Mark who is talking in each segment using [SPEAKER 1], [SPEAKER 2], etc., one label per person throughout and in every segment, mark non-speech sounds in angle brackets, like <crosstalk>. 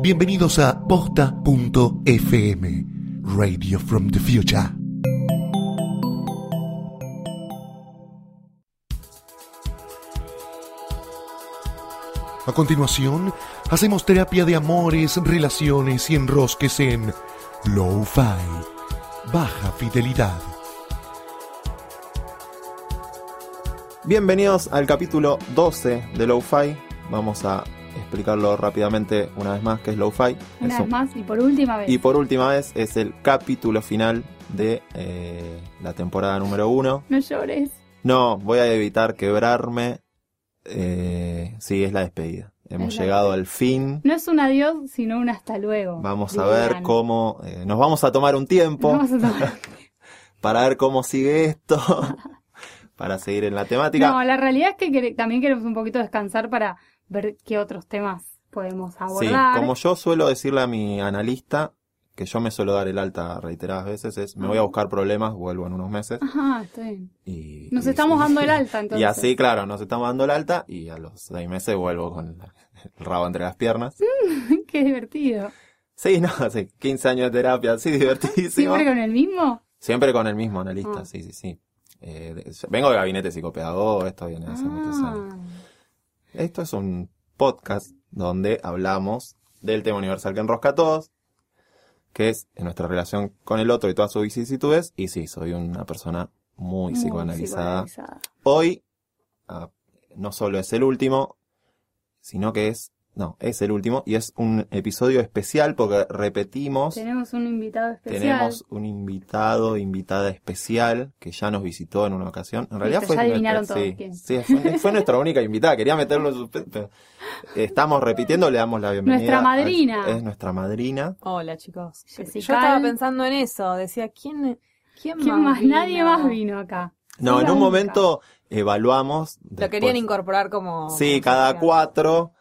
[SPEAKER 1] Bienvenidos a posta.fm, Radio from the Future. A continuación, hacemos terapia de amores, relaciones y enrosques en Low-Fi, Baja Fidelidad.
[SPEAKER 2] Bienvenidos al capítulo 12 de Lo-Fi. Vamos a explicarlo rápidamente una vez más qué es Lo-Fi.
[SPEAKER 3] Una
[SPEAKER 2] Es
[SPEAKER 3] vez
[SPEAKER 2] un-
[SPEAKER 3] más y por última vez.
[SPEAKER 2] Y por última vez es el capítulo final de eh, la temporada número 1.
[SPEAKER 3] No llores.
[SPEAKER 2] No, voy a evitar quebrarme. Eh, sí, es la despedida. Hemos
[SPEAKER 3] Es la
[SPEAKER 2] llegado al fin.
[SPEAKER 3] No es un adiós, sino un hasta luego.
[SPEAKER 2] Vamos a
[SPEAKER 3] Digan.
[SPEAKER 2] ver cómo... eh, nos vamos a tomar un tiempo
[SPEAKER 3] <laughs> Vamos a tomar-
[SPEAKER 2] <laughs> para ver cómo sigue esto. <laughs> para seguir en la temática.
[SPEAKER 3] No, la realidad es que quere- también queremos un poquito descansar para ver qué otros temas podemos abordar.
[SPEAKER 2] Sí, como yo suelo decirle a mi analista, que yo me suelo dar el alta reiteradas veces, es me voy a buscar problemas, vuelvo en unos meses.
[SPEAKER 3] Ajá, está bien.
[SPEAKER 2] Y,
[SPEAKER 3] Nos
[SPEAKER 2] y- <laughs>
[SPEAKER 3] estamos
[SPEAKER 2] y-
[SPEAKER 3] dando el alta, entonces.
[SPEAKER 2] Y así, claro, nos estamos dando el alta y a los seis meses vuelvo con la- el rabo entre las piernas.
[SPEAKER 3] <laughs> qué divertido.
[SPEAKER 2] Sí, no, hace 15 años de terapia, sí, divertidísimo.
[SPEAKER 3] ¿Siempre
[SPEAKER 2] Siempre con,
[SPEAKER 3] con el mismo?
[SPEAKER 2] el mismo analista,
[SPEAKER 3] Ah.
[SPEAKER 2] sí, sí, sí. Eh, de- yo vengo de gabinete psicopedagogo, esto viene de hace muchos años.
[SPEAKER 3] Ah.
[SPEAKER 2] Esto es un podcast donde hablamos del tema universal que enrosca a todos, que es nuestra relación con el otro y todas sus vicisitudes. Y sí, soy una persona muy,
[SPEAKER 3] Muy
[SPEAKER 2] psicoanalizada.
[SPEAKER 3] psicoanalizada.
[SPEAKER 2] Hoy ah, no solo es el último, sino que es, no, es el último y es un episodio especial porque repetimos,
[SPEAKER 3] Tenemos un invitado especial.
[SPEAKER 2] tenemos un invitado, invitada especial que ya nos visitó en una ocasión. En realidad
[SPEAKER 3] Listo,
[SPEAKER 2] fue
[SPEAKER 3] ya
[SPEAKER 2] nuestra-
[SPEAKER 3] adivinaron todos
[SPEAKER 2] sí,
[SPEAKER 3] quién.
[SPEAKER 2] sí, fue, fue nuestra única invitada, quería meterlo en suspenso. pero Estamos repitiendo, le damos la bienvenida.
[SPEAKER 3] Nuestra
[SPEAKER 2] a-
[SPEAKER 3] madrina.
[SPEAKER 2] es nuestra madrina.
[SPEAKER 4] Hola chicos.
[SPEAKER 3] Jessica.
[SPEAKER 4] Yo estaba pensando en eso, decía, ¿quién, quién,
[SPEAKER 3] ¿Quién más?
[SPEAKER 4] vino?
[SPEAKER 3] Nadie más vino acá.
[SPEAKER 2] No,
[SPEAKER 3] Hola,
[SPEAKER 2] en un
[SPEAKER 3] Luca.
[SPEAKER 2] momento evaluamos.
[SPEAKER 4] Lo
[SPEAKER 2] después-
[SPEAKER 4] querían incorporar como...
[SPEAKER 2] Sí,
[SPEAKER 4] como
[SPEAKER 2] cada
[SPEAKER 4] social.
[SPEAKER 2] cuatro,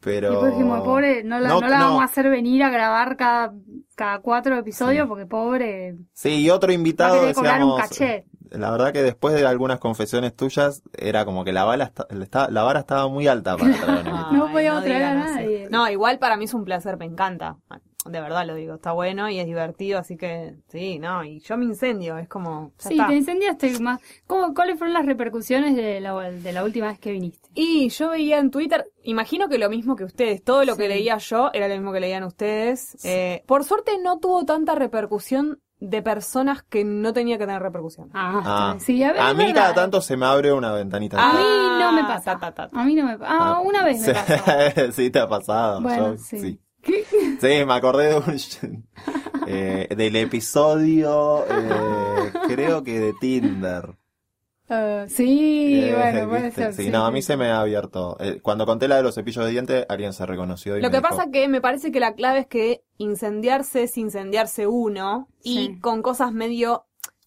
[SPEAKER 2] pero...
[SPEAKER 3] Y pues dijimos, pobre, no la, no la
[SPEAKER 2] no.
[SPEAKER 3] vamos a hacer venir a grabar cada, cada cuatro episodios porque pobre,
[SPEAKER 2] Sí, y otro
[SPEAKER 3] va a
[SPEAKER 2] invitado,
[SPEAKER 3] querer cobrar un
[SPEAKER 2] decíamos, eh,
[SPEAKER 3] caché.
[SPEAKER 2] la verdad que después de algunas confesiones tuyas, era como que la, bala esta- la esta- la vara estaba muy alta
[SPEAKER 3] <laughs>
[SPEAKER 2] para traer un invitado.
[SPEAKER 4] Ay,
[SPEAKER 3] No podíamos traer a
[SPEAKER 4] digan así.
[SPEAKER 3] nadie.
[SPEAKER 4] No, igual para mí es un placer, me encanta. De verdad lo digo, está bueno y es divertido, así que sí, no, y yo me incendio, es como... ya
[SPEAKER 3] Sí,
[SPEAKER 4] está.
[SPEAKER 3] te incendiaste más. ¿Cómo- ¿Cuáles fueron las repercusiones de la, de la última vez que viniste?
[SPEAKER 4] Y yo veía en Twitter, imagino que lo mismo que ustedes, todo lo que
[SPEAKER 3] Sí.
[SPEAKER 4] leía yo era lo mismo que leían ustedes. Eh, por suerte no tuvo tanta repercusión de personas que no tenía que tener repercusión.
[SPEAKER 3] Ah,
[SPEAKER 2] Ah.
[SPEAKER 3] sí, a, ver,
[SPEAKER 2] A
[SPEAKER 3] es
[SPEAKER 2] mí
[SPEAKER 3] verdad. eh.
[SPEAKER 2] cada tanto se me abre una ventanita. <laughs>
[SPEAKER 3] A mí
[SPEAKER 4] Ah,
[SPEAKER 3] no me pasa.
[SPEAKER 4] ta, ta, ta, ta.
[SPEAKER 3] A mí no me pasa. Ah, una vez me pasó.
[SPEAKER 2] <laughs> sí, sí, te ha pasado.
[SPEAKER 3] Bueno,
[SPEAKER 2] yo-
[SPEAKER 3] sí.
[SPEAKER 2] sí.
[SPEAKER 3] ¿Qué?
[SPEAKER 2] Sí, me acordé de un- <laughs> eh, del episodio, eh, creo que de Tinder.
[SPEAKER 3] <laughs> Eh, sí,
[SPEAKER 2] Eh,
[SPEAKER 3] bueno, puede
[SPEAKER 2] ¿viste?
[SPEAKER 3] ser.
[SPEAKER 2] Sí,
[SPEAKER 3] sí,
[SPEAKER 2] no, a
[SPEAKER 3] sí.
[SPEAKER 2] mí se me ha abierto. Eh, cuando conté la de los cepillos de dientes, alguien se reconoció. Y
[SPEAKER 4] Lo
[SPEAKER 2] me
[SPEAKER 4] que
[SPEAKER 2] dijo,
[SPEAKER 4] pasa que me parece que la clave es que incendiarse es incendiarse uno
[SPEAKER 3] Sí.
[SPEAKER 4] y con cosas medio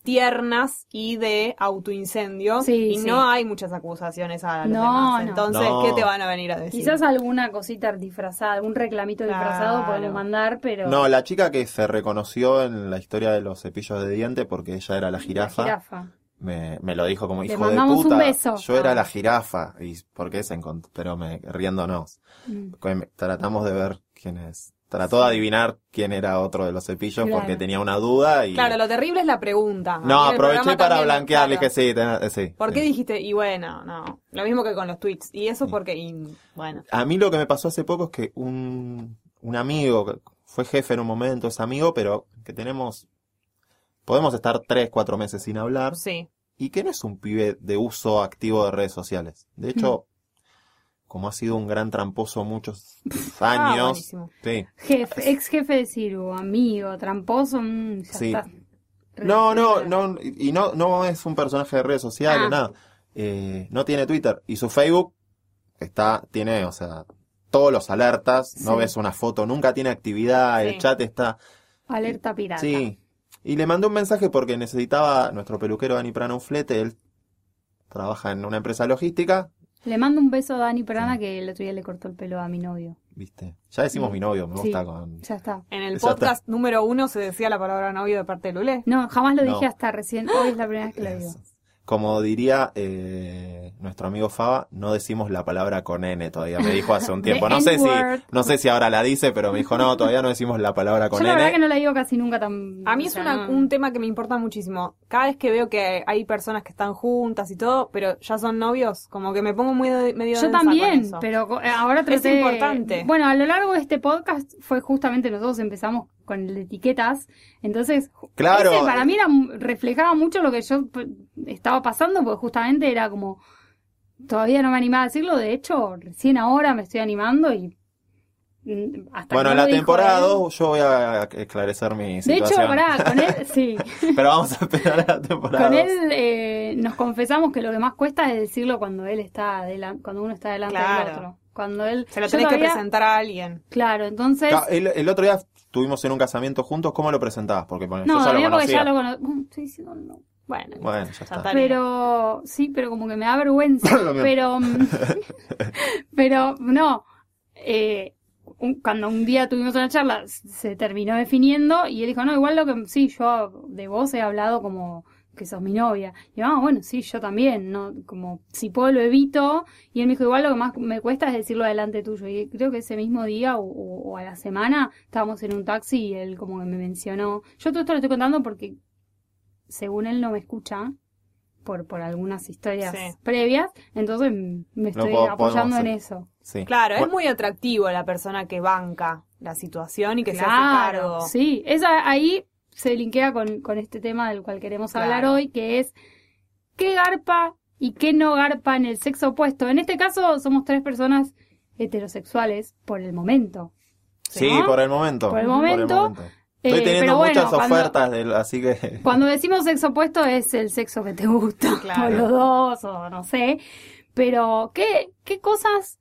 [SPEAKER 4] tiernas y de autoincendio
[SPEAKER 3] Sí,
[SPEAKER 4] y
[SPEAKER 3] sí.
[SPEAKER 4] no hay muchas acusaciones a los
[SPEAKER 3] No,
[SPEAKER 4] demás.
[SPEAKER 3] no.
[SPEAKER 4] Entonces,
[SPEAKER 2] No.
[SPEAKER 4] ¿qué te van a venir a decir?
[SPEAKER 3] Quizás alguna cosita disfrazada, algún reclamito disfrazado
[SPEAKER 4] Claro.
[SPEAKER 3] podemos mandar, pero...
[SPEAKER 2] No, la chica que se reconoció en la historia de los cepillos de diente porque ella era la
[SPEAKER 3] la
[SPEAKER 2] jirafa,
[SPEAKER 3] jirafa.
[SPEAKER 2] Me, me lo dijo como
[SPEAKER 3] Le
[SPEAKER 2] hijo
[SPEAKER 3] mandamos
[SPEAKER 2] de
[SPEAKER 3] un
[SPEAKER 2] puta.
[SPEAKER 3] beso".
[SPEAKER 2] Yo era
[SPEAKER 3] Ah.
[SPEAKER 2] la jirafa y por qué se encont- pero me riéndonos.
[SPEAKER 3] Mm.
[SPEAKER 2] Em, Tratamos de ver quién es. Trató de adivinar quién era otro de los cepillos
[SPEAKER 3] Claro.
[SPEAKER 2] porque tenía una duda y
[SPEAKER 4] Claro, lo terrible es la pregunta.
[SPEAKER 2] no
[SPEAKER 4] A mí el
[SPEAKER 2] aproveché
[SPEAKER 4] programa
[SPEAKER 2] para
[SPEAKER 4] también,
[SPEAKER 2] blanquear, le
[SPEAKER 4] claro.
[SPEAKER 2] dije sí, tenés- eh, sí.
[SPEAKER 4] ¿Por qué
[SPEAKER 2] sí".
[SPEAKER 4] dijiste? Y bueno, no. Lo mismo que con los tweets. Y eso porque, y, bueno.
[SPEAKER 2] A mí lo que me pasó hace poco es que un, un amigo, que fue jefe en un momento, es amigo, pero que tenemos, podemos estar tres, cuatro meses sin hablar.
[SPEAKER 4] Sí.
[SPEAKER 2] y que no es un pibe de uso activo de redes sociales. De hecho, como ha sido un gran tramposo muchos
[SPEAKER 4] Hmm. <laughs> Ah,
[SPEAKER 2] años,
[SPEAKER 4] buenísimo.
[SPEAKER 2] sí.
[SPEAKER 3] Jefe, ex jefe de Ciru, amigo, tramposo, mm, ya
[SPEAKER 2] Sí.
[SPEAKER 3] está.
[SPEAKER 2] No, no, no, y no, no es un personaje de redes sociales,
[SPEAKER 3] Ah.
[SPEAKER 2] nada. Eh, no tiene Twitter. Y su Facebook está, tiene, o sea, todos los alertas, no
[SPEAKER 3] Sí.
[SPEAKER 2] ves una foto, nunca tiene actividad, el
[SPEAKER 4] Sí.
[SPEAKER 2] chat está.
[SPEAKER 3] Alerta pirata.
[SPEAKER 2] Sí. Y le mandé un mensaje porque necesitaba nuestro peluquero Dani Prano un flete, él trabaja en una empresa logística,
[SPEAKER 3] Le mando un beso a Dani Perana que el otro día le cortó el pelo a mi novio.
[SPEAKER 2] viste. Ya decimos mi novio, me
[SPEAKER 3] Mm. Sí.
[SPEAKER 2] gusta con
[SPEAKER 3] Ya está.
[SPEAKER 4] En el
[SPEAKER 2] Ya está.
[SPEAKER 4] podcast número uno se decía la palabra novio de parte de Lulé.
[SPEAKER 3] No, jamás lo
[SPEAKER 2] No.
[SPEAKER 3] dije hasta recién. Hoy es la primera vez que lo digo.
[SPEAKER 2] Como diría eh, nuestro amigo Faba, no decimos la palabra con N todavía. Me dijo hace un tiempo.
[SPEAKER 3] <laughs> The
[SPEAKER 2] No sé si,
[SPEAKER 3] N-word.
[SPEAKER 2] no sé si ahora la dice, pero me dijo, no, todavía no decimos la palabra con
[SPEAKER 3] Yo la verdad que
[SPEAKER 2] N.
[SPEAKER 3] no la digo casi nunca tan.
[SPEAKER 4] A mí
[SPEAKER 3] o
[SPEAKER 4] es
[SPEAKER 3] sea,
[SPEAKER 4] una-
[SPEAKER 3] no.
[SPEAKER 4] un tema que me importa muchísimo. Cada vez que veo que hay personas que están juntas y todo, pero ya son novios, como que me pongo muy de- medio
[SPEAKER 3] Yo
[SPEAKER 4] densa con
[SPEAKER 3] también,
[SPEAKER 4] eso.
[SPEAKER 3] pero co- eh, ahora
[SPEAKER 4] Es
[SPEAKER 3] traté...
[SPEAKER 4] importante.
[SPEAKER 3] Bueno, a lo largo de este podcast fue justamente nosotros empezamos con el de etiquetas, entonces ju-
[SPEAKER 2] Claro.
[SPEAKER 3] ese para mí era, reflejaba mucho lo que yo p- estaba pasando, porque justamente era como, todavía no me animaba a decirlo, de hecho, recién ahora me estoy animando y mm, hasta
[SPEAKER 2] Bueno,
[SPEAKER 3] que
[SPEAKER 2] en
[SPEAKER 3] no
[SPEAKER 2] la
[SPEAKER 3] lo dijo
[SPEAKER 2] temporada
[SPEAKER 3] él-
[SPEAKER 2] 2 yo voy a esclarecer mi
[SPEAKER 3] De hecho,
[SPEAKER 2] situación.
[SPEAKER 3] pará, con él, sí,
[SPEAKER 2] Pero vamos a esperar a la <laughs> temporada
[SPEAKER 3] con
[SPEAKER 2] 2.
[SPEAKER 3] él eh, nos confesamos que lo que más cuesta es decirlo cuando él está adelan- cuando uno está delante
[SPEAKER 4] Claro.
[SPEAKER 3] del otro. Cuando él
[SPEAKER 4] Se lo
[SPEAKER 3] yo
[SPEAKER 4] tenés que
[SPEAKER 3] todavía-
[SPEAKER 4] presentar a alguien.
[SPEAKER 3] Claro, entonces.
[SPEAKER 2] Ca- El, el otro día estuvimos en un casamiento juntos, ¿cómo lo presentabas? Porque bueno,
[SPEAKER 3] no,
[SPEAKER 2] yo ya lo
[SPEAKER 3] todavía porque
[SPEAKER 2] conocía.
[SPEAKER 3] ya lo conozco. Estoy diciendo no. Bueno.
[SPEAKER 2] Bueno, ya está.
[SPEAKER 4] está.
[SPEAKER 3] Pero sí, pero como que me da vergüenza.
[SPEAKER 2] <laughs> Lo mismo.
[SPEAKER 3] pero. mm, pero no. eh, un- cuando un día tuvimos una charla, s- se terminó definiendo y él dijo: No, igual lo que. Sí, yo de vos he hablado como que sos mi novia. Y yo, ah, bueno, sí, yo también, ¿no? Como si puedo lo evito. Y él me dijo, igual lo que más me cuesta es decirlo delante tuyo. Y creo que ese mismo día o, o- o a la semana estábamos en un taxi y él como que me mencionó. Yo todo esto lo estoy contando porque según él no me escucha por, por algunas historias
[SPEAKER 4] Sí.
[SPEAKER 3] previas, entonces mm, me estoy
[SPEAKER 2] puedo-
[SPEAKER 3] apoyando
[SPEAKER 2] podemos
[SPEAKER 3] en
[SPEAKER 2] hacer.
[SPEAKER 3] eso.
[SPEAKER 2] Sí.
[SPEAKER 4] Claro, es
[SPEAKER 2] Bueno,
[SPEAKER 4] muy atractivo la persona que banca la situación y que se hace
[SPEAKER 3] Claro,
[SPEAKER 4] cargo.
[SPEAKER 3] sí. Esa, ahí se linkea con, con este tema del cual queremos
[SPEAKER 4] Claro.
[SPEAKER 3] hablar hoy, que es qué garpa y qué no garpa en el sexo opuesto. En este caso somos tres personas heterosexuales por el momento.
[SPEAKER 2] sí,
[SPEAKER 3] ¿no?
[SPEAKER 2] por el momento.
[SPEAKER 3] Por el momento,
[SPEAKER 2] Estoy
[SPEAKER 3] Eh,
[SPEAKER 2] teniendo
[SPEAKER 3] pero bueno,
[SPEAKER 2] muchas
[SPEAKER 3] cuando-
[SPEAKER 2] ofertas, del- así que...
[SPEAKER 3] Cuando decimos sexo opuesto es el sexo que te gusta, <laughs>
[SPEAKER 4] Claro.
[SPEAKER 3] o los dos, o no sé. Pero, ¿qué, qué cosas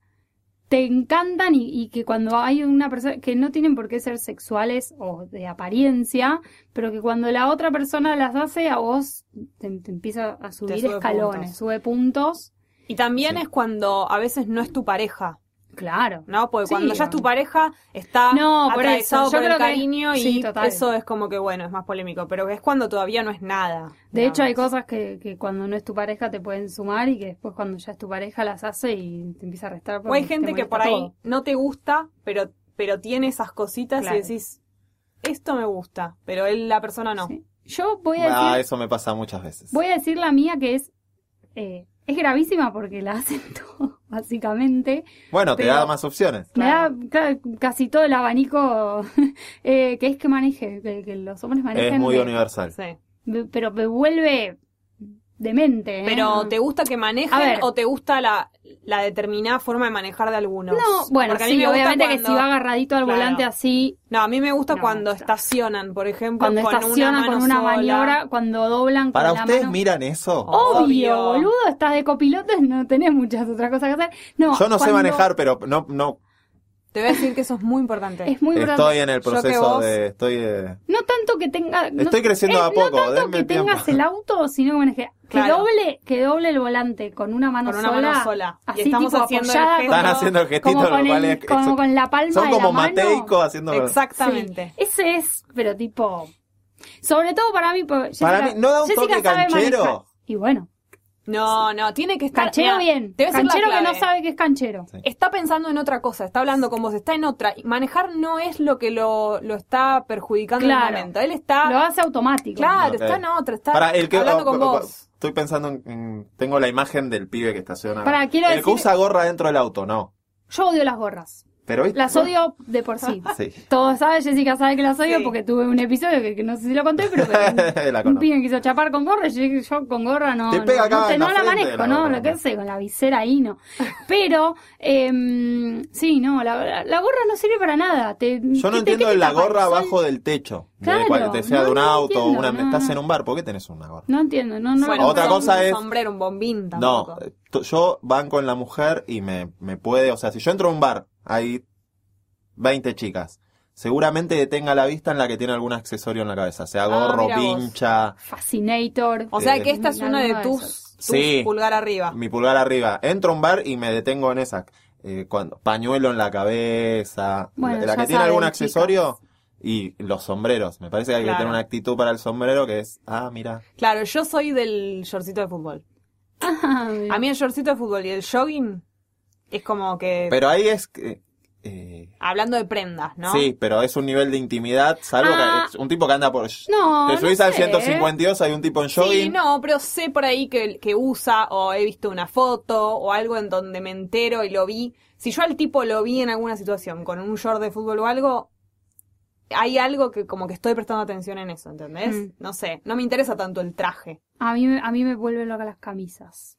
[SPEAKER 3] te encantan y, y que cuando hay una persona, que no tienen por qué ser sexuales o de apariencia, pero que cuando la otra persona las hace, a vos te, te empieza a subir
[SPEAKER 4] sube
[SPEAKER 3] escalones,
[SPEAKER 4] puntos.
[SPEAKER 3] sube puntos.
[SPEAKER 4] Y también
[SPEAKER 2] Sí.
[SPEAKER 4] es cuando a veces no es tu pareja,
[SPEAKER 3] Claro.
[SPEAKER 4] ¿no? Porque
[SPEAKER 3] Sí.
[SPEAKER 4] cuando ya es tu pareja, está
[SPEAKER 3] No, por
[SPEAKER 4] atravesado
[SPEAKER 3] eso. Yo
[SPEAKER 4] por el
[SPEAKER 3] creo que-
[SPEAKER 4] cariño y
[SPEAKER 3] sí, total.
[SPEAKER 4] eso es como que, bueno, es más polémico. Pero es cuando todavía no es nada.
[SPEAKER 3] De hecho, hay
[SPEAKER 4] digamos.
[SPEAKER 3] cosas que, que cuando no es tu pareja te pueden sumar y que después cuando ya es tu pareja las hace y te empieza a restar.
[SPEAKER 4] O
[SPEAKER 3] porque
[SPEAKER 4] hay
[SPEAKER 3] te
[SPEAKER 4] gente que
[SPEAKER 3] molesta
[SPEAKER 4] por ahí
[SPEAKER 3] todo.
[SPEAKER 4] no te gusta, pero, pero tiene esas cositas
[SPEAKER 3] Claro.
[SPEAKER 4] y decís, esto me gusta, pero él, la persona no.
[SPEAKER 3] Sí. Yo voy a
[SPEAKER 2] Ah,
[SPEAKER 3] decir,
[SPEAKER 2] eso me pasa muchas veces.
[SPEAKER 3] voy a decir la mía que es eh, es gravísima porque la <laughs> hacen todo, básicamente.
[SPEAKER 2] Bueno, te
[SPEAKER 3] Pero-
[SPEAKER 2] da más opciones.
[SPEAKER 4] Claro.
[SPEAKER 3] Me da claro, casi todo el abanico <laughs> eh, que es que maneje, que, que los hombres manejen.
[SPEAKER 2] Es muy
[SPEAKER 3] me-
[SPEAKER 2] universal.
[SPEAKER 3] Eh.
[SPEAKER 4] Sí.
[SPEAKER 3] me- pero me vuelve demente. ¿eh?
[SPEAKER 4] Pero ¿te gusta que
[SPEAKER 3] A
[SPEAKER 4] manejen
[SPEAKER 3] ver.
[SPEAKER 4] o te gusta la, la determinada forma de manejar de algunos?
[SPEAKER 3] No, bueno,
[SPEAKER 4] Porque a mí
[SPEAKER 3] sí,
[SPEAKER 4] me gusta
[SPEAKER 3] obviamente que
[SPEAKER 4] cuando-
[SPEAKER 3] si va agarradito al
[SPEAKER 4] Claro.
[SPEAKER 3] volante así,
[SPEAKER 4] No, a mí me gusta
[SPEAKER 3] No,
[SPEAKER 4] cuando
[SPEAKER 3] está.
[SPEAKER 4] estacionan, por ejemplo,
[SPEAKER 3] cuando
[SPEAKER 4] con
[SPEAKER 3] estacionan
[SPEAKER 4] una mano
[SPEAKER 3] con una
[SPEAKER 4] sola.
[SPEAKER 3] maniobra, cuando doblan
[SPEAKER 2] ¿Para
[SPEAKER 3] con la
[SPEAKER 2] ustedes
[SPEAKER 3] mano. Oh,
[SPEAKER 2] miran eso?
[SPEAKER 3] Obvio,
[SPEAKER 4] Obvio.
[SPEAKER 3] boludo, estás de copiloto, no tenés muchas otras cosas que hacer. No,
[SPEAKER 2] Yo no sé
[SPEAKER 3] cuando-
[SPEAKER 2] manejar, pero no, no
[SPEAKER 4] Te voy a decir que eso es muy importante.
[SPEAKER 3] Es muy importante.
[SPEAKER 2] estoy en el
[SPEAKER 4] Yo que
[SPEAKER 2] proceso
[SPEAKER 4] vos-
[SPEAKER 2] de... Estoy eh,
[SPEAKER 3] No tanto que tenga. no-
[SPEAKER 2] Estoy creciendo a poco,
[SPEAKER 3] No tanto
[SPEAKER 2] denme
[SPEAKER 3] que
[SPEAKER 2] tiempo.
[SPEAKER 3] tengas el auto, sino que maneje.
[SPEAKER 4] Claro.
[SPEAKER 3] Que doble, que doble el volante con una mano
[SPEAKER 4] Con una
[SPEAKER 3] sola.
[SPEAKER 4] mano sola. Y
[SPEAKER 3] Así
[SPEAKER 4] estamos
[SPEAKER 3] tipo
[SPEAKER 4] haciendo el
[SPEAKER 3] apoyada.
[SPEAKER 4] gesto.
[SPEAKER 3] como-
[SPEAKER 2] Están haciendo el gestito,
[SPEAKER 3] como
[SPEAKER 2] lo
[SPEAKER 3] con,
[SPEAKER 2] cual
[SPEAKER 3] el-
[SPEAKER 2] es-
[SPEAKER 3] como con la palma
[SPEAKER 2] Son
[SPEAKER 3] de la
[SPEAKER 2] como
[SPEAKER 3] mano.
[SPEAKER 2] mateicos haciendo...
[SPEAKER 4] Exactamente.
[SPEAKER 3] Sí, ese es, pero tipo. Sobre todo para mí. pues, porque Jessica,
[SPEAKER 2] Para mí, ¿no da un
[SPEAKER 3] Jessica
[SPEAKER 2] toque
[SPEAKER 3] sabe
[SPEAKER 2] canchero?
[SPEAKER 3] manejar. Y bueno,
[SPEAKER 4] No, no, tiene que estar...
[SPEAKER 3] canchero
[SPEAKER 4] Mira,
[SPEAKER 3] bien.
[SPEAKER 4] te voy a decir la
[SPEAKER 3] Canchero que no
[SPEAKER 4] clave.
[SPEAKER 3] sabe que es canchero.
[SPEAKER 2] Sí.
[SPEAKER 4] Está pensando en otra cosa, está hablando con vos, está en otra. Y Manejar no es lo que lo, lo está perjudicando en
[SPEAKER 3] Claro.
[SPEAKER 4] el momento. Él está...
[SPEAKER 3] Lo hace automático.
[SPEAKER 4] Claro,
[SPEAKER 2] Ok.
[SPEAKER 4] está en otra, está
[SPEAKER 2] Para el que
[SPEAKER 4] hablando
[SPEAKER 2] oh,
[SPEAKER 4] con
[SPEAKER 2] oh, oh,
[SPEAKER 4] vos.
[SPEAKER 2] Estoy pensando en, en- tengo la imagen del pibe que estaciona.
[SPEAKER 3] Pará, quiero
[SPEAKER 2] el que
[SPEAKER 3] decir-
[SPEAKER 2] usa gorra dentro del auto, no.
[SPEAKER 3] Yo odio las gorras.
[SPEAKER 2] Pero ¿viste?
[SPEAKER 3] Las odio de por
[SPEAKER 4] <laughs>
[SPEAKER 3] sí.
[SPEAKER 2] Sí. <laughs>
[SPEAKER 3] Todos saben, Jessica sabe que las odio
[SPEAKER 4] Sí.
[SPEAKER 3] porque tuve un episodio que, que no sé si lo conté, pero que
[SPEAKER 2] <laughs> La
[SPEAKER 3] un, un
[SPEAKER 2] conozco.
[SPEAKER 3] pibe quiso chapar con gorra y yo, dije, yo con gorra no,
[SPEAKER 2] Te
[SPEAKER 3] no,
[SPEAKER 2] pega acá
[SPEAKER 3] no te-
[SPEAKER 2] en la
[SPEAKER 3] no la
[SPEAKER 2] frente
[SPEAKER 3] manejo,
[SPEAKER 2] la
[SPEAKER 3] ¿no?
[SPEAKER 2] gorra.
[SPEAKER 3] Lo que sé, con la visera ahí no. Pero, em, sí, no, la, la gorra no sirve para nada. Te,
[SPEAKER 2] Yo no entiendo la gorra abajo del techo. de
[SPEAKER 3] Claro,
[SPEAKER 2] cual- te sea
[SPEAKER 3] no,
[SPEAKER 2] de un
[SPEAKER 3] no
[SPEAKER 2] auto o
[SPEAKER 3] entiendo,
[SPEAKER 2] una.
[SPEAKER 3] no,
[SPEAKER 2] estás
[SPEAKER 3] no.
[SPEAKER 2] en un bar, ¿por qué tenés una gorra?
[SPEAKER 3] No entiendo, no, no.
[SPEAKER 2] Bueno,
[SPEAKER 3] no-
[SPEAKER 2] otra
[SPEAKER 4] un
[SPEAKER 2] cosa es-
[SPEAKER 4] sombrero, un bombín
[SPEAKER 2] No,
[SPEAKER 4] tampoco.
[SPEAKER 2] t- yo banco en la mujer y me, me puede. O sea, si yo entro a un bar, hay 20 chicas. Seguramente detenga la vista en la que tiene algún accesorio en la cabeza, sea
[SPEAKER 4] Ah,
[SPEAKER 2] gorro,
[SPEAKER 4] mira vos.
[SPEAKER 2] pincha, <laughs>
[SPEAKER 3] Fascinator.
[SPEAKER 4] O sea
[SPEAKER 2] Eh,
[SPEAKER 4] que esta es una de
[SPEAKER 3] alguno de
[SPEAKER 4] tus,
[SPEAKER 3] esos.
[SPEAKER 4] tus
[SPEAKER 2] Sí. Mm.
[SPEAKER 4] pulgar arriba.
[SPEAKER 2] mi pulgar arriba. Entro a un bar y me detengo en esa. Eh, cuando, pañuelo en la cabeza.
[SPEAKER 3] Bueno,
[SPEAKER 2] la
[SPEAKER 3] ya
[SPEAKER 2] que tiene
[SPEAKER 3] saben,
[SPEAKER 2] algún accesorio. Y los sombreros. Me parece que hay que
[SPEAKER 4] Claro.
[SPEAKER 2] tener una actitud para el sombrero que es, ah, mira.
[SPEAKER 4] Claro, yo soy del shortcito de fútbol.
[SPEAKER 3] Ah, mira.
[SPEAKER 4] A mí el shortcito de fútbol y el jogging es como que.
[SPEAKER 2] Pero ahí es que. eh,
[SPEAKER 4] hablando de prendas, ¿no?
[SPEAKER 2] Sí, pero es un nivel de intimidad, salvo
[SPEAKER 3] Ah.
[SPEAKER 2] que es un tipo que anda por.
[SPEAKER 3] No,
[SPEAKER 2] Te
[SPEAKER 3] no
[SPEAKER 2] subís al
[SPEAKER 3] sé. ¿eh?
[SPEAKER 2] 152, hay un tipo en jogging.
[SPEAKER 4] Sí, no, pero sé por ahí que, que usa o he visto una foto o algo en donde me entero y lo vi. Si yo al tipo lo vi en alguna situación con un short de fútbol o algo, hay algo que como que estoy prestando atención en eso, ¿entendés?
[SPEAKER 3] Mm.
[SPEAKER 4] No sé, no me interesa tanto el traje,
[SPEAKER 3] A mí, me- a mí me vuelven loca las camisas.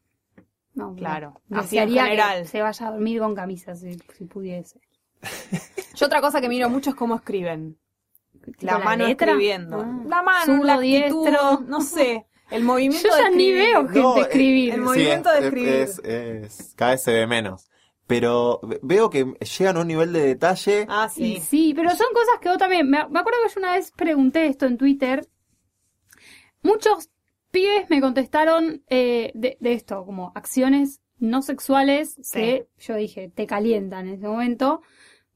[SPEAKER 3] No, no.
[SPEAKER 4] claro. Así en
[SPEAKER 3] Desearía que
[SPEAKER 4] general.
[SPEAKER 3] se vaya a dormir con camisas si, si pudiese.
[SPEAKER 4] Yo otra cosa que miro mucho es cómo escriben. La
[SPEAKER 3] Tipo,
[SPEAKER 4] mano
[SPEAKER 3] letra.
[SPEAKER 4] escribiendo.
[SPEAKER 3] Ah.
[SPEAKER 4] La mano,
[SPEAKER 3] Zurdo,
[SPEAKER 4] la actitud,
[SPEAKER 3] diestro.
[SPEAKER 4] no sé.
[SPEAKER 3] <laughs>
[SPEAKER 4] El movimiento
[SPEAKER 3] Yo
[SPEAKER 4] de
[SPEAKER 3] ya ni
[SPEAKER 4] escribir.
[SPEAKER 3] veo gente
[SPEAKER 2] No, eh,
[SPEAKER 3] escribir.
[SPEAKER 4] el movimiento
[SPEAKER 2] es-
[SPEAKER 4] de escribir.
[SPEAKER 2] Es, es- cada vez se ve menos. Pero ve- veo que llegan a un nivel de detalle.
[SPEAKER 4] Ah,
[SPEAKER 3] Y
[SPEAKER 4] sí.
[SPEAKER 3] sí, pero son cosas que yo también. Me, me acuerdo que yo una vez pregunté esto en Twitter. Muchos pibes me contestaron eh, de, de esto, como acciones no sexuales
[SPEAKER 4] Sí.
[SPEAKER 3] que yo dije te calientan en ese momento.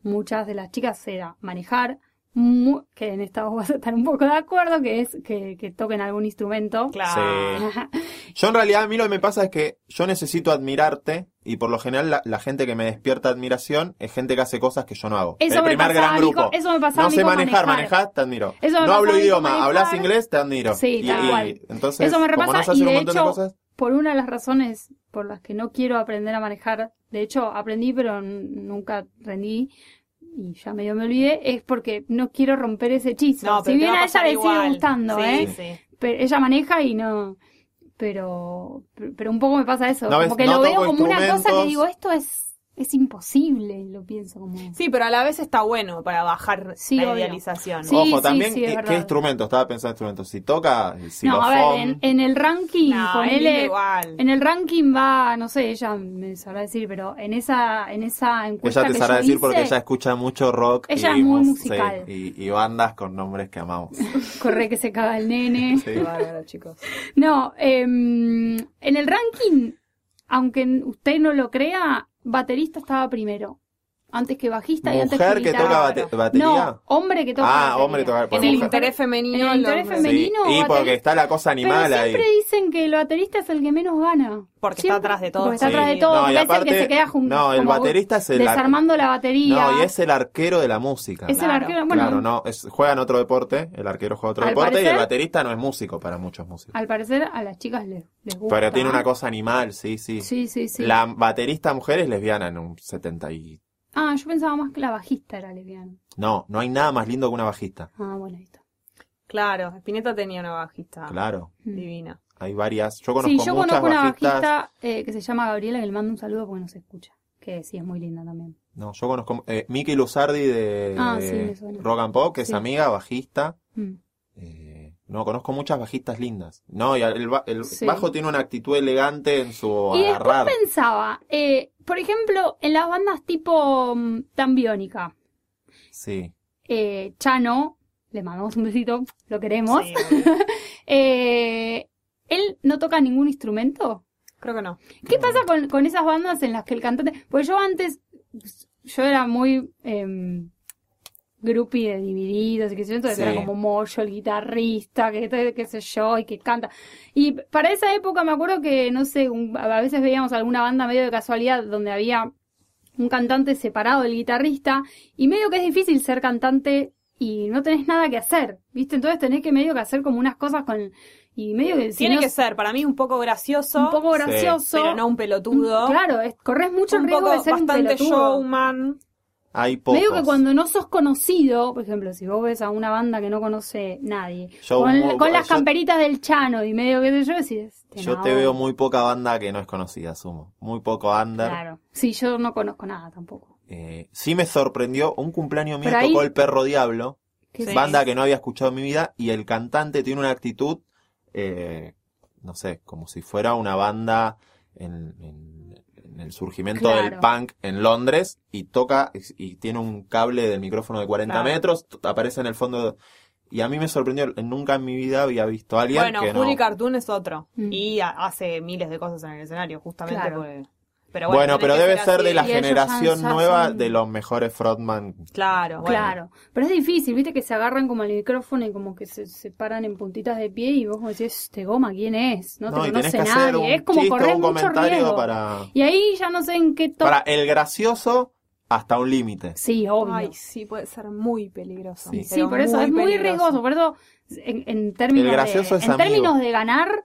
[SPEAKER 3] Muchas de las chicas era manejar, mu- que en esta vas a estar un poco de acuerdo, que es que, que toquen algún instrumento.
[SPEAKER 4] Claro.
[SPEAKER 2] Yo en realidad a mí lo que me pasa es que yo necesito admirarte y por lo general la, la gente que me despierta admiración es gente que hace cosas que yo no hago.
[SPEAKER 3] Eso
[SPEAKER 2] El
[SPEAKER 3] me,
[SPEAKER 2] primer
[SPEAKER 3] pasaba,
[SPEAKER 2] gran
[SPEAKER 3] a mí
[SPEAKER 2] grupo.
[SPEAKER 3] con- eso me pasaba a
[SPEAKER 2] no
[SPEAKER 3] mí
[SPEAKER 2] sé
[SPEAKER 3] con
[SPEAKER 2] manejar, manejás, te admiro.
[SPEAKER 3] Eso
[SPEAKER 2] no
[SPEAKER 3] me pasa a
[SPEAKER 2] hablo
[SPEAKER 3] mí con
[SPEAKER 2] idioma,
[SPEAKER 3] manejar.
[SPEAKER 2] hablas inglés, te admiro.
[SPEAKER 3] Sí,
[SPEAKER 2] y,
[SPEAKER 3] tal
[SPEAKER 2] y-
[SPEAKER 3] cual.
[SPEAKER 2] entonces,
[SPEAKER 3] Eso me
[SPEAKER 2] como no
[SPEAKER 3] repasa
[SPEAKER 2] sé hacer
[SPEAKER 3] y
[SPEAKER 2] un
[SPEAKER 3] de
[SPEAKER 2] montón de
[SPEAKER 3] hecho-
[SPEAKER 2] cosas,
[SPEAKER 3] por una de las razones por las que no quiero aprender a manejar, de hecho aprendí pero n- nunca rendí y ya medio me olvidé, es porque no quiero romper ese hechizo.
[SPEAKER 4] No, pero
[SPEAKER 3] si
[SPEAKER 4] te
[SPEAKER 3] bien
[SPEAKER 4] va
[SPEAKER 3] a ella
[SPEAKER 4] pasar
[SPEAKER 3] le
[SPEAKER 4] igual.
[SPEAKER 3] sigue gustando,
[SPEAKER 4] Sí,
[SPEAKER 3] ¿eh?
[SPEAKER 4] sí.
[SPEAKER 3] Pero ella maneja y no... Pero, pero un poco me pasa eso,
[SPEAKER 2] No
[SPEAKER 3] como
[SPEAKER 2] ves,
[SPEAKER 3] que
[SPEAKER 2] no
[SPEAKER 3] lo veo
[SPEAKER 2] toco
[SPEAKER 3] como una cosa que
[SPEAKER 2] instrumentos.
[SPEAKER 3] digo, esto es, es imposible, lo pienso como...
[SPEAKER 4] Sí, pero a la vez está bueno para bajar
[SPEAKER 3] Sí,
[SPEAKER 4] la
[SPEAKER 3] obvio.
[SPEAKER 4] idealización.
[SPEAKER 3] Sí,
[SPEAKER 2] ojo, también,
[SPEAKER 3] sí, es
[SPEAKER 2] ¿qué- ¿qué
[SPEAKER 3] verdad.
[SPEAKER 2] instrumento? Estaba pensando en instrumentos. Si toca, si
[SPEAKER 3] no,
[SPEAKER 2] lo
[SPEAKER 3] a ver, en, en el ranking,
[SPEAKER 4] No,
[SPEAKER 3] ponele-
[SPEAKER 4] es igual.
[SPEAKER 3] En el ranking va, no sé, ella me sabrá decir, pero en esa, en esa encuesta
[SPEAKER 2] Ella te
[SPEAKER 3] que
[SPEAKER 2] sabrá
[SPEAKER 3] yo
[SPEAKER 2] decir porque
[SPEAKER 3] hice-
[SPEAKER 2] ella escucha mucho rock.
[SPEAKER 3] Ella
[SPEAKER 2] y
[SPEAKER 3] es muy
[SPEAKER 2] mus-
[SPEAKER 3] musical.
[SPEAKER 2] sí, y, y bandas con nombres que amamos.
[SPEAKER 3] Corre que se caga el nene.
[SPEAKER 2] Sí.
[SPEAKER 3] <laughs>
[SPEAKER 4] Qué bárbaro, <laughs> chicos.
[SPEAKER 3] No, em, en el ranking, aunque n- usted no lo crea, baterista estaba primero. Antes que bajista y antes que
[SPEAKER 2] Mujer que
[SPEAKER 3] guitarra.
[SPEAKER 2] toca bate- batería.
[SPEAKER 3] No, hombre que toca
[SPEAKER 2] Ah,
[SPEAKER 3] batería.
[SPEAKER 2] hombre que toca-
[SPEAKER 4] En
[SPEAKER 2] Por
[SPEAKER 4] el
[SPEAKER 2] mujer.
[SPEAKER 4] interés femenino.
[SPEAKER 3] En el interés
[SPEAKER 4] lo-
[SPEAKER 2] Sí,
[SPEAKER 3] femenino,
[SPEAKER 2] Y
[SPEAKER 3] baterista.
[SPEAKER 2] porque está la cosa animal
[SPEAKER 3] Pero
[SPEAKER 2] ahí.
[SPEAKER 3] siempre dicen que el baterista es el que menos gana.
[SPEAKER 4] Porque
[SPEAKER 3] Siempre-
[SPEAKER 4] está atrás de todo.
[SPEAKER 3] Porque está
[SPEAKER 2] Sí.
[SPEAKER 3] atrás de todo,
[SPEAKER 2] No, y
[SPEAKER 3] porque es el
[SPEAKER 2] aparte-
[SPEAKER 3] que se queda junto.
[SPEAKER 2] no, el baterista es el ar-
[SPEAKER 3] Desarmando la batería.
[SPEAKER 2] No, y es el arquero de la música.
[SPEAKER 3] Es el
[SPEAKER 4] Claro.
[SPEAKER 3] arquero. Ah, Bueno,
[SPEAKER 2] Claro, no, es, juegan otro deporte, el arquero juega otro
[SPEAKER 3] Al
[SPEAKER 2] deporte y
[SPEAKER 3] parecer-
[SPEAKER 2] el baterista no es músico para muchos músicos.
[SPEAKER 3] al parecer a las chicas les, les gusta.
[SPEAKER 2] Pero tiene una cosa animal, sí, sí.
[SPEAKER 3] Sí, sí, sí.
[SPEAKER 2] La baterista mujer es lesbiana en un 70 y...
[SPEAKER 3] Ah, yo pensaba más que la bajista era lesbiana.
[SPEAKER 2] No, no hay nada más lindo que una bajista.
[SPEAKER 3] Ah, bueno, ahí está.
[SPEAKER 4] Claro, Spinetta tenía una bajista
[SPEAKER 2] Claro,
[SPEAKER 3] Mm.
[SPEAKER 4] divina.
[SPEAKER 2] hay varias. Yo conozco
[SPEAKER 3] Sí, yo
[SPEAKER 2] muchas
[SPEAKER 3] conozco una
[SPEAKER 2] bajistas.
[SPEAKER 3] bajista eh, que se llama Gabriela, que le mando un saludo porque no se escucha. Que sí, es muy linda también.
[SPEAKER 2] No, yo conozco... Eh, Miki Luzardi de,
[SPEAKER 3] Ah,
[SPEAKER 2] de
[SPEAKER 3] sí, me suena.
[SPEAKER 2] Rock and Pop, que
[SPEAKER 3] Sí.
[SPEAKER 2] es amiga, bajista.
[SPEAKER 3] Mm.
[SPEAKER 2] Eh, no, conozco muchas bajistas lindas. No, y el, ba- el
[SPEAKER 3] Sí.
[SPEAKER 2] bajo tiene una actitud elegante en su
[SPEAKER 3] Y después
[SPEAKER 2] agarrar.
[SPEAKER 3] pensaba, eh, por ejemplo, en las bandas tipo mm, Tan Biónica,
[SPEAKER 2] Sí.
[SPEAKER 3] eh, Chano, le mandamos un besito, lo queremos.
[SPEAKER 4] Sí, obvio.
[SPEAKER 3] Eh, él no toca ningún instrumento.
[SPEAKER 4] Creo que no.
[SPEAKER 3] ¿Qué pasa con, con esas bandas en las que el cantante.? Pues yo antes. Yo era muy. Eh, groupie de divididos y qué sé yo. Entonces
[SPEAKER 2] Sí.
[SPEAKER 3] era como Moyo, el guitarrista, que te- qué sé yo, y que canta. Y para esa época me acuerdo que, no sé, un- a veces veíamos alguna banda medio de casualidad donde había un cantante separado del guitarrista. Y medio que es difícil ser cantante y no tenés nada que hacer, ¿viste? Entonces tenés que medio que hacer como unas cosas con. Y medio que. si
[SPEAKER 4] Tiene
[SPEAKER 3] no
[SPEAKER 4] que
[SPEAKER 3] es
[SPEAKER 4] ser, para mí, un poco gracioso,
[SPEAKER 3] un poco
[SPEAKER 2] Sí.
[SPEAKER 3] gracioso.
[SPEAKER 4] pero no un pelotudo.
[SPEAKER 3] Mm, Claro, es- corres mucho
[SPEAKER 4] un
[SPEAKER 3] riesgo
[SPEAKER 4] poco
[SPEAKER 3] de ser un
[SPEAKER 4] bastante
[SPEAKER 3] pelotudo.
[SPEAKER 4] showman.
[SPEAKER 2] Hay pocos.
[SPEAKER 3] Me digo que cuando no sos conocido, por ejemplo, si vos ves a una banda que no conoce nadie,
[SPEAKER 2] Yo
[SPEAKER 3] con,
[SPEAKER 2] muy-
[SPEAKER 3] con las
[SPEAKER 2] yo-
[SPEAKER 3] camperitas del Chano y medio que sé yo, decís, este,
[SPEAKER 2] Yo
[SPEAKER 3] no,
[SPEAKER 2] te veo muy poca banda que no es conocida, asumo. Muy poco under.
[SPEAKER 3] Claro. Sí, yo no conozco nada tampoco.
[SPEAKER 2] Eh, sí me sorprendió, un cumpleaños mío
[SPEAKER 3] Pero ahí-
[SPEAKER 2] tocó El Perro Diablo,
[SPEAKER 3] ¿Qué
[SPEAKER 4] Sí.
[SPEAKER 3] sé
[SPEAKER 2] banda que no había escuchado en mi vida, y el cantante tiene una actitud, eh, no sé, como si fuera una banda en, en- en el surgimiento
[SPEAKER 3] Claro.
[SPEAKER 2] del punk en Londres, y toca, y tiene un cable del micrófono de 40
[SPEAKER 4] Claro.
[SPEAKER 2] metros, t- aparece en el fondo, de- y a mí me sorprendió, nunca en mi vida había visto a alguien
[SPEAKER 4] Bueno,
[SPEAKER 2] que no...
[SPEAKER 4] Juli Cartoon es otro.
[SPEAKER 3] Mm.
[SPEAKER 4] Y ha- hace miles de cosas en el escenario, justamente
[SPEAKER 3] Claro.
[SPEAKER 4] porque Pero
[SPEAKER 2] Bueno,
[SPEAKER 4] bueno,
[SPEAKER 2] pero
[SPEAKER 4] tenés que
[SPEAKER 2] debe ser de la
[SPEAKER 3] así. Y ellos
[SPEAKER 2] generación
[SPEAKER 3] ya- ya
[SPEAKER 2] nueva
[SPEAKER 3] son-
[SPEAKER 2] de los mejores frontman.
[SPEAKER 4] Claro, bueno.
[SPEAKER 3] Claro, pero es difícil, viste que se agarran como el micrófono y como que se, se paran en puntitas de pie y vos decís, este goma, ¿quién es? No,
[SPEAKER 2] No,
[SPEAKER 3] te
[SPEAKER 2] y tenés
[SPEAKER 3] conoce
[SPEAKER 2] que hacer un
[SPEAKER 3] nadie, es como
[SPEAKER 2] chiste o
[SPEAKER 3] correr
[SPEAKER 2] un
[SPEAKER 3] mucho
[SPEAKER 2] comentario
[SPEAKER 3] riesgo.
[SPEAKER 2] para,
[SPEAKER 3] Y ahí ya no sé en qué top.
[SPEAKER 2] para el gracioso hasta un límite.
[SPEAKER 3] Sí, obvio.
[SPEAKER 4] Ay, sí, puede ser muy peligroso.
[SPEAKER 2] Sí.
[SPEAKER 3] sí, por eso es muy riesgoso, por eso en, en términos,
[SPEAKER 2] El gracioso
[SPEAKER 3] de,
[SPEAKER 2] es
[SPEAKER 3] en
[SPEAKER 2] amigo.
[SPEAKER 3] términos de ganar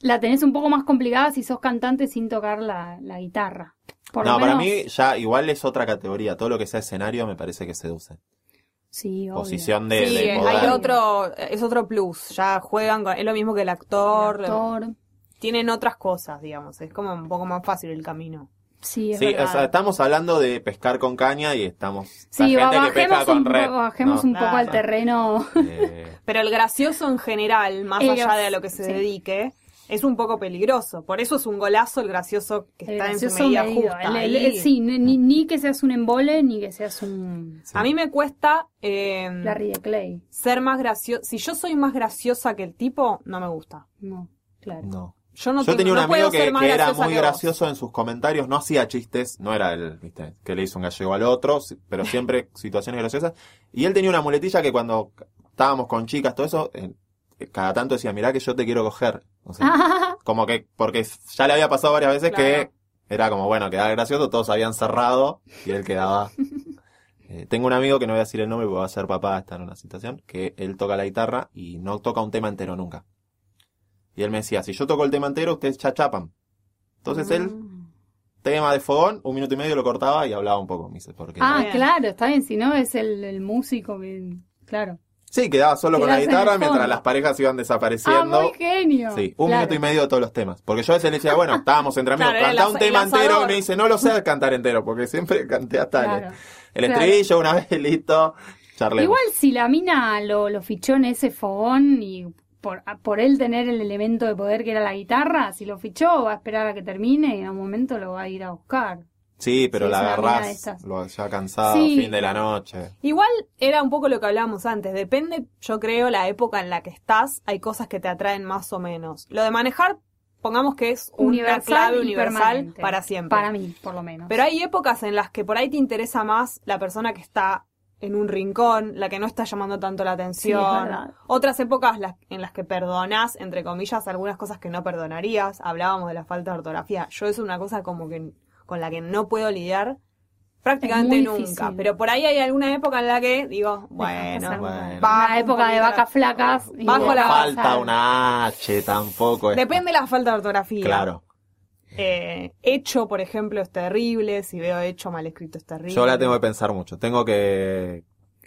[SPEAKER 3] la tenés un poco más complicada si sos cantante sin tocar la, la guitarra. Por lo
[SPEAKER 2] no, para
[SPEAKER 3] menos-
[SPEAKER 2] mí ya igual es otra categoría. Todo lo que sea escenario me parece que seduce.
[SPEAKER 3] sí, obvio.
[SPEAKER 2] Posición de,
[SPEAKER 4] sí,
[SPEAKER 2] de
[SPEAKER 4] eh,
[SPEAKER 2] poder.
[SPEAKER 4] hay otro, es otro plus. Ya juegan, con- es lo mismo que el actor,
[SPEAKER 3] El actor.
[SPEAKER 4] Tienen otras cosas, digamos. Es como un poco más fácil el camino.
[SPEAKER 3] Sí, es
[SPEAKER 2] Sí,
[SPEAKER 3] verdad.
[SPEAKER 2] o sea, estamos hablando de pescar con caña y estamos.
[SPEAKER 3] Sí,
[SPEAKER 2] la gente que pesca
[SPEAKER 3] bajemos,
[SPEAKER 2] con
[SPEAKER 3] un,
[SPEAKER 2] red.
[SPEAKER 3] poco, bajemos
[SPEAKER 2] No,
[SPEAKER 3] un poco al
[SPEAKER 4] Claro.
[SPEAKER 3] terreno.
[SPEAKER 2] eh,
[SPEAKER 4] Pero el gracioso en general, más
[SPEAKER 3] El
[SPEAKER 4] allá
[SPEAKER 3] gra-
[SPEAKER 4] de a lo que se
[SPEAKER 3] sí.
[SPEAKER 4] dedique, es un poco peligroso. Por eso es un golazo el gracioso que
[SPEAKER 3] El
[SPEAKER 4] está en su
[SPEAKER 3] gracioso
[SPEAKER 4] medida
[SPEAKER 3] medido.
[SPEAKER 4] justa.
[SPEAKER 3] El- el-
[SPEAKER 4] Ahí-
[SPEAKER 3] sí, ni, ni- ni que seas un embole, ni que seas un
[SPEAKER 2] sí.
[SPEAKER 4] A mí me cuesta eh,
[SPEAKER 3] Larry de Clay.
[SPEAKER 4] ser más gracioso. Si yo soy más graciosa que el tipo, no me gusta.
[SPEAKER 3] No, claro. <laughs>
[SPEAKER 2] No.
[SPEAKER 4] Yo no
[SPEAKER 2] Yo
[SPEAKER 4] tengo-
[SPEAKER 2] tenía un
[SPEAKER 4] no
[SPEAKER 2] amigo
[SPEAKER 4] puedo
[SPEAKER 2] que,
[SPEAKER 4] ser más
[SPEAKER 2] que era
[SPEAKER 4] graciosa
[SPEAKER 2] muy
[SPEAKER 4] que vos.
[SPEAKER 2] gracioso en sus comentarios, no hacía chistes, no era el, viste, que le hizo un gallego al otro, si-
[SPEAKER 4] <laughs>
[SPEAKER 2] pero siempre situaciones graciosas. Y él tenía una muletilla que cuando estábamos con chicas, todo eso, eh, cada tanto decía, mirá que yo te quiero coger. O sea, como que, porque ya le había pasado varias veces
[SPEAKER 4] Claro.
[SPEAKER 2] que era como, bueno, quedaba gracioso, todos habían cerrado y él
[SPEAKER 3] <laughs>
[SPEAKER 2] quedaba. Eh, tengo un amigo que no voy a decir el nombre porque va a ser papá, está en una situación, que él toca la guitarra y no toca un tema entero nunca. Y él me decía, si yo toco el tema entero, ustedes ya chapan. Entonces
[SPEAKER 3] Mm.
[SPEAKER 2] él, tema de fogón, un minuto y medio lo cortaba y hablaba un poco, me dice, porque...
[SPEAKER 3] Ah,
[SPEAKER 4] Bien.
[SPEAKER 3] claro, está bien. Si no, es el, el músico que. Claro.
[SPEAKER 2] Sí, quedaba solo con la
[SPEAKER 3] Quedarse en el
[SPEAKER 2] guitarra mientras
[SPEAKER 3] fondo.
[SPEAKER 2] las parejas iban
[SPEAKER 3] Ah,
[SPEAKER 2] desapareciendo.
[SPEAKER 3] muy genio.
[SPEAKER 2] Sí, un
[SPEAKER 3] Claro.
[SPEAKER 2] minuto y medio de todos los temas. Porque yo a veces le decía, bueno, estábamos entre amigos,
[SPEAKER 4] Claro, era
[SPEAKER 2] cantá
[SPEAKER 4] el
[SPEAKER 2] un
[SPEAKER 4] asa- el
[SPEAKER 2] tema entero. Y
[SPEAKER 4] asador.
[SPEAKER 2] me dice, no lo sé cantar entero, porque siempre canté hasta el-
[SPEAKER 3] Claro.
[SPEAKER 2] el,
[SPEAKER 3] claro.
[SPEAKER 2] estribillo una vez, <laughs> y listo. Charlemos.
[SPEAKER 3] Igual si la mina lo, lo fichó en ese fogón y por, a- por él tener el elemento de poder que era la guitarra, si lo fichó va a esperar a que termine y en un momento lo va a ir a buscar.
[SPEAKER 2] sí, pero
[SPEAKER 3] sí,
[SPEAKER 2] la
[SPEAKER 3] es una mina de
[SPEAKER 2] agarrás
[SPEAKER 3] esas.
[SPEAKER 2] lo, ya cansado,
[SPEAKER 3] Sí.
[SPEAKER 2] fin de la noche.
[SPEAKER 4] Igual era un poco lo que hablábamos antes. Depende, yo creo, la época en la que estás. Hay cosas que te atraen más o menos. Lo de manejar, pongamos que es una
[SPEAKER 3] universal
[SPEAKER 4] clave
[SPEAKER 3] y
[SPEAKER 4] universal
[SPEAKER 3] permanente.
[SPEAKER 4] para siempre.
[SPEAKER 3] Para mí, por lo menos.
[SPEAKER 4] Pero hay épocas en las que por ahí te interesa más la persona que está en un rincón, la que no está llamando tanto la
[SPEAKER 3] Sí, es
[SPEAKER 4] atención.
[SPEAKER 3] verdad.
[SPEAKER 4] Otras épocas las- en las que perdonas, entre comillas, algunas cosas que no perdonarías. Hablábamos de la falta de ortografía. Yo es una cosa como que con la que no puedo lidiar prácticamente
[SPEAKER 3] Es
[SPEAKER 4] nunca.
[SPEAKER 3] muy difícil.
[SPEAKER 4] Pero por ahí hay alguna época en la que digo,
[SPEAKER 3] pasar.
[SPEAKER 4] bueno,
[SPEAKER 2] bueno.
[SPEAKER 4] bajo
[SPEAKER 3] Una
[SPEAKER 4] un
[SPEAKER 3] época de
[SPEAKER 4] poquito la-
[SPEAKER 3] vacas flacas. y
[SPEAKER 4] Bajo
[SPEAKER 2] No
[SPEAKER 3] vamos
[SPEAKER 4] la
[SPEAKER 3] a
[SPEAKER 2] falta
[SPEAKER 3] pasar.
[SPEAKER 2] una H tampoco. es-
[SPEAKER 4] depende de la falta de
[SPEAKER 2] <laughs>
[SPEAKER 4] ortografía.
[SPEAKER 2] Claro.
[SPEAKER 4] Eh, hecho, por ejemplo, es terrible. Si veo hecho mal escrito es terrible.
[SPEAKER 2] Yo la tengo que pensar mucho. Tengo que,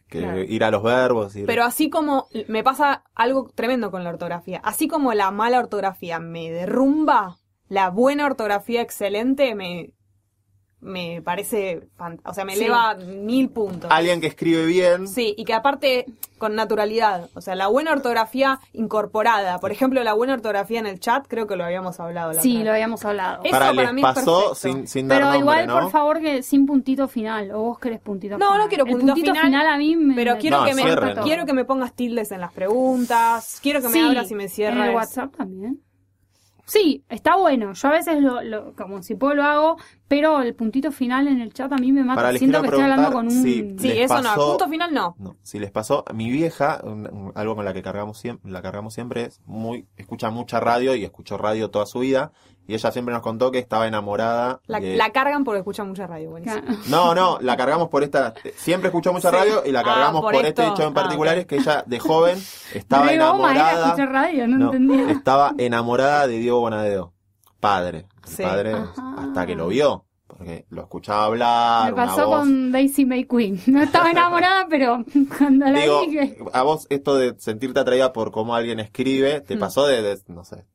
[SPEAKER 2] que
[SPEAKER 3] Claro.
[SPEAKER 2] ir a los verbos. ir-
[SPEAKER 4] Pero así como me pasa algo tremendo con la ortografía, así como la mala ortografía me derrumba, la buena ortografía excelente me, me parece, fan- o sea, me
[SPEAKER 3] Sí.
[SPEAKER 4] eleva mil puntos.
[SPEAKER 2] Alguien que escribe bien.
[SPEAKER 4] Sí, y que aparte con naturalidad, o sea, la buena ortografía incorporada, por ejemplo, la buena ortografía en el chat, creo que lo habíamos hablado. La
[SPEAKER 3] Sí,
[SPEAKER 4] otra
[SPEAKER 3] lo
[SPEAKER 4] vez.
[SPEAKER 3] habíamos hablado.
[SPEAKER 4] Eso
[SPEAKER 2] para,
[SPEAKER 4] para
[SPEAKER 2] les
[SPEAKER 4] mí es
[SPEAKER 2] pasó
[SPEAKER 4] perfecto.
[SPEAKER 2] sin, sin dar
[SPEAKER 3] Pero
[SPEAKER 2] nombre,
[SPEAKER 3] igual,
[SPEAKER 2] ¿no?
[SPEAKER 3] por favor, que sin puntito final. O vos querés puntito
[SPEAKER 4] No,
[SPEAKER 3] final.
[SPEAKER 4] no quiero
[SPEAKER 3] El
[SPEAKER 4] puntito final,
[SPEAKER 3] a mí me.
[SPEAKER 4] Pero
[SPEAKER 3] me-
[SPEAKER 4] quiero,
[SPEAKER 2] No,
[SPEAKER 4] que me,
[SPEAKER 2] cierren, ¿no?
[SPEAKER 4] quiero que me pongas tildes en las preguntas, quiero que me abras y me cierres.
[SPEAKER 3] En el WhatsApp también. Sí, está bueno. Yo a veces lo, lo- como si puedo lo hago, pero el puntito final en el chat a mí me mata.
[SPEAKER 2] Para, les
[SPEAKER 3] Siento que
[SPEAKER 2] quiero
[SPEAKER 3] estoy hablando con
[SPEAKER 2] preguntar
[SPEAKER 3] un.
[SPEAKER 2] si-
[SPEAKER 4] Sí,
[SPEAKER 2] Les
[SPEAKER 4] eso no,
[SPEAKER 2] pasó-
[SPEAKER 4] punto final no.
[SPEAKER 2] No, si les pasó, mi vieja, un- un- algo con la que cargamos siempre, la cargamos siempre es muy, escucha mucha radio y escuchó radio toda su vida y ella siempre nos contó que estaba enamorada.
[SPEAKER 4] La,
[SPEAKER 2] de-
[SPEAKER 4] la cargan porque escuchan mucha radio, buenísimo.
[SPEAKER 3] Claro.
[SPEAKER 2] No, no, la cargamos por esta, siempre escuchó mucha
[SPEAKER 4] Sí.
[SPEAKER 2] radio y la
[SPEAKER 4] Ah,
[SPEAKER 2] cargamos
[SPEAKER 4] por
[SPEAKER 2] por, este
[SPEAKER 4] esto.
[SPEAKER 2] hecho en
[SPEAKER 4] Ah,
[SPEAKER 2] particular
[SPEAKER 4] ok.
[SPEAKER 2] es que ella de joven estaba
[SPEAKER 3] <laughs> Re goma era
[SPEAKER 2] enamorada.
[SPEAKER 3] escuchar radio, no,
[SPEAKER 2] no,
[SPEAKER 3] entendía.
[SPEAKER 2] estaba enamorada de Diego Bonadeo, padre, El
[SPEAKER 4] Sí.
[SPEAKER 2] padre
[SPEAKER 3] Ajá.
[SPEAKER 2] hasta que lo vio, porque lo escuchaba hablar,
[SPEAKER 3] Me
[SPEAKER 2] Ah, una
[SPEAKER 3] pasó
[SPEAKER 2] voz.
[SPEAKER 3] con Daisy May Queen. <laughs> No
[SPEAKER 2] <laughs>
[SPEAKER 3] estaba enamorada, pero cuando la
[SPEAKER 2] Digo,
[SPEAKER 3] dije.
[SPEAKER 2] a vos esto de sentirte atraída por cómo alguien escribe, ¿te
[SPEAKER 3] Mm.
[SPEAKER 2] pasó de, de- no sé?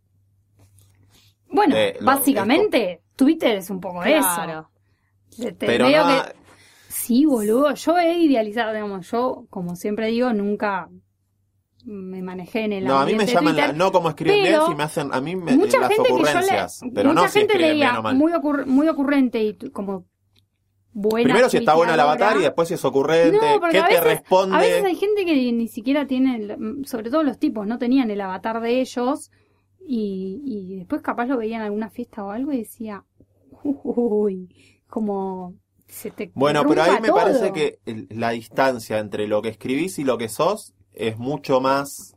[SPEAKER 3] Bueno,
[SPEAKER 2] de eh, lo-
[SPEAKER 3] básicamente, Twitter es un poco eso.
[SPEAKER 4] Claro.
[SPEAKER 3] Te- te-
[SPEAKER 2] Pero
[SPEAKER 3] medio
[SPEAKER 2] nada,
[SPEAKER 3] que- Sí, boludo, yo he idealizado, digamos, yo, como siempre digo, nunca me manejé en el
[SPEAKER 2] no, a mí me
[SPEAKER 3] ambiente
[SPEAKER 2] llaman, la-
[SPEAKER 3] Twitter.
[SPEAKER 2] no como escriben bien,
[SPEAKER 3] pero
[SPEAKER 2] si me hacen, a mí me,
[SPEAKER 3] mucha
[SPEAKER 2] las
[SPEAKER 3] gente que yo
[SPEAKER 2] ocurrencias,
[SPEAKER 3] le,
[SPEAKER 2] pero
[SPEAKER 3] mucha
[SPEAKER 2] no si
[SPEAKER 3] gente
[SPEAKER 2] escriben bien
[SPEAKER 3] leía
[SPEAKER 2] o mal.
[SPEAKER 3] muy, ocurr- muy ocurrente y tu- como buena
[SPEAKER 2] Primero si está buena el
[SPEAKER 3] tuiteadora.
[SPEAKER 2] avatar y después si es ocurrente,
[SPEAKER 3] No, porque
[SPEAKER 2] ¿qué
[SPEAKER 3] a
[SPEAKER 2] te
[SPEAKER 3] veces-
[SPEAKER 2] responde?
[SPEAKER 3] A veces hay gente que ni siquiera tiene, el- mm, sobre todo los tipos, no tenían el avatar de ellos y, y después capaz lo veían en alguna fiesta o algo y decía, Uy, como se te
[SPEAKER 2] Bueno, pero
[SPEAKER 3] derrumba
[SPEAKER 2] ahí me
[SPEAKER 3] todo.
[SPEAKER 2] parece que el- la distancia entre lo que escribís y lo que sos es mucho más.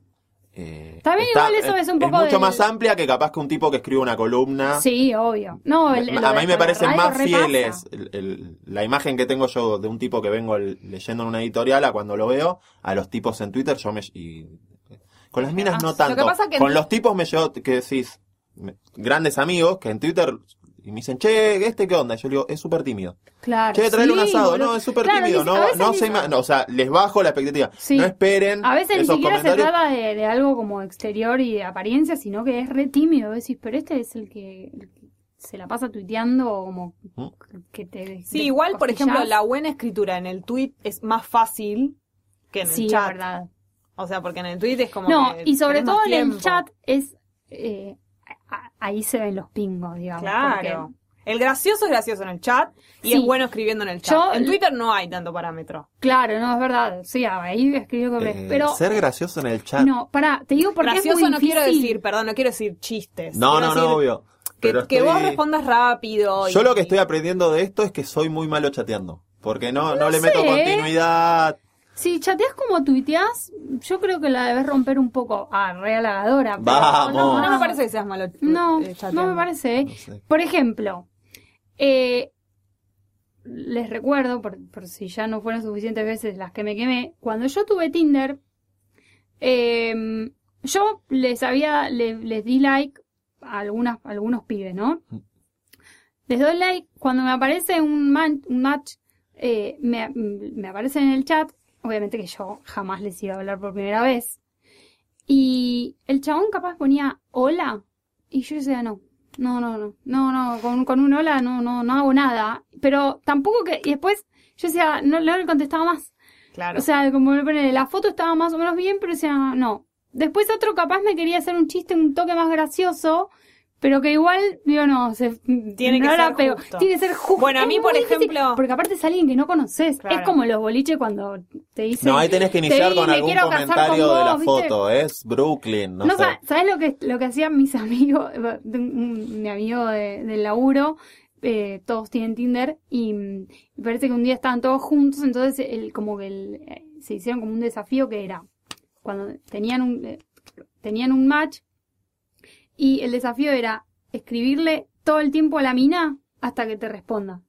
[SPEAKER 2] eh,
[SPEAKER 3] También igual eso es un poco
[SPEAKER 2] mucho
[SPEAKER 3] del-
[SPEAKER 2] más amplia que capaz que un tipo que escribe una columna.
[SPEAKER 3] Sí, obvio. No, el- el-
[SPEAKER 2] a mí Ah.
[SPEAKER 3] el-
[SPEAKER 2] me
[SPEAKER 3] el
[SPEAKER 2] parecen
[SPEAKER 3] radio
[SPEAKER 2] más
[SPEAKER 3] repasa.
[SPEAKER 2] fieles el- el- la imagen que tengo yo de un tipo que vengo el- leyendo en una editorial a cuando lo veo, a los tipos en Twitter, yo me... y- con las minas
[SPEAKER 4] Ah,
[SPEAKER 2] no
[SPEAKER 4] lo
[SPEAKER 2] tanto.
[SPEAKER 4] que pasa que-
[SPEAKER 2] con los tipos me llevo, que decís, me- grandes amigos que en Twitter y me dicen, che, ¿este qué onda? Y yo le digo, es súper tímido.
[SPEAKER 3] Claro.
[SPEAKER 2] Che, traerle
[SPEAKER 3] sí,
[SPEAKER 2] un asado.
[SPEAKER 3] boludo.
[SPEAKER 2] No, es súper
[SPEAKER 3] Claro,
[SPEAKER 2] tímido.
[SPEAKER 3] dice- a
[SPEAKER 2] No,
[SPEAKER 3] veces
[SPEAKER 2] no
[SPEAKER 3] ni-
[SPEAKER 2] se ima- no, O sea, les bajo la expectativa.
[SPEAKER 3] Sí.
[SPEAKER 2] No esperen
[SPEAKER 3] A veces ni
[SPEAKER 2] esos
[SPEAKER 3] siquiera se
[SPEAKER 2] comentarios.
[SPEAKER 3] trata de, de algo como exterior y de apariencia, sino que es re tímido. Decís, pero este es el que, el que se la pasa tuiteando o como
[SPEAKER 2] Ujú.
[SPEAKER 3] que te.
[SPEAKER 4] Sí,
[SPEAKER 3] te
[SPEAKER 4] igual, por ejemplo,
[SPEAKER 3] cosquillas.
[SPEAKER 4] la buena escritura en el tweet es más fácil que en el
[SPEAKER 3] Sí, es
[SPEAKER 4] chat.
[SPEAKER 3] verdad.
[SPEAKER 4] O sea, porque en el tweet es como.
[SPEAKER 3] No,
[SPEAKER 4] que
[SPEAKER 3] y sobre
[SPEAKER 4] tenés más
[SPEAKER 3] todo en el
[SPEAKER 4] tiempo.
[SPEAKER 3] chat es. eh, a- ahí se ven los pingos, digamos.
[SPEAKER 4] Claro.
[SPEAKER 3] porque-
[SPEAKER 4] El gracioso es gracioso en el chat y
[SPEAKER 3] Sí.
[SPEAKER 4] es bueno escribiendo en el chat.
[SPEAKER 3] Yo-
[SPEAKER 4] en Twitter no hay tanto parámetro.
[SPEAKER 3] claro, no, es verdad. Sí, ahí escribió que.
[SPEAKER 2] Eh,
[SPEAKER 3] pero.
[SPEAKER 2] ser gracioso en el chat.
[SPEAKER 3] No, pará, te digo porque
[SPEAKER 4] gracioso
[SPEAKER 3] es muy
[SPEAKER 4] no
[SPEAKER 3] difícil.
[SPEAKER 4] quiero decir, perdón, no quiero decir chistes.
[SPEAKER 2] no,
[SPEAKER 4] Quiero
[SPEAKER 2] no,
[SPEAKER 4] decir
[SPEAKER 2] no, obvio.
[SPEAKER 4] Que,
[SPEAKER 2] Pero
[SPEAKER 4] que
[SPEAKER 2] estoy-
[SPEAKER 4] vos respondas rápido. y-
[SPEAKER 2] Yo lo que estoy aprendiendo de esto es que soy muy malo chateando. Porque no, no, le
[SPEAKER 3] sé.
[SPEAKER 2] meto continuidad.
[SPEAKER 3] Si chateas como tuiteás, yo creo que la debes romper un poco. Ah, re halagadora. pero
[SPEAKER 2] Vamos.
[SPEAKER 4] No,
[SPEAKER 3] No,
[SPEAKER 4] no me parece que seas malo. eh,
[SPEAKER 3] No,
[SPEAKER 4] chateando.
[SPEAKER 3] no me parece. eh.
[SPEAKER 2] No sé.
[SPEAKER 3] Por ejemplo, eh, les recuerdo, por, por si ya no fueron suficientes veces las que me quemé, cuando yo tuve Tinder, eh, yo les había, le- les di like a algunas, a algunos pibes, ¿no? Les doy like, cuando me aparece un, man- un match, eh, me, me aparece en el chat, obviamente que yo jamás les iba a hablar por primera vez, y el chabón capaz ponía hola, y yo decía no. No, no, no, no, no, con, con un hola no, no, no hago nada. Pero tampoco que, y después yo decía, no, no le contestaba más.
[SPEAKER 4] Claro.
[SPEAKER 3] O sea, como le pone, la foto estaba más o menos bien, pero decía, no. Después otro capaz me quería hacer un chiste, un toque más gracioso, pero que igual, digo, no, se,
[SPEAKER 4] Tiene que
[SPEAKER 3] no la
[SPEAKER 4] ser
[SPEAKER 3] pego.
[SPEAKER 4] justo.
[SPEAKER 3] Tiene que ser justo.
[SPEAKER 4] Bueno, a
[SPEAKER 3] Es
[SPEAKER 4] mí,
[SPEAKER 3] muy
[SPEAKER 4] por
[SPEAKER 3] difícil,
[SPEAKER 4] ejemplo-
[SPEAKER 3] Porque aparte es alguien que no conoces.
[SPEAKER 4] Claro.
[SPEAKER 3] Es como los boliches cuando te dicen.
[SPEAKER 2] No, ahí tenés que iniciar
[SPEAKER 3] vi,
[SPEAKER 2] con
[SPEAKER 3] me
[SPEAKER 2] algún
[SPEAKER 3] quiero casar
[SPEAKER 2] comentario
[SPEAKER 3] con
[SPEAKER 2] de la
[SPEAKER 3] vos, ¿viste?
[SPEAKER 2] foto. Es Brooklyn, no,
[SPEAKER 3] No,
[SPEAKER 2] sé.
[SPEAKER 3] sa- ¿Sabes lo que, lo que hacían mis <laughs> amigos? De un- Mi amigo de- del laburo, eh, todos tienen Tinder y mm, parece que un día estaban todos juntos, entonces el, como que el, eh, se hicieron como un desafío que era, cuando tenían un, eh, tenían un match y el desafío era escribirle todo el tiempo a la mina hasta que te responda.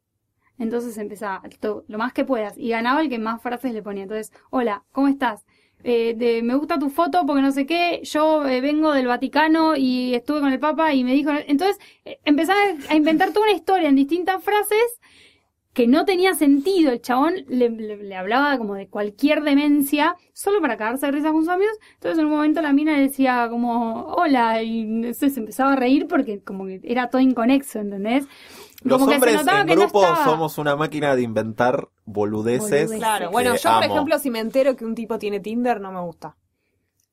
[SPEAKER 3] Entonces empezaba to- lo más que puedas y ganaba el que más frases le ponía. Entonces, hola, ¿cómo estás? Eh, de- me gusta tu foto porque no sé qué, yo eh, vengo del Vaticano y estuve con el Papa y me dijo... Entonces eh, empezaba a inventar toda una historia en distintas frases que no tenía sentido. El chabón le, le- le hablaba como de cualquier demencia solo para cagarse de risa con sus amigos. Entonces en un momento la mina le decía como hola y no sé, se empezaba a reír porque como que era todo inconexo, ¿entendés?
[SPEAKER 2] Los
[SPEAKER 3] Como que se
[SPEAKER 2] hombres
[SPEAKER 3] notaba
[SPEAKER 2] en
[SPEAKER 3] que no
[SPEAKER 2] grupo
[SPEAKER 3] estaba.
[SPEAKER 2] somos una máquina de inventar boludeces.
[SPEAKER 3] Boludeces.
[SPEAKER 4] Claro,
[SPEAKER 2] que
[SPEAKER 4] bueno, yo por
[SPEAKER 2] amo.
[SPEAKER 4] ejemplo, si me entero que un tipo tiene Tinder, no me gusta.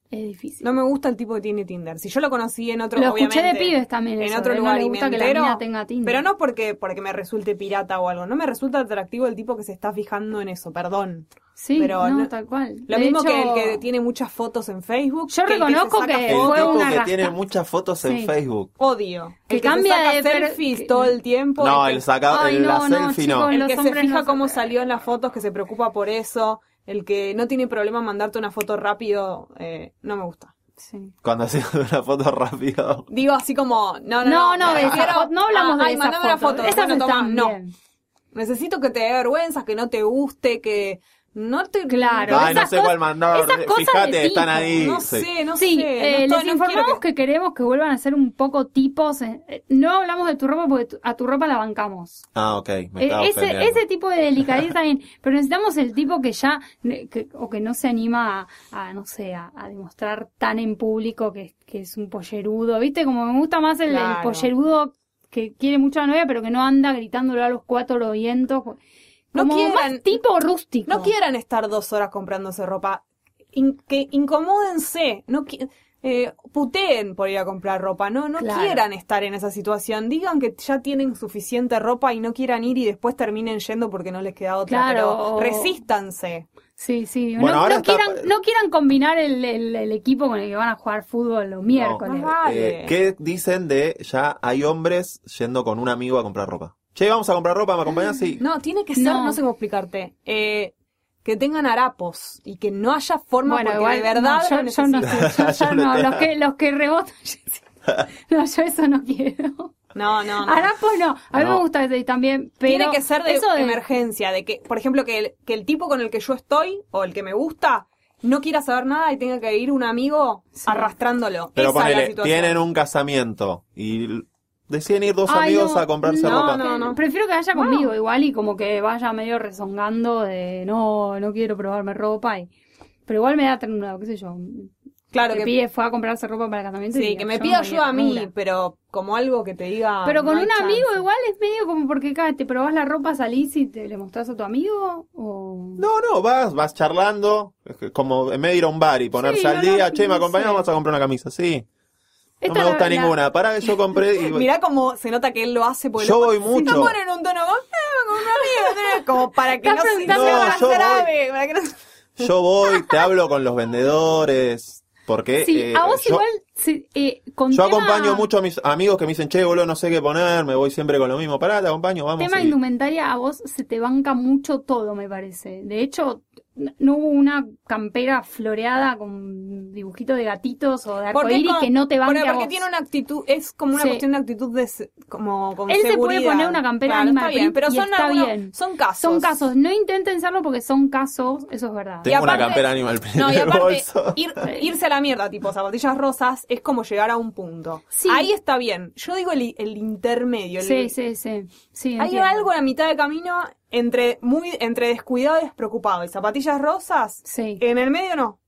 [SPEAKER 3] Es difícil.
[SPEAKER 4] No me gusta el tipo que tiene Tinder. Si yo lo conocí en otro
[SPEAKER 3] Lo escuché de
[SPEAKER 4] obviamente,
[SPEAKER 3] pibes también.
[SPEAKER 4] en
[SPEAKER 3] eso,
[SPEAKER 4] otro
[SPEAKER 3] de
[SPEAKER 4] lugar
[SPEAKER 3] no
[SPEAKER 4] y
[SPEAKER 3] le
[SPEAKER 4] me
[SPEAKER 3] gusta que
[SPEAKER 4] entero,
[SPEAKER 3] la mina tenga Tinder.
[SPEAKER 4] Pero no porque, porque me resulte pirata o algo. No me resulta atractivo el tipo que se está fijando en eso, perdón.
[SPEAKER 3] Sí,
[SPEAKER 4] pero
[SPEAKER 3] no,
[SPEAKER 4] no-
[SPEAKER 3] tal cual.
[SPEAKER 4] Lo
[SPEAKER 3] De
[SPEAKER 4] mismo que
[SPEAKER 3] hecho,
[SPEAKER 4] el que tiene muchas fotos en Facebook.
[SPEAKER 3] Yo
[SPEAKER 4] que el que se
[SPEAKER 3] reconozco
[SPEAKER 4] saca
[SPEAKER 3] que
[SPEAKER 2] El
[SPEAKER 4] fotos,
[SPEAKER 3] fue
[SPEAKER 2] tipo
[SPEAKER 3] una
[SPEAKER 2] que
[SPEAKER 3] rasta.
[SPEAKER 2] tiene muchas fotos en
[SPEAKER 3] Sí.
[SPEAKER 2] Facebook.
[SPEAKER 4] odio.
[SPEAKER 3] que
[SPEAKER 4] el
[SPEAKER 3] cambia
[SPEAKER 4] que se
[SPEAKER 3] de per-
[SPEAKER 4] saca selfies
[SPEAKER 3] que-
[SPEAKER 4] todo el tiempo.
[SPEAKER 2] No,
[SPEAKER 4] el
[SPEAKER 2] el
[SPEAKER 4] que,
[SPEAKER 2] saca,
[SPEAKER 3] Ay,
[SPEAKER 2] el- la
[SPEAKER 3] no, no,
[SPEAKER 2] selfie
[SPEAKER 3] chicos,
[SPEAKER 2] no.
[SPEAKER 3] Con
[SPEAKER 4] el
[SPEAKER 3] los
[SPEAKER 4] que se
[SPEAKER 3] hombres no
[SPEAKER 4] fija
[SPEAKER 3] se
[SPEAKER 4] cómo
[SPEAKER 3] atrae.
[SPEAKER 4] salió en las fotos, que se preocupa por eso. El que no tiene problema en mandarte una foto rápido, eh, no me gusta.
[SPEAKER 3] sí.
[SPEAKER 2] Cuando hacemos <laughs> una foto rápido.
[SPEAKER 4] Digo así como, no, no,
[SPEAKER 3] No, no,
[SPEAKER 4] me
[SPEAKER 3] de esa
[SPEAKER 4] refiero-
[SPEAKER 3] fo- no hablamos
[SPEAKER 4] Ah,
[SPEAKER 3] de
[SPEAKER 4] ay,
[SPEAKER 3] esa
[SPEAKER 4] mandame una foto.
[SPEAKER 3] Esas
[SPEAKER 4] Bueno, toma,
[SPEAKER 3] están
[SPEAKER 4] no.
[SPEAKER 3] bien.
[SPEAKER 4] Necesito que te dé vergüenza, que no te guste, que no te...
[SPEAKER 3] Claro.
[SPEAKER 2] Ay, no
[SPEAKER 3] esas
[SPEAKER 2] sé
[SPEAKER 3] cosas-
[SPEAKER 2] cuál mandar.
[SPEAKER 3] esas cosas de
[SPEAKER 2] Fíjate, están
[SPEAKER 3] tipo,
[SPEAKER 2] ahí.
[SPEAKER 4] No
[SPEAKER 2] Sí.
[SPEAKER 4] sé, no
[SPEAKER 3] sí,
[SPEAKER 4] sé.
[SPEAKER 3] eh,
[SPEAKER 4] no estoy-
[SPEAKER 3] les
[SPEAKER 4] no quiero
[SPEAKER 3] informamos que... queremos que vuelvan a ser un poco tipos. eh, eh, No hablamos de tu ropa porque tu- a tu ropa la bancamos.
[SPEAKER 2] Ah, ok. Me
[SPEAKER 3] Eh,
[SPEAKER 2] estaba
[SPEAKER 3] ese,
[SPEAKER 2] ofendiendo.
[SPEAKER 3] ese tipo de
[SPEAKER 2] <laughs>
[SPEAKER 3] delicadeza también. Pero necesitamos el tipo que ya, eh, que- o que no se anima a, a, no sé, a, a demostrar tan en público que, que es un pollerudo. ¿Viste? Como me gusta más el, el
[SPEAKER 4] Claro.
[SPEAKER 3] pollerudo que quiere mucho a la novia, pero que no anda gritándolo a los cuatro vientos. Como
[SPEAKER 4] No quieran-
[SPEAKER 3] más tipo rústico.
[SPEAKER 4] No quieran estar dos horas comprándose ropa. In- que incomódense. No qui- eh, puteen por ir a comprar ropa, no, no
[SPEAKER 3] Claro.
[SPEAKER 4] quieran estar en esa situación, digan que ya tienen suficiente ropa y no quieran ir y después terminen yendo porque no les queda otra,
[SPEAKER 3] Claro.
[SPEAKER 4] pero resístanse.
[SPEAKER 3] Sí, sí.
[SPEAKER 2] Bueno,
[SPEAKER 3] no,
[SPEAKER 2] ahora
[SPEAKER 3] no
[SPEAKER 2] está-
[SPEAKER 3] quieran, no quieran combinar el, el- el equipo con el que van a jugar fútbol los miércoles.
[SPEAKER 4] Ajá. Vale.
[SPEAKER 2] Eh, ¿Qué dicen de ya hay hombres yendo con un amigo a comprar ropa? Che, vamos a comprar ropa, ¿me acompañás? Sí.
[SPEAKER 4] No, tiene que ser,
[SPEAKER 3] No.
[SPEAKER 4] no, sé cómo explicarte, eh, que tengan harapos y que no haya forma
[SPEAKER 3] Bueno,
[SPEAKER 4] porque
[SPEAKER 3] igual,
[SPEAKER 4] de verdad
[SPEAKER 3] no,
[SPEAKER 4] lo
[SPEAKER 3] yo, yo no
[SPEAKER 4] necesitan.
[SPEAKER 3] sé,
[SPEAKER 2] <laughs>
[SPEAKER 3] yo- yo
[SPEAKER 2] Yo lo
[SPEAKER 3] no,
[SPEAKER 2] tengo.
[SPEAKER 3] los que, los que rebotan, <laughs> no, yo eso no quiero.
[SPEAKER 4] no, no, no.
[SPEAKER 3] Harapos no, a mí
[SPEAKER 2] No.
[SPEAKER 3] me gusta ese también, pero
[SPEAKER 4] Tiene que ser de,
[SPEAKER 3] eso de-
[SPEAKER 4] emergencia, de que, por ejemplo, que el, que el tipo con el que yo estoy o el que me gusta no quiera saber nada y tenga que ir un amigo
[SPEAKER 3] Sí.
[SPEAKER 4] arrastrándolo.
[SPEAKER 2] Pero
[SPEAKER 4] Esa es la
[SPEAKER 2] ponele,
[SPEAKER 4] situación.
[SPEAKER 2] tienen un casamiento y l- deciden ir dos
[SPEAKER 3] Ay,
[SPEAKER 2] amigos
[SPEAKER 3] no,
[SPEAKER 2] a comprarse
[SPEAKER 4] no,
[SPEAKER 2] ropa.
[SPEAKER 4] no, no.
[SPEAKER 3] Prefiero que vaya
[SPEAKER 4] Wow.
[SPEAKER 3] conmigo igual y como que vaya medio rezongando de no, no quiero probarme ropa. Y... Pero igual me da ternura, qué sé yo.
[SPEAKER 4] Claro
[SPEAKER 3] Lo que
[SPEAKER 4] que,
[SPEAKER 3] pide fue a comprarse ropa para el casamiento. y
[SPEAKER 4] sí, que
[SPEAKER 3] yo
[SPEAKER 4] me
[SPEAKER 3] no
[SPEAKER 4] pida
[SPEAKER 3] dio
[SPEAKER 4] ayuda a mí,
[SPEAKER 3] ternura.
[SPEAKER 4] pero como algo que te diga.
[SPEAKER 3] Pero con
[SPEAKER 4] no hay
[SPEAKER 3] un
[SPEAKER 4] chance.
[SPEAKER 3] amigo igual es medio como porque cada te probás la ropa, salís y te le mostrás a tu amigo. O...
[SPEAKER 2] No, no, vas, vas charlando, es que como en vez de ir a un bar y ponerse
[SPEAKER 3] Sí,
[SPEAKER 2] al
[SPEAKER 3] no,
[SPEAKER 2] día,
[SPEAKER 3] no,
[SPEAKER 2] che, me
[SPEAKER 3] no
[SPEAKER 2] acompañás,
[SPEAKER 3] sé.
[SPEAKER 2] vamos a comprar una camisa, sí. No
[SPEAKER 3] Esta
[SPEAKER 2] me
[SPEAKER 3] la-
[SPEAKER 2] gusta
[SPEAKER 3] la-
[SPEAKER 2] ninguna, pará que yo compré
[SPEAKER 3] <laughs>
[SPEAKER 2] y
[SPEAKER 4] Mirá cómo se nota que él lo hace porque
[SPEAKER 2] yo
[SPEAKER 4] lo-
[SPEAKER 2] voy
[SPEAKER 4] No
[SPEAKER 2] mucho.
[SPEAKER 4] pone en un tono "Ah, con un amigo", <laughs> como para que
[SPEAKER 3] Estás
[SPEAKER 4] no se
[SPEAKER 3] preguntando
[SPEAKER 4] no,
[SPEAKER 2] más.
[SPEAKER 4] yo
[SPEAKER 2] Yo
[SPEAKER 4] grave, para que no se-
[SPEAKER 2] Yo voy, te hablo con los vendedores, porque
[SPEAKER 3] Sí,
[SPEAKER 2] eh,
[SPEAKER 3] a vos
[SPEAKER 2] yo,
[SPEAKER 3] igual. sí, eh, con
[SPEAKER 2] yo
[SPEAKER 3] tema-
[SPEAKER 2] acompaño mucho a mis amigos que me dicen, che, boludo, no sé qué poner, me voy siempre con lo mismo. Pará, te acompaño, vamos.
[SPEAKER 3] Tema
[SPEAKER 2] y-
[SPEAKER 3] indumentaria, a vos se te banca mucho todo, me parece. De hecho, n- no hubo una campera floreada con dibujitos de gatitos o de
[SPEAKER 4] Porque
[SPEAKER 3] arcoíris
[SPEAKER 4] con-
[SPEAKER 3] que no te
[SPEAKER 4] Bueno,
[SPEAKER 3] banque a
[SPEAKER 4] porque
[SPEAKER 3] vos.
[SPEAKER 4] tiene una actitud, es como una
[SPEAKER 3] Sí.
[SPEAKER 4] cuestión de actitud de se- como con
[SPEAKER 3] Él se puede
[SPEAKER 4] seguridad.
[SPEAKER 3] poner una campera
[SPEAKER 4] Claro,
[SPEAKER 3] animal
[SPEAKER 4] está bien,
[SPEAKER 3] print
[SPEAKER 4] pero
[SPEAKER 3] y
[SPEAKER 4] son
[SPEAKER 3] está
[SPEAKER 4] algunos-
[SPEAKER 3] bien.
[SPEAKER 4] son casos.
[SPEAKER 3] Son casos, no intenten serlo porque son casos, eso es verdad.
[SPEAKER 2] Tengo una
[SPEAKER 4] aparte-
[SPEAKER 2] campera animal print
[SPEAKER 4] No, y
[SPEAKER 2] en el
[SPEAKER 4] aparte,
[SPEAKER 2] bolso.
[SPEAKER 4] ir- irse a la mierda, tipo zapatillas rosas, es como llegar a un punto.
[SPEAKER 3] Sí.
[SPEAKER 4] Ahí está bien. Yo digo el, el intermedio. el-
[SPEAKER 3] Sí, sí, sí. sí
[SPEAKER 4] Hay
[SPEAKER 3] entiendo.
[SPEAKER 4] algo en la mitad de camino entre muy entre descuidado y despreocupado. Y zapatillas rosas,
[SPEAKER 3] Sí.
[SPEAKER 4] en el medio no.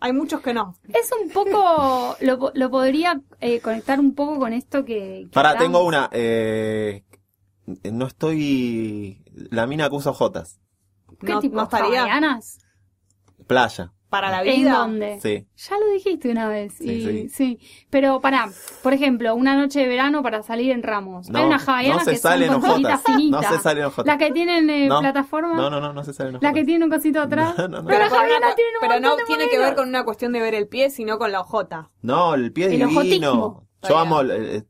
[SPEAKER 4] Hay muchos que no.
[SPEAKER 3] Es un poco, lo, po- lo podría eh, conectar un poco con esto que... que
[SPEAKER 2] Pará,
[SPEAKER 3] hablamos.
[SPEAKER 2] tengo una. Eh, no estoy. La mina que usa Jotas.
[SPEAKER 3] ¿Qué
[SPEAKER 4] no,
[SPEAKER 3] tipo?
[SPEAKER 4] no estaría
[SPEAKER 3] ¿Hawaianas?
[SPEAKER 2] Playa.
[SPEAKER 4] para la
[SPEAKER 3] ¿En
[SPEAKER 4] vida.
[SPEAKER 3] dónde?
[SPEAKER 2] Sí.
[SPEAKER 3] Ya lo dijiste una vez.
[SPEAKER 2] Sí,
[SPEAKER 3] y-
[SPEAKER 2] sí.
[SPEAKER 3] sí. Pero pará, por ejemplo, una noche de verano para salir en Ramos.
[SPEAKER 2] No,
[SPEAKER 3] Hay unas hawaianas
[SPEAKER 2] no se
[SPEAKER 3] que
[SPEAKER 2] salen
[SPEAKER 3] son con
[SPEAKER 2] ojotas.
[SPEAKER 3] tiritas finitas.
[SPEAKER 2] No se salen ojotas.
[SPEAKER 3] Las que tienen eh,
[SPEAKER 2] No.
[SPEAKER 3] plataforma.
[SPEAKER 2] No, no, no, no se salen ojotas.
[SPEAKER 3] Las que tienen un cosito atrás.
[SPEAKER 2] No, no, no.
[SPEAKER 3] Pero las
[SPEAKER 4] con una
[SPEAKER 3] hawaianas
[SPEAKER 4] cu-
[SPEAKER 3] tienen un
[SPEAKER 4] pero no
[SPEAKER 3] montón de
[SPEAKER 4] tiene que ver
[SPEAKER 3] modelos.
[SPEAKER 4] con una cuestión de ver el pie, sino con la hojota.
[SPEAKER 2] No, el pie es
[SPEAKER 3] El
[SPEAKER 2] divino.
[SPEAKER 3] ojotismo.
[SPEAKER 2] Yo amo el, el-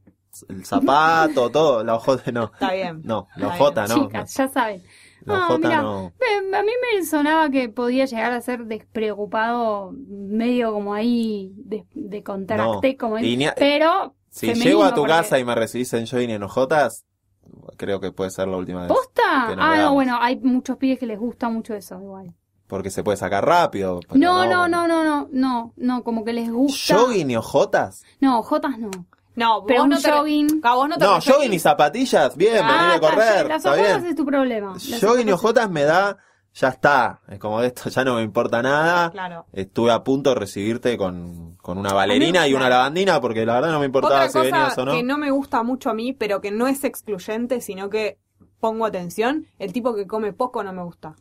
[SPEAKER 2] el
[SPEAKER 3] <laughs>
[SPEAKER 2] zapato, todo. La ojota no.
[SPEAKER 4] Está bien.
[SPEAKER 2] No, la
[SPEAKER 4] Está
[SPEAKER 2] ojota Ah, no.
[SPEAKER 3] Chicas, ya saben.
[SPEAKER 2] La
[SPEAKER 3] Ah,
[SPEAKER 2] ojota
[SPEAKER 3] mirá.
[SPEAKER 2] no.
[SPEAKER 3] Eh, A mí me sonaba que podía llegar a ser despreocupado, medio como ahí, de, de contracté,
[SPEAKER 2] No.
[SPEAKER 3] como
[SPEAKER 2] Y ni a-
[SPEAKER 3] Pero.
[SPEAKER 2] Si
[SPEAKER 3] femenino,
[SPEAKER 2] llego a tu
[SPEAKER 3] porque-
[SPEAKER 2] casa y me recibís en jogging en ojotas, creo que puede ser la última vez.
[SPEAKER 3] ¿Posta?
[SPEAKER 2] que nos
[SPEAKER 3] Ah, no,
[SPEAKER 2] veamos.
[SPEAKER 3] bueno, hay muchos pibes que les gusta mucho eso, igual.
[SPEAKER 2] Porque se puede sacar rápido. pero
[SPEAKER 3] No, no, no, no, no, no, no, como que les gusta.
[SPEAKER 2] ¿Jogging y ojotas?
[SPEAKER 3] No, Jotas no.
[SPEAKER 4] No,
[SPEAKER 3] Pero
[SPEAKER 4] vos
[SPEAKER 3] un
[SPEAKER 4] no te,
[SPEAKER 3] jogging.
[SPEAKER 4] a vos no te
[SPEAKER 2] No,
[SPEAKER 4] referís-
[SPEAKER 2] jogging y zapatillas, bien, venir a
[SPEAKER 3] Ah, está,
[SPEAKER 2] correr,
[SPEAKER 3] Las
[SPEAKER 2] está
[SPEAKER 3] ojotas
[SPEAKER 2] bien.
[SPEAKER 3] es tu problema. Las
[SPEAKER 2] Jogging y
[SPEAKER 3] ojotas-
[SPEAKER 2] ojotas me da, ya está, es como esto, <laughs> ya no me importa nada.
[SPEAKER 4] Claro.
[SPEAKER 2] Estuve a punto de recibirte con, con una bailarina y una lavandina, porque la verdad no me importaba
[SPEAKER 4] Otra
[SPEAKER 2] si venías
[SPEAKER 4] cosa
[SPEAKER 2] o no.
[SPEAKER 4] que no me gusta mucho a mí, pero que no es excluyente, sino que pongo atención, el tipo que come poco no me gusta.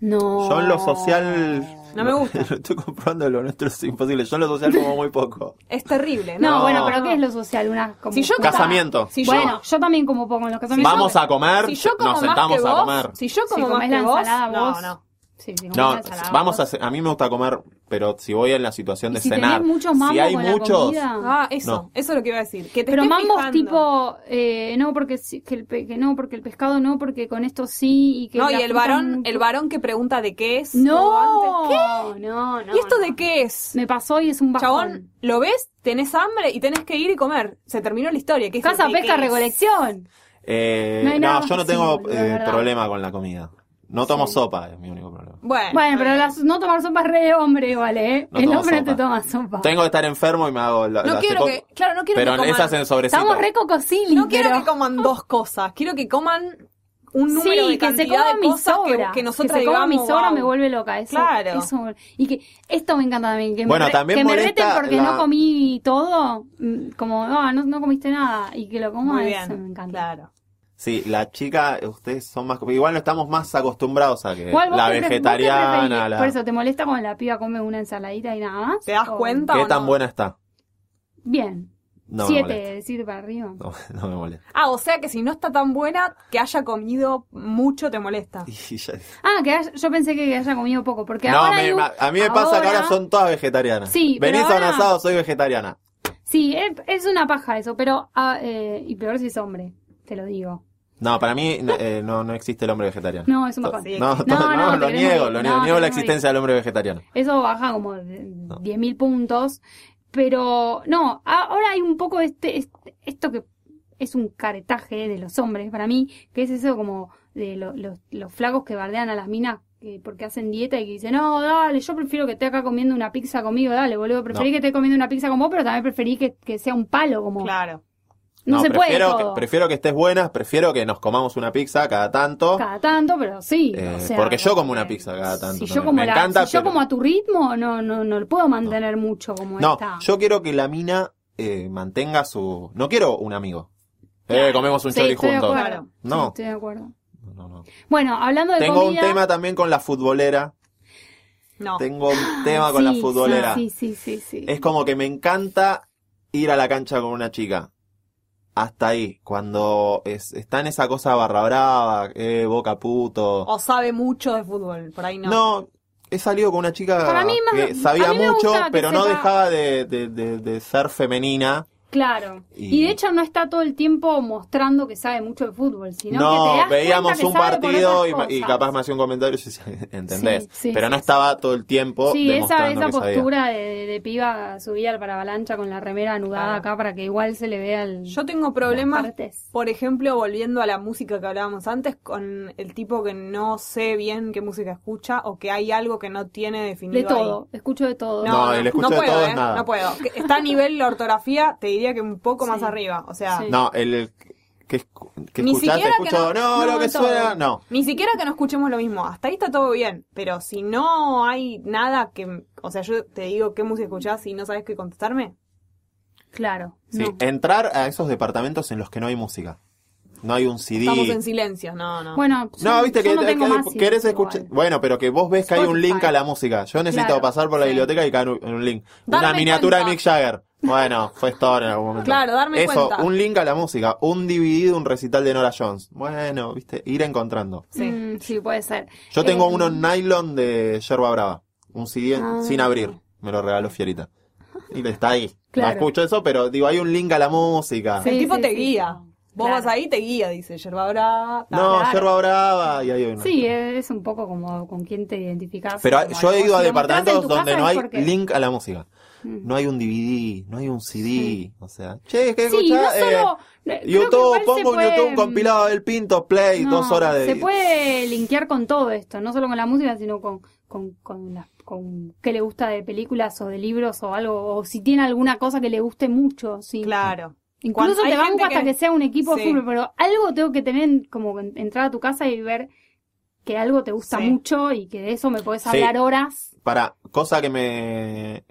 [SPEAKER 3] No.
[SPEAKER 2] Yo en lo social...
[SPEAKER 4] No
[SPEAKER 2] <laughs>
[SPEAKER 4] me gusta.
[SPEAKER 2] Estoy comprando lo nuestro, es imposible. Yo en lo social como muy poco.
[SPEAKER 4] Es terrible.
[SPEAKER 3] No,
[SPEAKER 2] No.
[SPEAKER 3] bueno, pero ¿qué es lo social? Una, como
[SPEAKER 4] Si yo
[SPEAKER 3] junta-
[SPEAKER 2] Casamiento.
[SPEAKER 4] Si yo-
[SPEAKER 3] bueno, yo también como pongo en los casamientos.
[SPEAKER 2] Vamos a comer,
[SPEAKER 4] Si yo como
[SPEAKER 2] nos
[SPEAKER 4] más
[SPEAKER 2] sentamos
[SPEAKER 4] que
[SPEAKER 2] a
[SPEAKER 4] vos,
[SPEAKER 2] comer.
[SPEAKER 4] Si yo como
[SPEAKER 3] Si
[SPEAKER 4] más
[SPEAKER 3] comés
[SPEAKER 4] que
[SPEAKER 3] la
[SPEAKER 4] vos,
[SPEAKER 3] ensalada vos.
[SPEAKER 4] no, no.
[SPEAKER 3] Sí, si comés
[SPEAKER 2] No,
[SPEAKER 3] la ensalada
[SPEAKER 2] vamos
[SPEAKER 3] vos.
[SPEAKER 2] a... ce- A mí me gusta comer, pero si voy en la situación de
[SPEAKER 3] Y si
[SPEAKER 2] cenar...
[SPEAKER 3] tenés muchos mambos
[SPEAKER 2] si hay
[SPEAKER 3] con la
[SPEAKER 2] muchos...
[SPEAKER 3] comida.
[SPEAKER 4] Ah, eso,
[SPEAKER 2] No.
[SPEAKER 4] eso es lo que iba a decir. Que te
[SPEAKER 3] pero
[SPEAKER 4] estés
[SPEAKER 3] mambos
[SPEAKER 4] fijando.
[SPEAKER 3] tipo, eh, no, porque sí- que, el pe- que no, porque el pescado no, porque con esto sí. Y que
[SPEAKER 4] No,
[SPEAKER 3] la
[SPEAKER 4] y el
[SPEAKER 3] fruta
[SPEAKER 4] varón,
[SPEAKER 3] mucho.
[SPEAKER 4] el varón que pregunta de qué es. o
[SPEAKER 3] No,
[SPEAKER 4] antes.
[SPEAKER 3] no, no.
[SPEAKER 4] ¿Y esto
[SPEAKER 3] no.
[SPEAKER 4] de qué es?
[SPEAKER 3] Me pasó y es un bajón.
[SPEAKER 4] Chabón, lo ves, tenés hambre y tenés que ir y comer. Se terminó la historia. ¿Qué es
[SPEAKER 3] Casa,
[SPEAKER 4] de qué
[SPEAKER 3] pesca,
[SPEAKER 4] es?
[SPEAKER 3] recolección.
[SPEAKER 2] Eh,
[SPEAKER 3] No hay nada
[SPEAKER 2] no,
[SPEAKER 3] más
[SPEAKER 2] yo no
[SPEAKER 3] así,
[SPEAKER 2] tengo
[SPEAKER 3] boludo, de
[SPEAKER 2] eh,
[SPEAKER 3] verdad.
[SPEAKER 2] problema con la comida. No tomo sopa, es mi único problema.
[SPEAKER 4] Bueno,
[SPEAKER 3] Bueno, pero las- no tomar sopa es re de hombre, ¿vale? ¿eh?
[SPEAKER 2] No
[SPEAKER 3] el
[SPEAKER 2] tomo
[SPEAKER 3] hombre
[SPEAKER 2] sopa.
[SPEAKER 3] te toma sopa.
[SPEAKER 2] Tengo que estar enfermo y me hago la,
[SPEAKER 4] no
[SPEAKER 2] la
[SPEAKER 4] quiero
[SPEAKER 2] cepo-
[SPEAKER 4] que, claro, no quiero
[SPEAKER 2] Pero
[SPEAKER 4] que
[SPEAKER 2] en esas
[SPEAKER 4] coman,
[SPEAKER 2] en sobrecito.
[SPEAKER 3] Estamos re cocosili,
[SPEAKER 4] no quiero
[SPEAKER 3] pero-
[SPEAKER 4] que coman dos cosas. Quiero que coman un número
[SPEAKER 3] sí,
[SPEAKER 4] de
[SPEAKER 3] que se
[SPEAKER 4] cantidad
[SPEAKER 3] coma
[SPEAKER 4] de
[SPEAKER 3] mi
[SPEAKER 4] cosas que-
[SPEAKER 3] sobra.
[SPEAKER 4] que, nosotros
[SPEAKER 3] se coma mi
[SPEAKER 4] digamos,
[SPEAKER 3] sobra
[SPEAKER 4] "Guau".
[SPEAKER 3] me vuelve loca. Eso,
[SPEAKER 4] Claro.
[SPEAKER 3] eso- y que esto me encanta también. Que
[SPEAKER 2] Bueno,
[SPEAKER 3] me, re-
[SPEAKER 2] también
[SPEAKER 3] que me
[SPEAKER 2] molesta
[SPEAKER 3] reten porque
[SPEAKER 2] la-
[SPEAKER 3] no comí todo. mm, Como, "Ah, no, no comiste nada. Y que lo coma,
[SPEAKER 4] Muy
[SPEAKER 3] eso
[SPEAKER 4] bien,
[SPEAKER 3] me encanta.
[SPEAKER 4] claro.
[SPEAKER 2] Sí, la chica, ustedes son más... Igual no estamos más acostumbrados a que
[SPEAKER 3] ¿Cuál vos
[SPEAKER 2] Eh, la
[SPEAKER 3] te pre- vos te
[SPEAKER 2] vegetariana,
[SPEAKER 3] preferís?
[SPEAKER 2] la...
[SPEAKER 3] Por eso, ¿te molesta cuando la piba come una ensaladita y nada más?
[SPEAKER 4] ¿Te das
[SPEAKER 3] ¿O-
[SPEAKER 4] cuenta?
[SPEAKER 2] ¿Qué
[SPEAKER 4] o
[SPEAKER 2] tan
[SPEAKER 4] no?
[SPEAKER 2] buena está?
[SPEAKER 3] Bien.
[SPEAKER 2] No me
[SPEAKER 3] siete,
[SPEAKER 2] molesta.
[SPEAKER 3] de siete para arriba.
[SPEAKER 2] No, no <laughs> me molesta.
[SPEAKER 4] Ah, o sea que si no está tan buena, que haya comido mucho te molesta.
[SPEAKER 2] Y ya-
[SPEAKER 3] Ah, que haya- yo pensé que haya comido poco, porque
[SPEAKER 2] No,
[SPEAKER 3] ahora
[SPEAKER 2] me-
[SPEAKER 3] hay un-
[SPEAKER 2] ma- a mí me pasa que ahora
[SPEAKER 3] ahora-
[SPEAKER 2] son todas vegetarianas.
[SPEAKER 3] Sí, pero
[SPEAKER 2] Venís a un
[SPEAKER 3] ahora-
[SPEAKER 2] asado, soy vegetariana.
[SPEAKER 3] Sí, es, es una paja eso, pero... ah, eh, y peor si es hombre, te lo digo.
[SPEAKER 2] No, para mí no, eh, no, no existe el hombre vegetariano.
[SPEAKER 3] No, es un
[SPEAKER 2] To-
[SPEAKER 3] bajón.
[SPEAKER 4] Sí.
[SPEAKER 2] No,
[SPEAKER 4] No,
[SPEAKER 2] to-
[SPEAKER 3] no,
[SPEAKER 2] no,
[SPEAKER 3] te
[SPEAKER 2] lo
[SPEAKER 3] querés
[SPEAKER 2] niego,
[SPEAKER 3] morir.
[SPEAKER 2] lo
[SPEAKER 3] No,
[SPEAKER 2] niego, niego
[SPEAKER 3] te
[SPEAKER 2] la
[SPEAKER 3] querés morir.
[SPEAKER 2] existencia del hombre vegetariano.
[SPEAKER 3] Eso baja como de- 10.000 puntos. Pero no, a- ahora hay un poco este, este- esto que es un caretaje de los hombres para mí, que es eso como de lo- los, los flacos que bardean a las minas que- porque hacen dieta y que dicen, no, dale, yo prefiero que esté acá comiendo una pizza conmigo, dale, boludo, preferí
[SPEAKER 2] No.
[SPEAKER 3] que esté comiendo una pizza con vos, pero también preferí que, que sea un palo, como
[SPEAKER 4] Claro.
[SPEAKER 3] no, se puede
[SPEAKER 2] prefiero,
[SPEAKER 3] todo.
[SPEAKER 2] Que, prefiero que estés buena, prefiero que nos comamos una pizza cada tanto.
[SPEAKER 3] cada tanto, pero sí.
[SPEAKER 2] eh,
[SPEAKER 3] o sea,
[SPEAKER 2] porque yo como
[SPEAKER 3] porque
[SPEAKER 2] una pizza cada tanto.
[SPEAKER 3] Si yo,
[SPEAKER 2] también.
[SPEAKER 3] como,
[SPEAKER 2] Me
[SPEAKER 3] la-
[SPEAKER 2] encanta,
[SPEAKER 3] si yo
[SPEAKER 2] pero-
[SPEAKER 3] como a tu ritmo, no, no, no lo puedo mantener mucho como
[SPEAKER 2] No,
[SPEAKER 3] está.
[SPEAKER 2] yo quiero que la mina eh, mantenga su... No quiero un amigo. Eh, comemos un
[SPEAKER 3] Sí,
[SPEAKER 2] chori
[SPEAKER 3] estoy de
[SPEAKER 2] juntos.
[SPEAKER 3] acuerdo.
[SPEAKER 4] Claro.
[SPEAKER 2] No.
[SPEAKER 3] Sí, estoy de acuerdo.
[SPEAKER 2] No, no.
[SPEAKER 3] Bueno, hablando de
[SPEAKER 2] Tengo un
[SPEAKER 3] comida.
[SPEAKER 2] tema también con la futbolera.
[SPEAKER 4] No.
[SPEAKER 2] Tengo un tema con la
[SPEAKER 3] Ah, Sí,
[SPEAKER 2] futbolera.
[SPEAKER 3] Sí, sí, sí, sí.
[SPEAKER 2] Es como que me encanta ir a la cancha con una chica. Hasta ahí, cuando es, está en esa cosa barra brava, eh, boca puto.
[SPEAKER 4] O sabe mucho de fútbol, por ahí no.
[SPEAKER 2] no. he salido con una chica
[SPEAKER 3] Para mí más-
[SPEAKER 2] que sabía
[SPEAKER 3] a mí me
[SPEAKER 2] mucho,
[SPEAKER 3] gusta que
[SPEAKER 2] pero no
[SPEAKER 3] sepa-
[SPEAKER 2] dejaba de, de- de- de ser femenina.
[SPEAKER 3] Claro.
[SPEAKER 2] Y-
[SPEAKER 3] Y... de hecho no está todo el tiempo mostrando que sabe mucho de fútbol, sino que
[SPEAKER 2] No,
[SPEAKER 3] te das
[SPEAKER 2] veíamos un
[SPEAKER 3] cuenta que sabe por
[SPEAKER 2] partido
[SPEAKER 3] otras
[SPEAKER 2] y, ma- y
[SPEAKER 3] cosas.
[SPEAKER 2] capaz me hacía un comentario y yo decía, <laughs> ¿entendés?
[SPEAKER 3] Sí, sí,
[SPEAKER 2] pero
[SPEAKER 3] sí,
[SPEAKER 2] no
[SPEAKER 3] sí.
[SPEAKER 2] estaba todo el tiempo
[SPEAKER 3] Sí, esa,
[SPEAKER 2] demostrando
[SPEAKER 3] esa
[SPEAKER 2] que sabía.
[SPEAKER 3] postura de, de piba subida al paravalancha con la remera anudada
[SPEAKER 4] Claro.
[SPEAKER 3] acá para que igual se le vea el
[SPEAKER 4] Yo tengo problemas,
[SPEAKER 3] partes.
[SPEAKER 4] por ejemplo, volviendo a la música que hablábamos antes, con el tipo que no sé bien qué música escucha o que hay algo que no tiene definido.
[SPEAKER 3] De
[SPEAKER 4] ahí.
[SPEAKER 3] todo, escucho de todo.
[SPEAKER 2] No, el escucho de
[SPEAKER 4] puedo,
[SPEAKER 2] todo es
[SPEAKER 4] ¿eh?
[SPEAKER 2] nada.
[SPEAKER 4] No puedo. Que Está a nivel la ortografía, te diría que un poco más
[SPEAKER 3] Sí.
[SPEAKER 4] arriba. O sea,
[SPEAKER 3] Sí.
[SPEAKER 2] No, el, el que, escu- que
[SPEAKER 4] Ni
[SPEAKER 2] escuchás,
[SPEAKER 4] siquiera que
[SPEAKER 2] escucho, no,
[SPEAKER 4] no-
[SPEAKER 2] lo
[SPEAKER 4] no,
[SPEAKER 2] que
[SPEAKER 4] todo.
[SPEAKER 2] suena, no.
[SPEAKER 4] ni siquiera que no escuchemos lo mismo. Hasta ahí está todo bien. Pero si no hay nada que. O sea, yo te digo qué música escuchás y no sabes qué contestarme.
[SPEAKER 3] Claro.
[SPEAKER 2] Sí,
[SPEAKER 3] no.
[SPEAKER 2] entrar a esos departamentos en los que no hay música. No hay un CD.
[SPEAKER 4] Estamos en silencio. No, no.
[SPEAKER 3] Bueno,
[SPEAKER 2] No,
[SPEAKER 3] yo-
[SPEAKER 2] viste
[SPEAKER 3] yo
[SPEAKER 2] que,
[SPEAKER 3] no tengo
[SPEAKER 2] que-
[SPEAKER 3] más
[SPEAKER 2] querés
[SPEAKER 3] igual.
[SPEAKER 2] escuchar. Bueno, pero que vos ves que hay un
[SPEAKER 3] Spotify.
[SPEAKER 2] link a la música. Yo necesito
[SPEAKER 3] Claro,
[SPEAKER 2] pasar por la
[SPEAKER 3] sí.
[SPEAKER 2] biblioteca y caer en un link. Una
[SPEAKER 4] Darme
[SPEAKER 2] miniatura de
[SPEAKER 4] cuenta.
[SPEAKER 2] Mick Jagger. Bueno, fue todo en algún momento.
[SPEAKER 4] Claro, darme
[SPEAKER 2] Eso,
[SPEAKER 4] cuenta.
[SPEAKER 2] un link a la música, un DVD, de un recital de Nora Jones. Bueno, viste, ir encontrando.
[SPEAKER 4] Sí.
[SPEAKER 3] Mm, sí, puede ser.
[SPEAKER 2] Yo tengo
[SPEAKER 3] Eh,
[SPEAKER 2] uno en nylon de Yerba Brava. Un CD en-
[SPEAKER 3] Ah.
[SPEAKER 2] sin abrir. Me lo regaló Fierita. Y está ahí.
[SPEAKER 3] Claro.
[SPEAKER 2] No escucho eso, pero digo, hay un link a la música.
[SPEAKER 4] El
[SPEAKER 3] Sí,
[SPEAKER 4] tipo
[SPEAKER 3] sí,
[SPEAKER 4] te
[SPEAKER 3] sí,
[SPEAKER 4] guía.
[SPEAKER 3] sí.
[SPEAKER 4] Vos
[SPEAKER 3] Claro.
[SPEAKER 4] vas ahí y te guía, dice Yerba Brava. ta,
[SPEAKER 2] No,
[SPEAKER 4] ta.
[SPEAKER 2] Yerba Brava y ahí hay una.
[SPEAKER 3] Sí, eh, es un poco como con quién te identificás.
[SPEAKER 2] Pero
[SPEAKER 3] como
[SPEAKER 2] yo he
[SPEAKER 3] algo.
[SPEAKER 2] ido a
[SPEAKER 3] Si lo mostrás en
[SPEAKER 2] departamentos
[SPEAKER 3] tu
[SPEAKER 2] donde
[SPEAKER 3] casa
[SPEAKER 2] no
[SPEAKER 3] es
[SPEAKER 2] hay
[SPEAKER 3] porque-
[SPEAKER 2] link a la música.
[SPEAKER 3] Mm.
[SPEAKER 2] No hay un DVD, no hay un CD.
[SPEAKER 3] Sí.
[SPEAKER 2] O sea, che, ¿qué
[SPEAKER 3] Sí, no
[SPEAKER 2] escuchás?
[SPEAKER 3] solo.
[SPEAKER 2] Eh,
[SPEAKER 3] creo que igual
[SPEAKER 2] YouTube,
[SPEAKER 3] se
[SPEAKER 2] pongo en
[SPEAKER 3] puede,
[SPEAKER 2] YouTube un compilado del Pinto Play,
[SPEAKER 3] no,
[SPEAKER 2] dos horas de.
[SPEAKER 3] Se puede linkear con todo esto, no solo con la música, sino con, con, con, las- con qué le gusta de películas o de libros o algo, o si tiene alguna cosa que le guste mucho. Sí.
[SPEAKER 4] Claro.
[SPEAKER 3] Incluso
[SPEAKER 4] Cuando- hay
[SPEAKER 3] te banco
[SPEAKER 4] gente
[SPEAKER 3] hasta que...
[SPEAKER 4] que-
[SPEAKER 3] sea un equipo de
[SPEAKER 4] Sí.
[SPEAKER 3] fútbol, pero algo tengo que tener en- como en- entrar a tu casa y ver que algo te gusta
[SPEAKER 4] Sí.
[SPEAKER 3] mucho y que de eso me podés
[SPEAKER 2] Sí.
[SPEAKER 3] hablar horas.
[SPEAKER 2] Para, cosa que me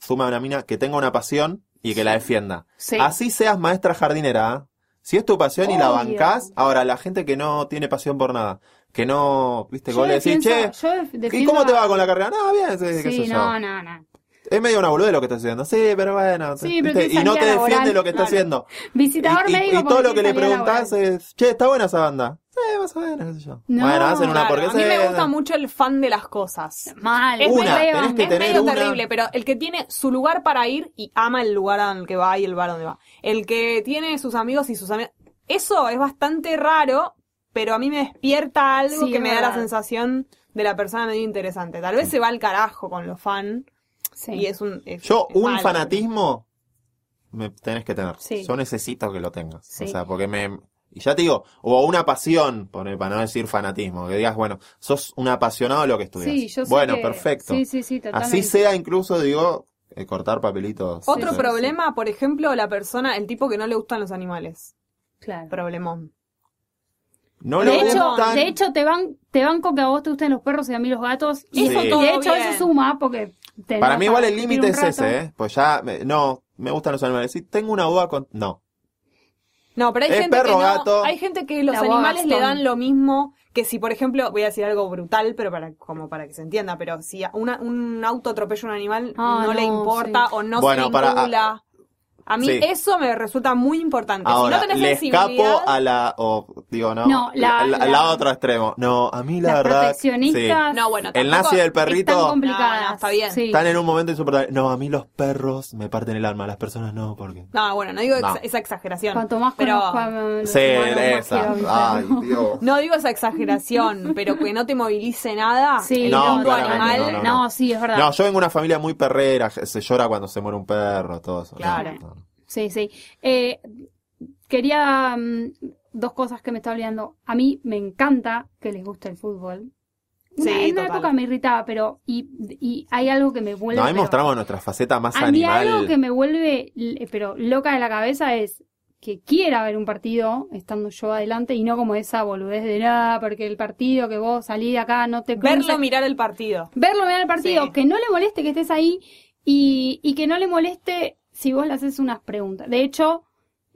[SPEAKER 2] suma una mina, que tenga una pasión y que la defienda.
[SPEAKER 3] Sí.
[SPEAKER 2] Así seas maestra jardinera, ¿eh? si es tu pasión y la
[SPEAKER 3] Obvio.
[SPEAKER 2] bancás, ahora la gente que no tiene pasión por nada, que no, viste, que
[SPEAKER 3] Yo
[SPEAKER 2] vos le decís, che,
[SPEAKER 3] defiendo- yo def-
[SPEAKER 2] ¿y
[SPEAKER 3] defiendo
[SPEAKER 2] cómo te
[SPEAKER 3] a-
[SPEAKER 2] va con la carrera? No, bien, sí, qué
[SPEAKER 3] Sí,
[SPEAKER 2] sé yo.
[SPEAKER 3] no, no, no.
[SPEAKER 2] Es medio una boludez lo que está haciendo. Sí, pero bueno.
[SPEAKER 3] Sí, pero
[SPEAKER 2] ¿viste?
[SPEAKER 3] tiene
[SPEAKER 2] y no te
[SPEAKER 3] salida
[SPEAKER 2] defiende
[SPEAKER 3] laboral,
[SPEAKER 2] lo que está
[SPEAKER 4] claro.
[SPEAKER 2] haciendo. Y,
[SPEAKER 3] Visitador
[SPEAKER 2] y-
[SPEAKER 3] médico.
[SPEAKER 2] y todo
[SPEAKER 3] porque
[SPEAKER 2] lo que le
[SPEAKER 3] tiene salida
[SPEAKER 2] preguntás
[SPEAKER 3] laboral.
[SPEAKER 2] es, che, está buena esa banda. Sí, más o menos, qué sé yo.
[SPEAKER 3] No,
[SPEAKER 2] bueno, hacen una
[SPEAKER 4] Claro,
[SPEAKER 2] porque
[SPEAKER 4] a mí me gusta mucho el fan de las cosas.
[SPEAKER 3] Mal.
[SPEAKER 4] Es
[SPEAKER 2] Una,
[SPEAKER 3] re
[SPEAKER 2] tenés
[SPEAKER 3] banda.
[SPEAKER 2] que
[SPEAKER 4] es
[SPEAKER 2] tener
[SPEAKER 4] medio
[SPEAKER 2] una-
[SPEAKER 4] terrible, pero el que tiene su lugar para ir y ama el lugar al que va y el bar donde va. El que tiene sus amigos y sus amigas. Eso es bastante raro, pero a mí me despierta algo
[SPEAKER 3] Sí,
[SPEAKER 4] que
[SPEAKER 3] es
[SPEAKER 4] me da la
[SPEAKER 3] verdad.
[SPEAKER 4] sensación de la persona medio interesante. Tal vez se va al carajo con los fan
[SPEAKER 3] Sí.
[SPEAKER 4] y es un. es-
[SPEAKER 2] Yo,
[SPEAKER 4] es
[SPEAKER 2] un
[SPEAKER 4] malo.
[SPEAKER 2] fanatismo, me tenés que tener.
[SPEAKER 3] Sí.
[SPEAKER 2] Yo necesito que lo tengas.
[SPEAKER 3] Sí.
[SPEAKER 2] O sea, porque me... Y ya te digo, o una pasión, pone, para no decir fanatismo, que digas, bueno, sos un apasionado de lo que estudias.
[SPEAKER 3] Sí, yo sé
[SPEAKER 2] bueno,
[SPEAKER 3] que-
[SPEAKER 2] perfecto.
[SPEAKER 3] Sí, sí, sí, totalmente.
[SPEAKER 2] Así sea incluso, digo, eh, cortar papelitos.
[SPEAKER 4] Otro
[SPEAKER 2] Sí, sí,
[SPEAKER 4] problema, por ejemplo, la persona, el tipo que no le gustan los animales.
[SPEAKER 3] Claro.
[SPEAKER 4] Problemón.
[SPEAKER 2] sí. No
[SPEAKER 3] de,
[SPEAKER 2] le
[SPEAKER 3] hecho,
[SPEAKER 2] gustan-
[SPEAKER 3] de hecho, te, van, te banco que a vos te gusten los perros y a mí los gatos. Y
[SPEAKER 2] Sí.
[SPEAKER 3] eso,
[SPEAKER 4] Todo
[SPEAKER 3] de hecho,
[SPEAKER 4] bien.
[SPEAKER 3] eso suma porque... te
[SPEAKER 2] Para
[SPEAKER 3] vas
[SPEAKER 2] mí
[SPEAKER 3] a
[SPEAKER 2] igual el
[SPEAKER 3] discutir
[SPEAKER 2] límite
[SPEAKER 3] un
[SPEAKER 2] es ¿eh?
[SPEAKER 3] rato.
[SPEAKER 2] ese, ¿eh? Pues ya, me- no, me gustan los animales. Si tengo una duda con... No.
[SPEAKER 4] No, pero hay
[SPEAKER 2] Es
[SPEAKER 4] gente
[SPEAKER 2] perro,
[SPEAKER 4] que no-
[SPEAKER 2] gato.
[SPEAKER 4] hay gente que los
[SPEAKER 3] La boba
[SPEAKER 4] animales le
[SPEAKER 3] Gastón.
[SPEAKER 4] dan lo mismo que si, por ejemplo, voy a decir algo brutal, pero para como para que se entienda, pero si a una- un auto atropella a un animal
[SPEAKER 3] Ah,
[SPEAKER 4] no, le
[SPEAKER 3] no,
[SPEAKER 4] importa
[SPEAKER 3] sí.
[SPEAKER 4] o no
[SPEAKER 2] Bueno,
[SPEAKER 4] se
[SPEAKER 2] para- ah,
[SPEAKER 4] vincula. a, mí
[SPEAKER 2] sí.
[SPEAKER 4] eso me resulta muy importante.
[SPEAKER 2] Ahora,
[SPEAKER 4] si no tenés
[SPEAKER 2] le escapo
[SPEAKER 4] sensibilidad,
[SPEAKER 2] a la. O, digo, no.
[SPEAKER 3] No, la-
[SPEAKER 2] la- la-
[SPEAKER 3] la-
[SPEAKER 2] otro extremo. No, a mí la,
[SPEAKER 3] Las
[SPEAKER 2] verdad.
[SPEAKER 3] proteccionistas
[SPEAKER 4] No, bueno,
[SPEAKER 2] sí. El
[SPEAKER 4] tampoco
[SPEAKER 2] nazi del
[SPEAKER 3] están
[SPEAKER 2] perrito.
[SPEAKER 3] complicadas.
[SPEAKER 4] No, no, está bien.
[SPEAKER 3] Sí.
[SPEAKER 2] Están en un momento insoportable. No, a mí los perros me parten el alma, las personas no, porque.
[SPEAKER 4] No, bueno, no digo exa-
[SPEAKER 2] No.
[SPEAKER 4] esa exageración.
[SPEAKER 3] Cuanto más
[SPEAKER 4] pero-
[SPEAKER 3] conozco a los
[SPEAKER 2] Sí,
[SPEAKER 3] humanos, más
[SPEAKER 2] esa.
[SPEAKER 3] quiero evitar.
[SPEAKER 2] Ay,
[SPEAKER 3] <laughs>
[SPEAKER 2] Dios.
[SPEAKER 4] No digo esa exageración, pero que no te movilice nada.
[SPEAKER 3] Sí,
[SPEAKER 4] el
[SPEAKER 2] Eh, No,
[SPEAKER 4] mundo
[SPEAKER 2] claramente,
[SPEAKER 4] animal.
[SPEAKER 2] no, no, no.
[SPEAKER 3] No, sí, es verdad.
[SPEAKER 2] No, yo vengo de una familia muy perrera, se llora cuando se muere un perro, todo eso. No,
[SPEAKER 4] Claro.
[SPEAKER 2] no.
[SPEAKER 3] Sí, sí. Eh, quería mm, dos cosas que me está olvidando. A mí me encanta que les guste el fútbol. Una-
[SPEAKER 4] Sí,
[SPEAKER 3] en una
[SPEAKER 4] total.
[SPEAKER 3] época me irritaba, pero y, y hay algo que me vuelve.
[SPEAKER 2] No, ahí
[SPEAKER 3] pero-
[SPEAKER 2] mostramos nuestra faceta más
[SPEAKER 3] a mí algo
[SPEAKER 2] animal.
[SPEAKER 3] que me vuelve, l- pero loca de la cabeza es que quiera ver un partido estando yo adelante y no como esa boludez de nada, porque el partido que vos salís de acá no te
[SPEAKER 4] Verlo
[SPEAKER 3] cruza".
[SPEAKER 4] mirar el partido.
[SPEAKER 3] verlo mirar el partido,
[SPEAKER 4] Sí.
[SPEAKER 3] que no le moleste que estés ahí y, y que no le moleste si vos le haces unas preguntas. De hecho,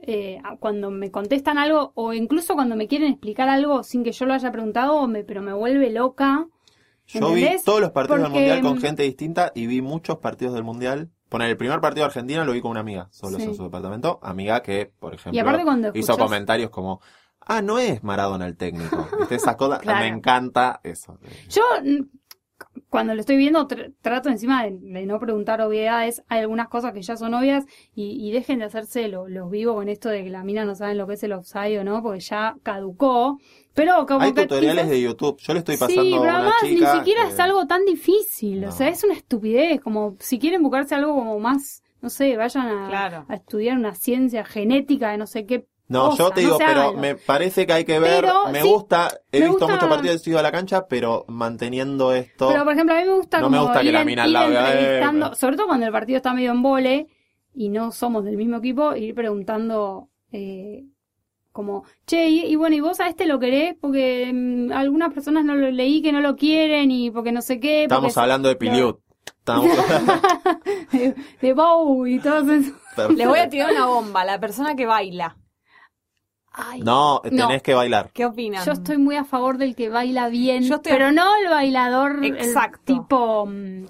[SPEAKER 3] eh, cuando me contestan algo o incluso cuando me quieren explicar algo sin que yo lo haya preguntado, me, pero me vuelve loca.
[SPEAKER 2] Yo vi
[SPEAKER 3] ¿entendés?
[SPEAKER 2] todos los partidos
[SPEAKER 3] Porque,
[SPEAKER 2] del mundial con
[SPEAKER 3] mm,
[SPEAKER 2] gente distinta y vi muchos partidos del mundial. Poner el primer partido de Argentina lo vi con una amiga, solos
[SPEAKER 3] Sí.
[SPEAKER 2] en su departamento. Amiga que, por ejemplo,
[SPEAKER 3] Y aparte cuando
[SPEAKER 2] hizo
[SPEAKER 3] escuchás-
[SPEAKER 2] comentarios como: Ah, no es Maradona el
[SPEAKER 3] <laughs>
[SPEAKER 2] técnico. ¿Viste? Esas cosas,
[SPEAKER 3] Claro.
[SPEAKER 2] me encanta eso.
[SPEAKER 3] Yo, mm, cuando lo estoy viendo, tr- trato encima de, de no preguntar obviedades. Hay algunas cosas que ya son obvias y, y dejen de hacerse lo- los vivos con esto de que la mina no saben lo que es el offside o no, porque ya caducó. Pero como
[SPEAKER 2] Hay
[SPEAKER 3] que
[SPEAKER 2] tutoriales
[SPEAKER 3] quizás-
[SPEAKER 2] de YouTube. Yo le estoy pasando
[SPEAKER 3] sí,
[SPEAKER 2] a
[SPEAKER 3] pero
[SPEAKER 2] una
[SPEAKER 3] además ni
[SPEAKER 2] chica
[SPEAKER 3] siquiera
[SPEAKER 2] que-
[SPEAKER 3] es algo tan difícil. O
[SPEAKER 2] No.
[SPEAKER 3] sea, es una estupidez. Como si quieren buscarse algo como más, no sé, vayan a,
[SPEAKER 4] Claro.
[SPEAKER 3] a estudiar una ciencia genética de no sé qué.
[SPEAKER 2] No, yo
[SPEAKER 3] cosa,
[SPEAKER 2] te digo,
[SPEAKER 3] se
[SPEAKER 2] pero
[SPEAKER 3] hagan.
[SPEAKER 2] me parece que hay que ver.
[SPEAKER 3] Pero,
[SPEAKER 2] me
[SPEAKER 3] sí,
[SPEAKER 2] gusta, he
[SPEAKER 3] me
[SPEAKER 2] visto
[SPEAKER 3] gusta-
[SPEAKER 2] muchos partidos, he ido a la cancha, pero manteniendo esto.
[SPEAKER 3] Pero por ejemplo, a mí me gusta
[SPEAKER 2] No
[SPEAKER 3] como
[SPEAKER 2] me gusta que
[SPEAKER 3] ir,
[SPEAKER 2] la
[SPEAKER 3] en-
[SPEAKER 2] mina al
[SPEAKER 3] ir
[SPEAKER 2] lado, eh,
[SPEAKER 3] entrevistando,
[SPEAKER 2] eh.
[SPEAKER 3] sobre todo cuando el partido está medio en vole y no somos del mismo equipo, ir preguntando eh, como, che, y, y bueno, ¿y vos a este lo querés? Porque mm, algunas personas no lo leí que no lo quieren y porque no sé qué,
[SPEAKER 2] Estamos
[SPEAKER 3] porque
[SPEAKER 2] hablando de Piliut.
[SPEAKER 3] <laughs>
[SPEAKER 2] Estamos... <laughs>
[SPEAKER 3] de, <laughs> de Bow y todo eso.
[SPEAKER 4] Les voy a tirar una bomba. La persona que baila.
[SPEAKER 3] Ay,
[SPEAKER 2] No, tenés
[SPEAKER 3] No.
[SPEAKER 2] que bailar.
[SPEAKER 4] ¿Qué opinan?
[SPEAKER 3] Yo estoy muy a favor del que baila bien,
[SPEAKER 4] Yo estoy-
[SPEAKER 3] pero no el bailador el
[SPEAKER 4] Exacto.
[SPEAKER 3] tipo... mm,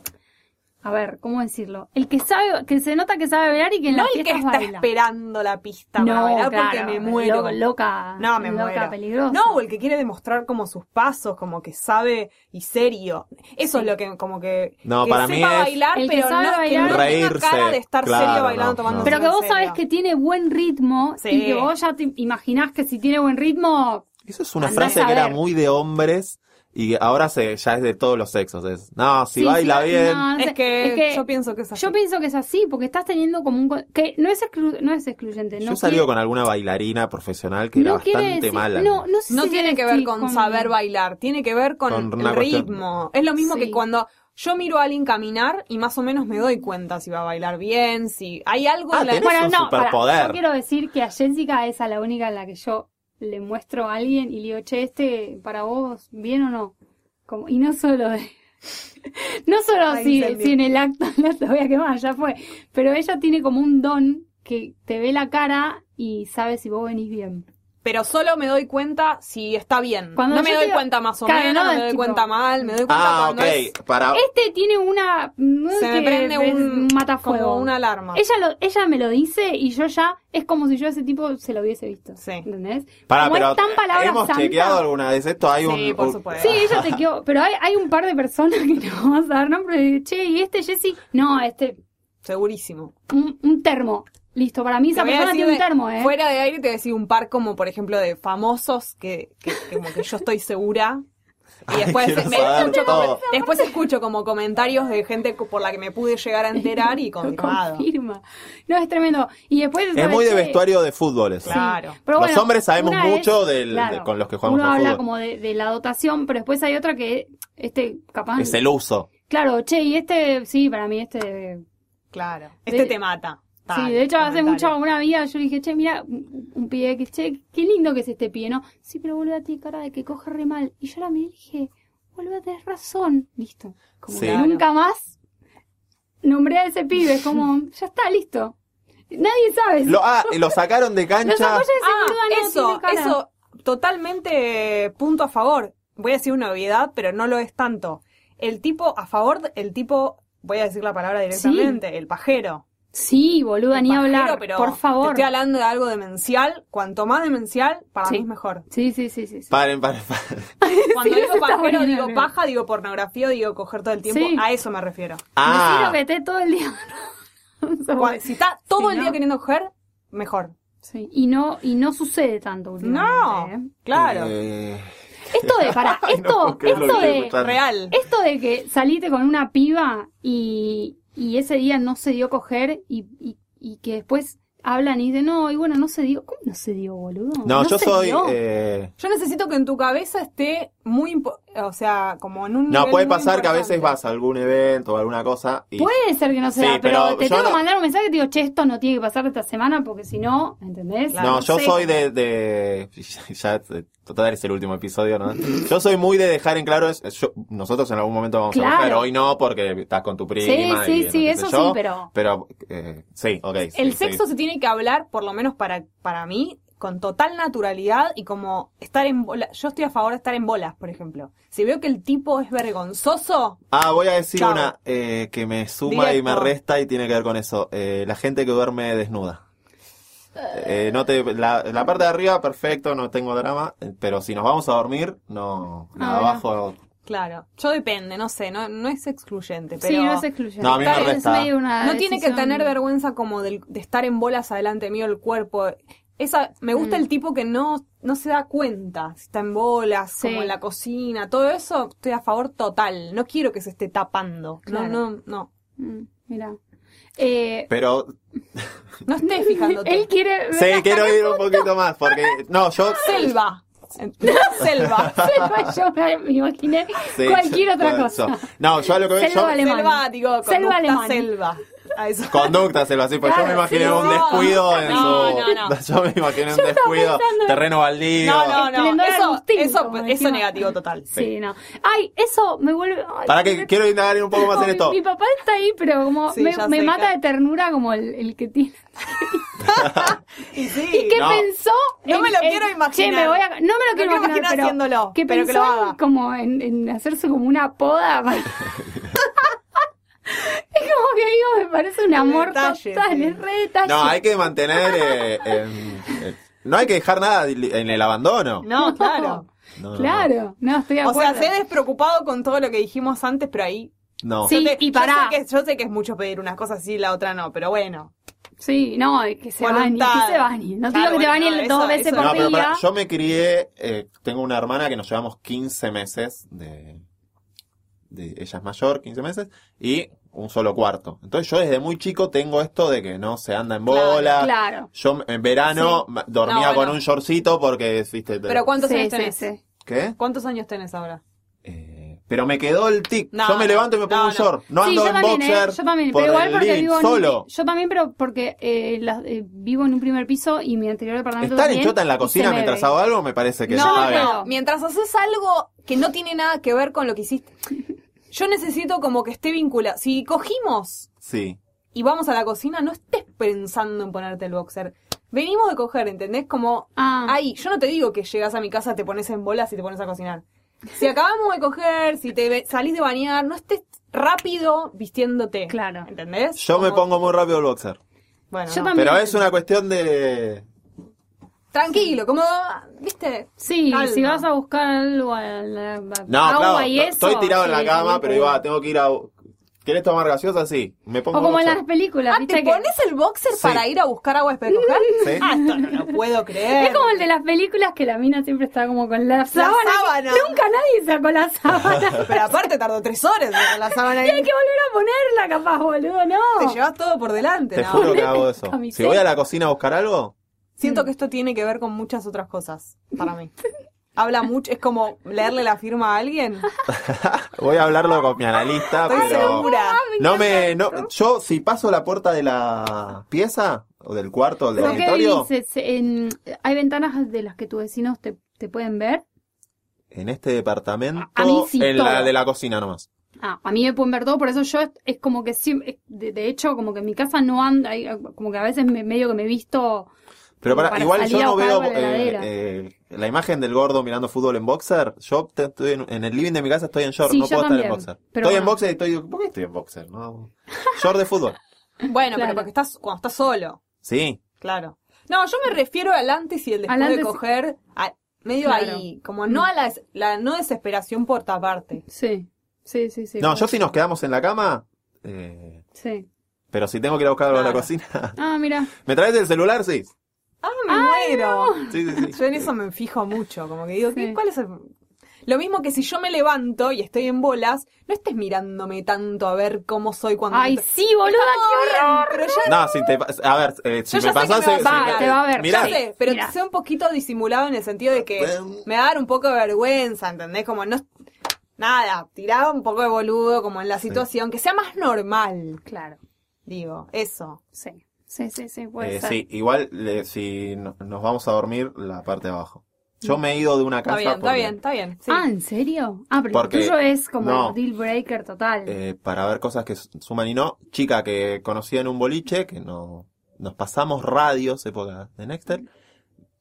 [SPEAKER 3] a ver, ¿cómo decirlo? El que sabe, que se nota que sabe bailar y que en
[SPEAKER 4] No
[SPEAKER 3] las
[SPEAKER 4] el que
[SPEAKER 3] fiestas
[SPEAKER 4] está
[SPEAKER 3] baila.
[SPEAKER 4] esperando la pista para bailar porque me muero.
[SPEAKER 3] lo- loca,
[SPEAKER 4] No, me
[SPEAKER 3] loca
[SPEAKER 4] muero.
[SPEAKER 3] peligrosa.
[SPEAKER 4] No, o el que quiere demostrar como sus pasos, como que sabe y serio. Eso es lo que como que,
[SPEAKER 2] No,
[SPEAKER 4] que
[SPEAKER 2] para
[SPEAKER 4] sepa
[SPEAKER 2] mí es-
[SPEAKER 4] bailar,
[SPEAKER 3] El que
[SPEAKER 4] pero
[SPEAKER 3] sabe
[SPEAKER 4] no,
[SPEAKER 3] bailar-
[SPEAKER 4] que no tenga
[SPEAKER 2] Reírse,
[SPEAKER 4] cara de estar
[SPEAKER 2] claro,
[SPEAKER 4] serio bailando
[SPEAKER 2] no,
[SPEAKER 4] tomando
[SPEAKER 2] no.
[SPEAKER 3] pero que vos sabés
[SPEAKER 4] sabes
[SPEAKER 3] que tiene buen ritmo
[SPEAKER 4] Sí.
[SPEAKER 3] y que vos ya te imaginás que si tiene buen ritmo,
[SPEAKER 2] Eso es una
[SPEAKER 3] Andá a
[SPEAKER 2] frase que era
[SPEAKER 3] saber.
[SPEAKER 2] muy de hombres y ahora se, ya es de todos los sexos. Es, no, si
[SPEAKER 3] sí,
[SPEAKER 2] baila
[SPEAKER 3] sí,
[SPEAKER 2] bien.
[SPEAKER 3] no, no sé.
[SPEAKER 4] es que,
[SPEAKER 3] Es que
[SPEAKER 4] yo pienso que es así.
[SPEAKER 3] yo pienso que es así porque estás teniendo como un co- que no es exclu- no es excluyente, no
[SPEAKER 2] Yo he salido
[SPEAKER 3] quiere-
[SPEAKER 2] con alguna bailarina profesional que era
[SPEAKER 3] no quiere
[SPEAKER 2] bastante
[SPEAKER 3] decir-
[SPEAKER 2] mala.
[SPEAKER 3] No, no, sé
[SPEAKER 4] no
[SPEAKER 3] si
[SPEAKER 4] tiene que ver
[SPEAKER 3] decir
[SPEAKER 4] con, saber bailar, tiene que ver con,
[SPEAKER 2] Con una
[SPEAKER 4] el
[SPEAKER 2] cuestión-
[SPEAKER 4] ritmo. Es lo mismo
[SPEAKER 3] Sí.
[SPEAKER 4] que cuando yo miro a alguien caminar y más o menos me doy cuenta si va a bailar bien, si hay algo
[SPEAKER 2] Ah,
[SPEAKER 4] en la-
[SPEAKER 2] tenés-
[SPEAKER 3] Bueno,
[SPEAKER 2] un
[SPEAKER 3] no, pará,
[SPEAKER 2] superpoder.
[SPEAKER 3] yo quiero decir que a Jessica es a la única en la que yo le muestro a alguien y le digo, che, este para vos, ¿bien o no? Como, y no solo de- <laughs> no solo
[SPEAKER 4] Ay,
[SPEAKER 3] si,
[SPEAKER 4] incendio.
[SPEAKER 3] si en el acto <laughs> no te voy a quemar, ya fue. Pero ella tiene como un don que te ve la cara y sabe si vos venís bien.
[SPEAKER 4] pero solo me doy cuenta si está bien.
[SPEAKER 3] Cuando
[SPEAKER 4] no me
[SPEAKER 3] yo
[SPEAKER 4] doy
[SPEAKER 3] te-
[SPEAKER 4] cuenta más o
[SPEAKER 3] Claro, no,
[SPEAKER 4] menos, no me
[SPEAKER 3] es
[SPEAKER 4] doy
[SPEAKER 3] tipo-
[SPEAKER 4] cuenta mal, me doy cuenta
[SPEAKER 2] ah, ok.
[SPEAKER 4] cuando es-
[SPEAKER 2] Para...
[SPEAKER 3] Este tiene una no
[SPEAKER 4] se
[SPEAKER 3] sé,
[SPEAKER 4] me prende
[SPEAKER 3] es
[SPEAKER 4] un
[SPEAKER 3] matafuego.
[SPEAKER 4] como una alarma.
[SPEAKER 3] Ella lo, ella me lo dice y yo ya es como si yo a ese tipo se lo hubiese visto.
[SPEAKER 4] Sí.
[SPEAKER 3] ¿Entendés?
[SPEAKER 2] Pará,
[SPEAKER 3] Como
[SPEAKER 2] pero
[SPEAKER 3] es tan palabra
[SPEAKER 2] hemos
[SPEAKER 3] santa-
[SPEAKER 2] chequeado alguna vez esto. Hay
[SPEAKER 4] Sí,
[SPEAKER 2] un,
[SPEAKER 4] por
[SPEAKER 2] un-
[SPEAKER 4] supuesto. <laughs>
[SPEAKER 3] Sí, ella te quedó. Pero hay, hay un par de personas que no vamos a dar nombre. de, Che, ¿y este Jessy? No, este.
[SPEAKER 4] Segurísimo.
[SPEAKER 3] Un, un termo. Listo, para mí esa
[SPEAKER 4] Te voy a
[SPEAKER 3] persona
[SPEAKER 4] decir
[SPEAKER 3] tiene un
[SPEAKER 4] de-
[SPEAKER 3] termo, ¿eh?
[SPEAKER 4] Fuera de aire te decía un par como, por ejemplo, de famosos que, que- que como que yo
[SPEAKER 2] <laughs>
[SPEAKER 4] estoy segura. Y
[SPEAKER 2] Ay,
[SPEAKER 4] después,
[SPEAKER 2] quiero
[SPEAKER 4] <laughs> me-
[SPEAKER 2] saber
[SPEAKER 4] escucho, como-
[SPEAKER 2] todo.
[SPEAKER 4] después escucho como comentarios de gente co- por la que me pude llegar
[SPEAKER 3] <laughs>
[SPEAKER 4] a enterar y
[SPEAKER 3] Lo
[SPEAKER 4] confirmado.
[SPEAKER 3] confirma. No, es tremendo. Y después.
[SPEAKER 2] Es
[SPEAKER 3] ¿sabes
[SPEAKER 2] muy de
[SPEAKER 3] qué?
[SPEAKER 2] vestuario de fútbol eso.
[SPEAKER 4] Claro.
[SPEAKER 3] Pero
[SPEAKER 2] Los
[SPEAKER 3] bueno,
[SPEAKER 2] hombres sabemos
[SPEAKER 3] una es-
[SPEAKER 2] mucho del- de- con los que jugamos
[SPEAKER 3] Uno
[SPEAKER 2] al
[SPEAKER 3] habla
[SPEAKER 2] fútbol.
[SPEAKER 3] como de, de la dotación, pero después hay otra que. Este, capaz.
[SPEAKER 2] Es el uso.
[SPEAKER 3] Claro, che, y este. Sí, para mí este.
[SPEAKER 4] Claro. Este
[SPEAKER 3] De-
[SPEAKER 4] te mata.
[SPEAKER 3] Sí,
[SPEAKER 4] Tal,
[SPEAKER 3] de hecho hace
[SPEAKER 4] comentario.
[SPEAKER 3] mucho una vida yo dije, che, mira, un un pibe que, che, qué lindo que es este pibe, ¿no? Sí, pero boluda tiene cara de que coge re mal. Y yo la me dije, boluda, tenés razón. Listo. Como
[SPEAKER 2] Sí.
[SPEAKER 3] que nunca más nombré a ese pibe, como, ya está, listo. Nadie sabe.
[SPEAKER 2] Lo, ah, lo sacaron de
[SPEAKER 3] Los
[SPEAKER 2] cancha.
[SPEAKER 3] apoyos de
[SPEAKER 4] Ah,
[SPEAKER 3] seguro no
[SPEAKER 4] eso,
[SPEAKER 3] tiene cara.
[SPEAKER 4] eso, totalmente eh, punto a favor. Voy a decir una obviedad, pero no lo es tanto. El tipo a favor, el tipo, voy a decir la palabra directamente, el pajero.
[SPEAKER 3] Sí, boluda,
[SPEAKER 4] El
[SPEAKER 3] ni
[SPEAKER 4] pajero,
[SPEAKER 3] hablar.
[SPEAKER 4] pero
[SPEAKER 3] por
[SPEAKER 4] te
[SPEAKER 3] favor.
[SPEAKER 4] estoy hablando de algo demencial. Cuanto más demencial, para
[SPEAKER 3] Sí.
[SPEAKER 4] mí es mejor.
[SPEAKER 3] Sí, sí, sí, sí. sí.
[SPEAKER 2] Paren, paren, paren.
[SPEAKER 3] <laughs>
[SPEAKER 4] Cuando
[SPEAKER 3] Sí,
[SPEAKER 4] digo
[SPEAKER 3] eso está
[SPEAKER 4] pajero,
[SPEAKER 3] bueno,
[SPEAKER 4] digo
[SPEAKER 3] ¿no?
[SPEAKER 4] paja, digo pornografía, digo coger todo el tiempo.
[SPEAKER 3] Sí.
[SPEAKER 4] A eso me refiero.
[SPEAKER 2] Ah,
[SPEAKER 3] Me todo el día. <laughs>
[SPEAKER 4] Cuando- si está
[SPEAKER 3] Sí,
[SPEAKER 4] todo el día
[SPEAKER 3] ¿no?
[SPEAKER 4] queriendo coger, mejor.
[SPEAKER 3] Sí, y no, y no sucede tanto
[SPEAKER 4] No,
[SPEAKER 3] últimamente. ¿eh?
[SPEAKER 4] claro.
[SPEAKER 2] eh,
[SPEAKER 3] Esto
[SPEAKER 2] <laughs>
[SPEAKER 3] de,
[SPEAKER 2] Ay,
[SPEAKER 3] para,
[SPEAKER 2] no
[SPEAKER 3] esto,
[SPEAKER 2] puedo creer lo
[SPEAKER 3] esto
[SPEAKER 2] que estoy
[SPEAKER 3] de,
[SPEAKER 2] escuchando.
[SPEAKER 4] Real.
[SPEAKER 3] esto de que saliste con una piba y, y ese día no se dio coger y, y, y que después hablan y dicen, no, y bueno, no se dio. ¿Cómo no se dio, boludo?
[SPEAKER 2] No, yo
[SPEAKER 3] se
[SPEAKER 2] soy.
[SPEAKER 3] dio.
[SPEAKER 2] eh,
[SPEAKER 4] Yo necesito que en tu cabeza esté muy, impo- o sea, como en un.
[SPEAKER 2] no,
[SPEAKER 4] nivel
[SPEAKER 2] puede
[SPEAKER 4] muy
[SPEAKER 2] pasar que a veces
[SPEAKER 4] importante.
[SPEAKER 2] vas a algún evento o alguna cosa y.
[SPEAKER 3] Puede ser que no se
[SPEAKER 2] Sí,
[SPEAKER 3] da, pero,
[SPEAKER 2] pero yo
[SPEAKER 3] te tengo que
[SPEAKER 2] no-
[SPEAKER 3] mandar un mensaje y te digo, che, esto no tiene que pasar esta semana porque si no, ¿entendés?
[SPEAKER 4] Claro.
[SPEAKER 2] No, yo
[SPEAKER 4] sí.
[SPEAKER 2] soy de, de- <laughs> ya, eh, total es el último episodio, ¿no? Yo soy muy de dejar en claro, es- es- yo- nosotros en algún momento vamos
[SPEAKER 3] Claro.
[SPEAKER 2] a buscar, hoy no porque estás con tu
[SPEAKER 3] Sí,
[SPEAKER 2] prima. y
[SPEAKER 3] sí,
[SPEAKER 2] no
[SPEAKER 3] sí,
[SPEAKER 2] qué
[SPEAKER 3] eso
[SPEAKER 2] sé yo,
[SPEAKER 3] sí, pero...
[SPEAKER 2] Pero, eh, sí, ok. sí,
[SPEAKER 4] El
[SPEAKER 2] sí.
[SPEAKER 4] sexo se tiene que hablar, por lo menos para, para mí, con total naturalidad y como estar en bola. Yo estoy a favor de estar en bolas, por ejemplo. Si veo que el tipo es vergonzoso,
[SPEAKER 2] Ah, voy a decir
[SPEAKER 4] Chao.
[SPEAKER 2] una eh, que me suma y me
[SPEAKER 4] Directo.
[SPEAKER 2] resta y tiene que ver con eso. Eh, la gente que duerme desnuda. Eh, no te, la, la parte de arriba, perfecto, no tengo drama, eh, pero si nos vamos a dormir, no, la de
[SPEAKER 3] Ah,
[SPEAKER 2] abajo.
[SPEAKER 4] claro. Yo depende, no sé, no, no es excluyente. Pero
[SPEAKER 3] Sí, no es excluyente.
[SPEAKER 2] No, a mí me
[SPEAKER 3] Está bien, es
[SPEAKER 2] resta.
[SPEAKER 3] medio una
[SPEAKER 4] No tiene que
[SPEAKER 3] decisión-
[SPEAKER 4] tener vergüenza como del- de, estar en bolas adelante mío el cuerpo. Esa, me gusta
[SPEAKER 3] Mm.
[SPEAKER 4] el tipo que no, no se da cuenta si está en bolas,
[SPEAKER 3] Sí.
[SPEAKER 4] como en la cocina, todo eso estoy a favor total. No quiero que se esté tapando.
[SPEAKER 3] Claro.
[SPEAKER 4] No, no, no.
[SPEAKER 3] Mm, Mira. Eh,
[SPEAKER 2] Pero
[SPEAKER 3] <laughs>
[SPEAKER 4] No estés fijándote.
[SPEAKER 3] él quiere.
[SPEAKER 2] sí, quiero ir un poquito más, porque no, yo
[SPEAKER 4] Selva. <laughs> Selva.
[SPEAKER 3] <laughs> Selva, yo me- me imaginé
[SPEAKER 2] Sí,
[SPEAKER 3] cualquier otra
[SPEAKER 2] yo-
[SPEAKER 3] cosa.
[SPEAKER 2] yo- No, yo a lo que veo,
[SPEAKER 3] Selva
[SPEAKER 2] yo,
[SPEAKER 3] alemana.
[SPEAKER 4] Selva, digo, conducta
[SPEAKER 3] Selva alemana.
[SPEAKER 4] selva. A eso.
[SPEAKER 2] conducta selva, sí, porque
[SPEAKER 3] Claro,
[SPEAKER 2] pues yo me imaginé
[SPEAKER 3] sí,
[SPEAKER 2] un
[SPEAKER 4] no.
[SPEAKER 2] descuido en
[SPEAKER 4] No,
[SPEAKER 2] su.
[SPEAKER 4] no, no.
[SPEAKER 2] <laughs> Yo me imaginé un
[SPEAKER 3] Yo estaba
[SPEAKER 2] descuido,
[SPEAKER 3] pensando en-
[SPEAKER 2] terreno baldío.
[SPEAKER 4] No, no, no.
[SPEAKER 3] Esplendor
[SPEAKER 4] Eso,
[SPEAKER 3] Agustín,
[SPEAKER 4] eso,
[SPEAKER 3] como
[SPEAKER 4] eso
[SPEAKER 3] decimos.
[SPEAKER 4] negativo total.
[SPEAKER 3] Sí, no. Ay, eso me vuelve. ay,
[SPEAKER 2] Para
[SPEAKER 3] me-
[SPEAKER 2] que quiero indagar un poco más en
[SPEAKER 3] mi-
[SPEAKER 2] esto.
[SPEAKER 3] Mi papá está ahí, pero como
[SPEAKER 4] Sí,
[SPEAKER 3] me,
[SPEAKER 4] ya
[SPEAKER 3] me
[SPEAKER 4] sé,
[SPEAKER 3] mata
[SPEAKER 4] claro.
[SPEAKER 3] de ternura como el, el que tiene.
[SPEAKER 4] <laughs> Y sí.
[SPEAKER 3] ¿Y qué
[SPEAKER 2] no.
[SPEAKER 3] pensó?
[SPEAKER 4] No
[SPEAKER 3] en-
[SPEAKER 4] me lo
[SPEAKER 3] en-
[SPEAKER 4] quiero imaginar.
[SPEAKER 3] Che, me voy a- no me lo
[SPEAKER 4] No
[SPEAKER 3] quiero
[SPEAKER 4] quiero
[SPEAKER 3] imaginar,
[SPEAKER 4] imaginar
[SPEAKER 3] pero
[SPEAKER 4] haciéndolo,
[SPEAKER 3] Que
[SPEAKER 4] pero
[SPEAKER 3] pensó
[SPEAKER 4] que lo
[SPEAKER 3] en
[SPEAKER 4] haga.
[SPEAKER 3] como en, en hacerse como una poda. <laughs> para- es como que digo, me parece un amor
[SPEAKER 4] detalle,
[SPEAKER 3] total,
[SPEAKER 4] sí.
[SPEAKER 3] es re detalle.
[SPEAKER 2] No, hay que mantener. eh, en- eh, no hay que dejar nada li- en el abandono.
[SPEAKER 4] No, claro.
[SPEAKER 2] No, no,
[SPEAKER 3] Claro, no, estoy <laughs> de
[SPEAKER 4] O
[SPEAKER 3] acuerdo.
[SPEAKER 4] sea, sé despreocupado con todo lo que dijimos antes, pero ahí.
[SPEAKER 2] No.
[SPEAKER 3] Sí,
[SPEAKER 4] yo te-
[SPEAKER 3] y
[SPEAKER 4] yo
[SPEAKER 3] pará.
[SPEAKER 4] sé que- Yo sé, que, es mucho pedir una cosa así y la otra no, pero bueno.
[SPEAKER 3] Sí, no, es que se bañe,
[SPEAKER 4] Voluntad.
[SPEAKER 3] que se bañe. No te digo
[SPEAKER 4] Claro,
[SPEAKER 3] que te
[SPEAKER 4] bueno,
[SPEAKER 3] bañe
[SPEAKER 4] no,
[SPEAKER 3] dos
[SPEAKER 4] eso-
[SPEAKER 3] veces
[SPEAKER 4] eso
[SPEAKER 3] por
[SPEAKER 2] No, pero
[SPEAKER 3] día.
[SPEAKER 2] pará, yo me crié, eh, tengo una hermana que nos llevamos 15 meses de, de ella es mayor, 15 meses, y un solo cuarto. Entonces yo desde muy chico tengo esto de que no se anda en
[SPEAKER 4] Claro,
[SPEAKER 2] bola.
[SPEAKER 3] Claro.
[SPEAKER 2] Yo en verano ma- dormía
[SPEAKER 4] No,
[SPEAKER 2] con
[SPEAKER 4] no.
[SPEAKER 2] un shortcito porque, viste, te-
[SPEAKER 4] Pero ¿cuántos
[SPEAKER 3] Sí,
[SPEAKER 4] años
[SPEAKER 3] sí,
[SPEAKER 4] tenés?
[SPEAKER 3] sí.
[SPEAKER 2] ¿qué?
[SPEAKER 4] ¿Cuántos años tenés ahora?
[SPEAKER 2] Eh, pero me quedó el tic.
[SPEAKER 4] No,
[SPEAKER 2] yo me levanto y me
[SPEAKER 4] no,
[SPEAKER 2] pongo un
[SPEAKER 4] no.
[SPEAKER 2] short. No
[SPEAKER 3] Sí,
[SPEAKER 2] ando
[SPEAKER 3] yo
[SPEAKER 2] en
[SPEAKER 3] también, ¿eh?
[SPEAKER 2] boxer.
[SPEAKER 3] Yo también,
[SPEAKER 2] por
[SPEAKER 3] pero igual
[SPEAKER 2] el
[SPEAKER 3] porque
[SPEAKER 2] living,
[SPEAKER 3] vivo en-
[SPEAKER 2] solo.
[SPEAKER 3] yo también, pero porque eh, las- eh, vivo en un primer piso y mi anterior departamento
[SPEAKER 2] Estar en
[SPEAKER 3] también,
[SPEAKER 2] chota en la
[SPEAKER 3] y
[SPEAKER 2] cocina
[SPEAKER 3] se me
[SPEAKER 2] mientras
[SPEAKER 3] ve.
[SPEAKER 2] hago algo me parece que
[SPEAKER 3] no
[SPEAKER 2] está bien.
[SPEAKER 3] puedo.
[SPEAKER 4] Mientras haces algo que no tiene nada que ver con lo que hiciste. Yo necesito como que esté vinculado. Si cogimos
[SPEAKER 2] Sí.
[SPEAKER 4] y vamos a la cocina, no estés pensando en ponerte el boxer. Venimos de coger, ¿entendés? Como
[SPEAKER 3] Ah,
[SPEAKER 4] Ay, yo no te digo que llegas a mi casa, te pones en bolas y te pones a cocinar. Si acabamos de coger, si te ve- salís de bañar, no estés rápido vistiéndote.
[SPEAKER 3] Claro.
[SPEAKER 4] ¿Entendés?
[SPEAKER 2] Yo me
[SPEAKER 4] Como-
[SPEAKER 2] pongo muy rápido el boxer.
[SPEAKER 4] Bueno,
[SPEAKER 3] Yo
[SPEAKER 4] no.
[SPEAKER 3] también.
[SPEAKER 2] Pero es una cuestión de.
[SPEAKER 4] tranquilo, como. ¿Viste?
[SPEAKER 3] sí,
[SPEAKER 4] Calma.
[SPEAKER 3] si vas a buscar algo a la- a-
[SPEAKER 2] No,
[SPEAKER 3] agua
[SPEAKER 2] claro.
[SPEAKER 3] y
[SPEAKER 2] to-
[SPEAKER 3] Ah, eso.
[SPEAKER 2] estoy tirado en
[SPEAKER 3] sí,
[SPEAKER 2] la cama,
[SPEAKER 3] también
[SPEAKER 2] pero
[SPEAKER 3] te digo.
[SPEAKER 2] iba, tengo que ir a. ¿Querés tomar gaseosa? Sí. Me pongo
[SPEAKER 3] O como en
[SPEAKER 2] boxer.
[SPEAKER 3] las películas,
[SPEAKER 4] Ah,
[SPEAKER 3] ¿viste?
[SPEAKER 4] ¿te
[SPEAKER 3] que-
[SPEAKER 4] pones el boxer
[SPEAKER 2] Sí.
[SPEAKER 4] para ir a buscar agua después de coger?
[SPEAKER 2] Sí.
[SPEAKER 4] Ah, esto no lo puedo creer.
[SPEAKER 3] Es como el de las películas que la mina siempre está como con la sábana.
[SPEAKER 4] <laughs> sábana.
[SPEAKER 3] Nunca nadie sacó
[SPEAKER 2] <laughs>
[SPEAKER 3] la sábana.
[SPEAKER 4] Pero aparte tardó tres horas en la sábana
[SPEAKER 3] Hay
[SPEAKER 4] ahí.
[SPEAKER 3] que volver a ponerla, capaz, boludo,
[SPEAKER 4] Te
[SPEAKER 3] no.
[SPEAKER 4] llevas todo por delante,
[SPEAKER 2] Te
[SPEAKER 4] ¿no?
[SPEAKER 2] juro
[SPEAKER 3] <laughs>
[SPEAKER 2] que hago eso.
[SPEAKER 3] Camiseta.
[SPEAKER 2] Si voy a la cocina a buscar algo,
[SPEAKER 4] Siento que esto tiene que ver con muchas otras cosas para <laughs> mí. Habla mucho, es como leerle la firma a alguien.
[SPEAKER 2] voy a hablarlo con mi analista,
[SPEAKER 4] Estoy
[SPEAKER 2] pero.
[SPEAKER 4] segura.
[SPEAKER 2] No me. No, yo, si paso la puerta de la pieza, o del cuarto, o del
[SPEAKER 3] ¿Pero qué
[SPEAKER 2] dormitorio,
[SPEAKER 3] dices? En- hay ventanas de las que tus vecinos te, te pueden ver.
[SPEAKER 2] en este departamento,
[SPEAKER 3] A mí sí,
[SPEAKER 2] en la
[SPEAKER 3] todo.
[SPEAKER 2] de la cocina nomás.
[SPEAKER 3] Ah, a mí me pueden ver todo, por eso yo es, es como que siempre, es- de, de hecho, como que en mi casa no anda, hay- como que a veces me, medio que me visto,
[SPEAKER 2] Pero
[SPEAKER 3] Como
[SPEAKER 2] para,
[SPEAKER 3] para
[SPEAKER 2] igual
[SPEAKER 3] salir
[SPEAKER 2] yo
[SPEAKER 3] a
[SPEAKER 2] no
[SPEAKER 3] buscar
[SPEAKER 2] veo
[SPEAKER 3] algo en la
[SPEAKER 2] eh,
[SPEAKER 3] heladera.
[SPEAKER 2] eh, la imagen del gordo mirando fútbol en boxer. Yo te- estoy en, en el living de mi casa estoy en short,
[SPEAKER 3] Sí,
[SPEAKER 2] no
[SPEAKER 3] yo
[SPEAKER 2] puedo
[SPEAKER 3] también,
[SPEAKER 2] estar en boxer.
[SPEAKER 3] pero
[SPEAKER 2] estoy en
[SPEAKER 3] bueno.
[SPEAKER 2] boxer y estoy... ¿Por qué estoy en boxer? No. Short de fútbol.
[SPEAKER 4] Bueno,
[SPEAKER 3] Claro.
[SPEAKER 4] pero porque estás cuando estás solo,
[SPEAKER 3] <laughs>
[SPEAKER 2] Sí.
[SPEAKER 4] claro. No, yo me refiero al antes y el después
[SPEAKER 3] Al
[SPEAKER 4] de
[SPEAKER 3] antes-
[SPEAKER 4] coger, a- medio
[SPEAKER 3] Claro.
[SPEAKER 4] ahí, como no a la, des- la no desesperación por taparte.
[SPEAKER 3] sí, sí, sí, sí.
[SPEAKER 2] No,
[SPEAKER 3] como-
[SPEAKER 2] yo si nos quedamos en la cama... eh,
[SPEAKER 3] Sí.
[SPEAKER 2] pero si tengo que ir a buscar algo a la
[SPEAKER 4] Claro.
[SPEAKER 2] cocina... <laughs>
[SPEAKER 3] Ah, mira.
[SPEAKER 2] ¿Me traes el celular? Sí.
[SPEAKER 4] Ah, me muero.
[SPEAKER 2] Sí, sí, sí.
[SPEAKER 3] <laughs>
[SPEAKER 4] Yo en eso me fijo mucho, como que digo,
[SPEAKER 3] Sí.
[SPEAKER 4] ¿qué- ¿cuál es el...? Lo mismo que si yo me levanto y estoy en bolas, no estés mirándome tanto a ver cómo soy cuando...
[SPEAKER 3] Ay,
[SPEAKER 4] me-
[SPEAKER 3] sí, boluda,
[SPEAKER 4] Todo
[SPEAKER 3] Ah, qué
[SPEAKER 4] bien,
[SPEAKER 3] horror.
[SPEAKER 4] Pero ya,
[SPEAKER 2] No, si te... pas- A ver, eh, si
[SPEAKER 4] Yo
[SPEAKER 2] me
[SPEAKER 4] ya sé que
[SPEAKER 2] pasas...
[SPEAKER 4] me
[SPEAKER 2] eh,
[SPEAKER 4] va
[SPEAKER 2] si
[SPEAKER 4] a-
[SPEAKER 3] Va,
[SPEAKER 2] me-
[SPEAKER 3] te va a ver.
[SPEAKER 2] Mirá. eh,
[SPEAKER 4] ya
[SPEAKER 3] sí,
[SPEAKER 4] sé, pero
[SPEAKER 3] mirá.
[SPEAKER 4] que sea un poquito disimulado en el sentido de que me va a dar un poco de vergüenza, ¿entendés? Como no... Nada, tiraba un poco de boludo como en la situación, que sea más normal,
[SPEAKER 3] Claro,
[SPEAKER 4] digo, eso.
[SPEAKER 3] sí. Sí, sí, sí, puede
[SPEAKER 2] Eh,
[SPEAKER 3] ser.
[SPEAKER 2] sí, igual le- si no- nos vamos a dormir, la parte de abajo. Yo
[SPEAKER 3] Mm.
[SPEAKER 2] me he ido de una
[SPEAKER 4] Está
[SPEAKER 2] casa
[SPEAKER 4] bien, está
[SPEAKER 2] porque-
[SPEAKER 4] bien, está bien. sí.
[SPEAKER 3] Ah, ¿en serio? Ah, pero
[SPEAKER 2] Porque-
[SPEAKER 3] el tuyo es como
[SPEAKER 2] no.
[SPEAKER 3] deal breaker total.
[SPEAKER 2] eh, para ver cosas que su- suman y no. Chica que conocía en un boliche, que no nos pasamos radios, época de Nextel.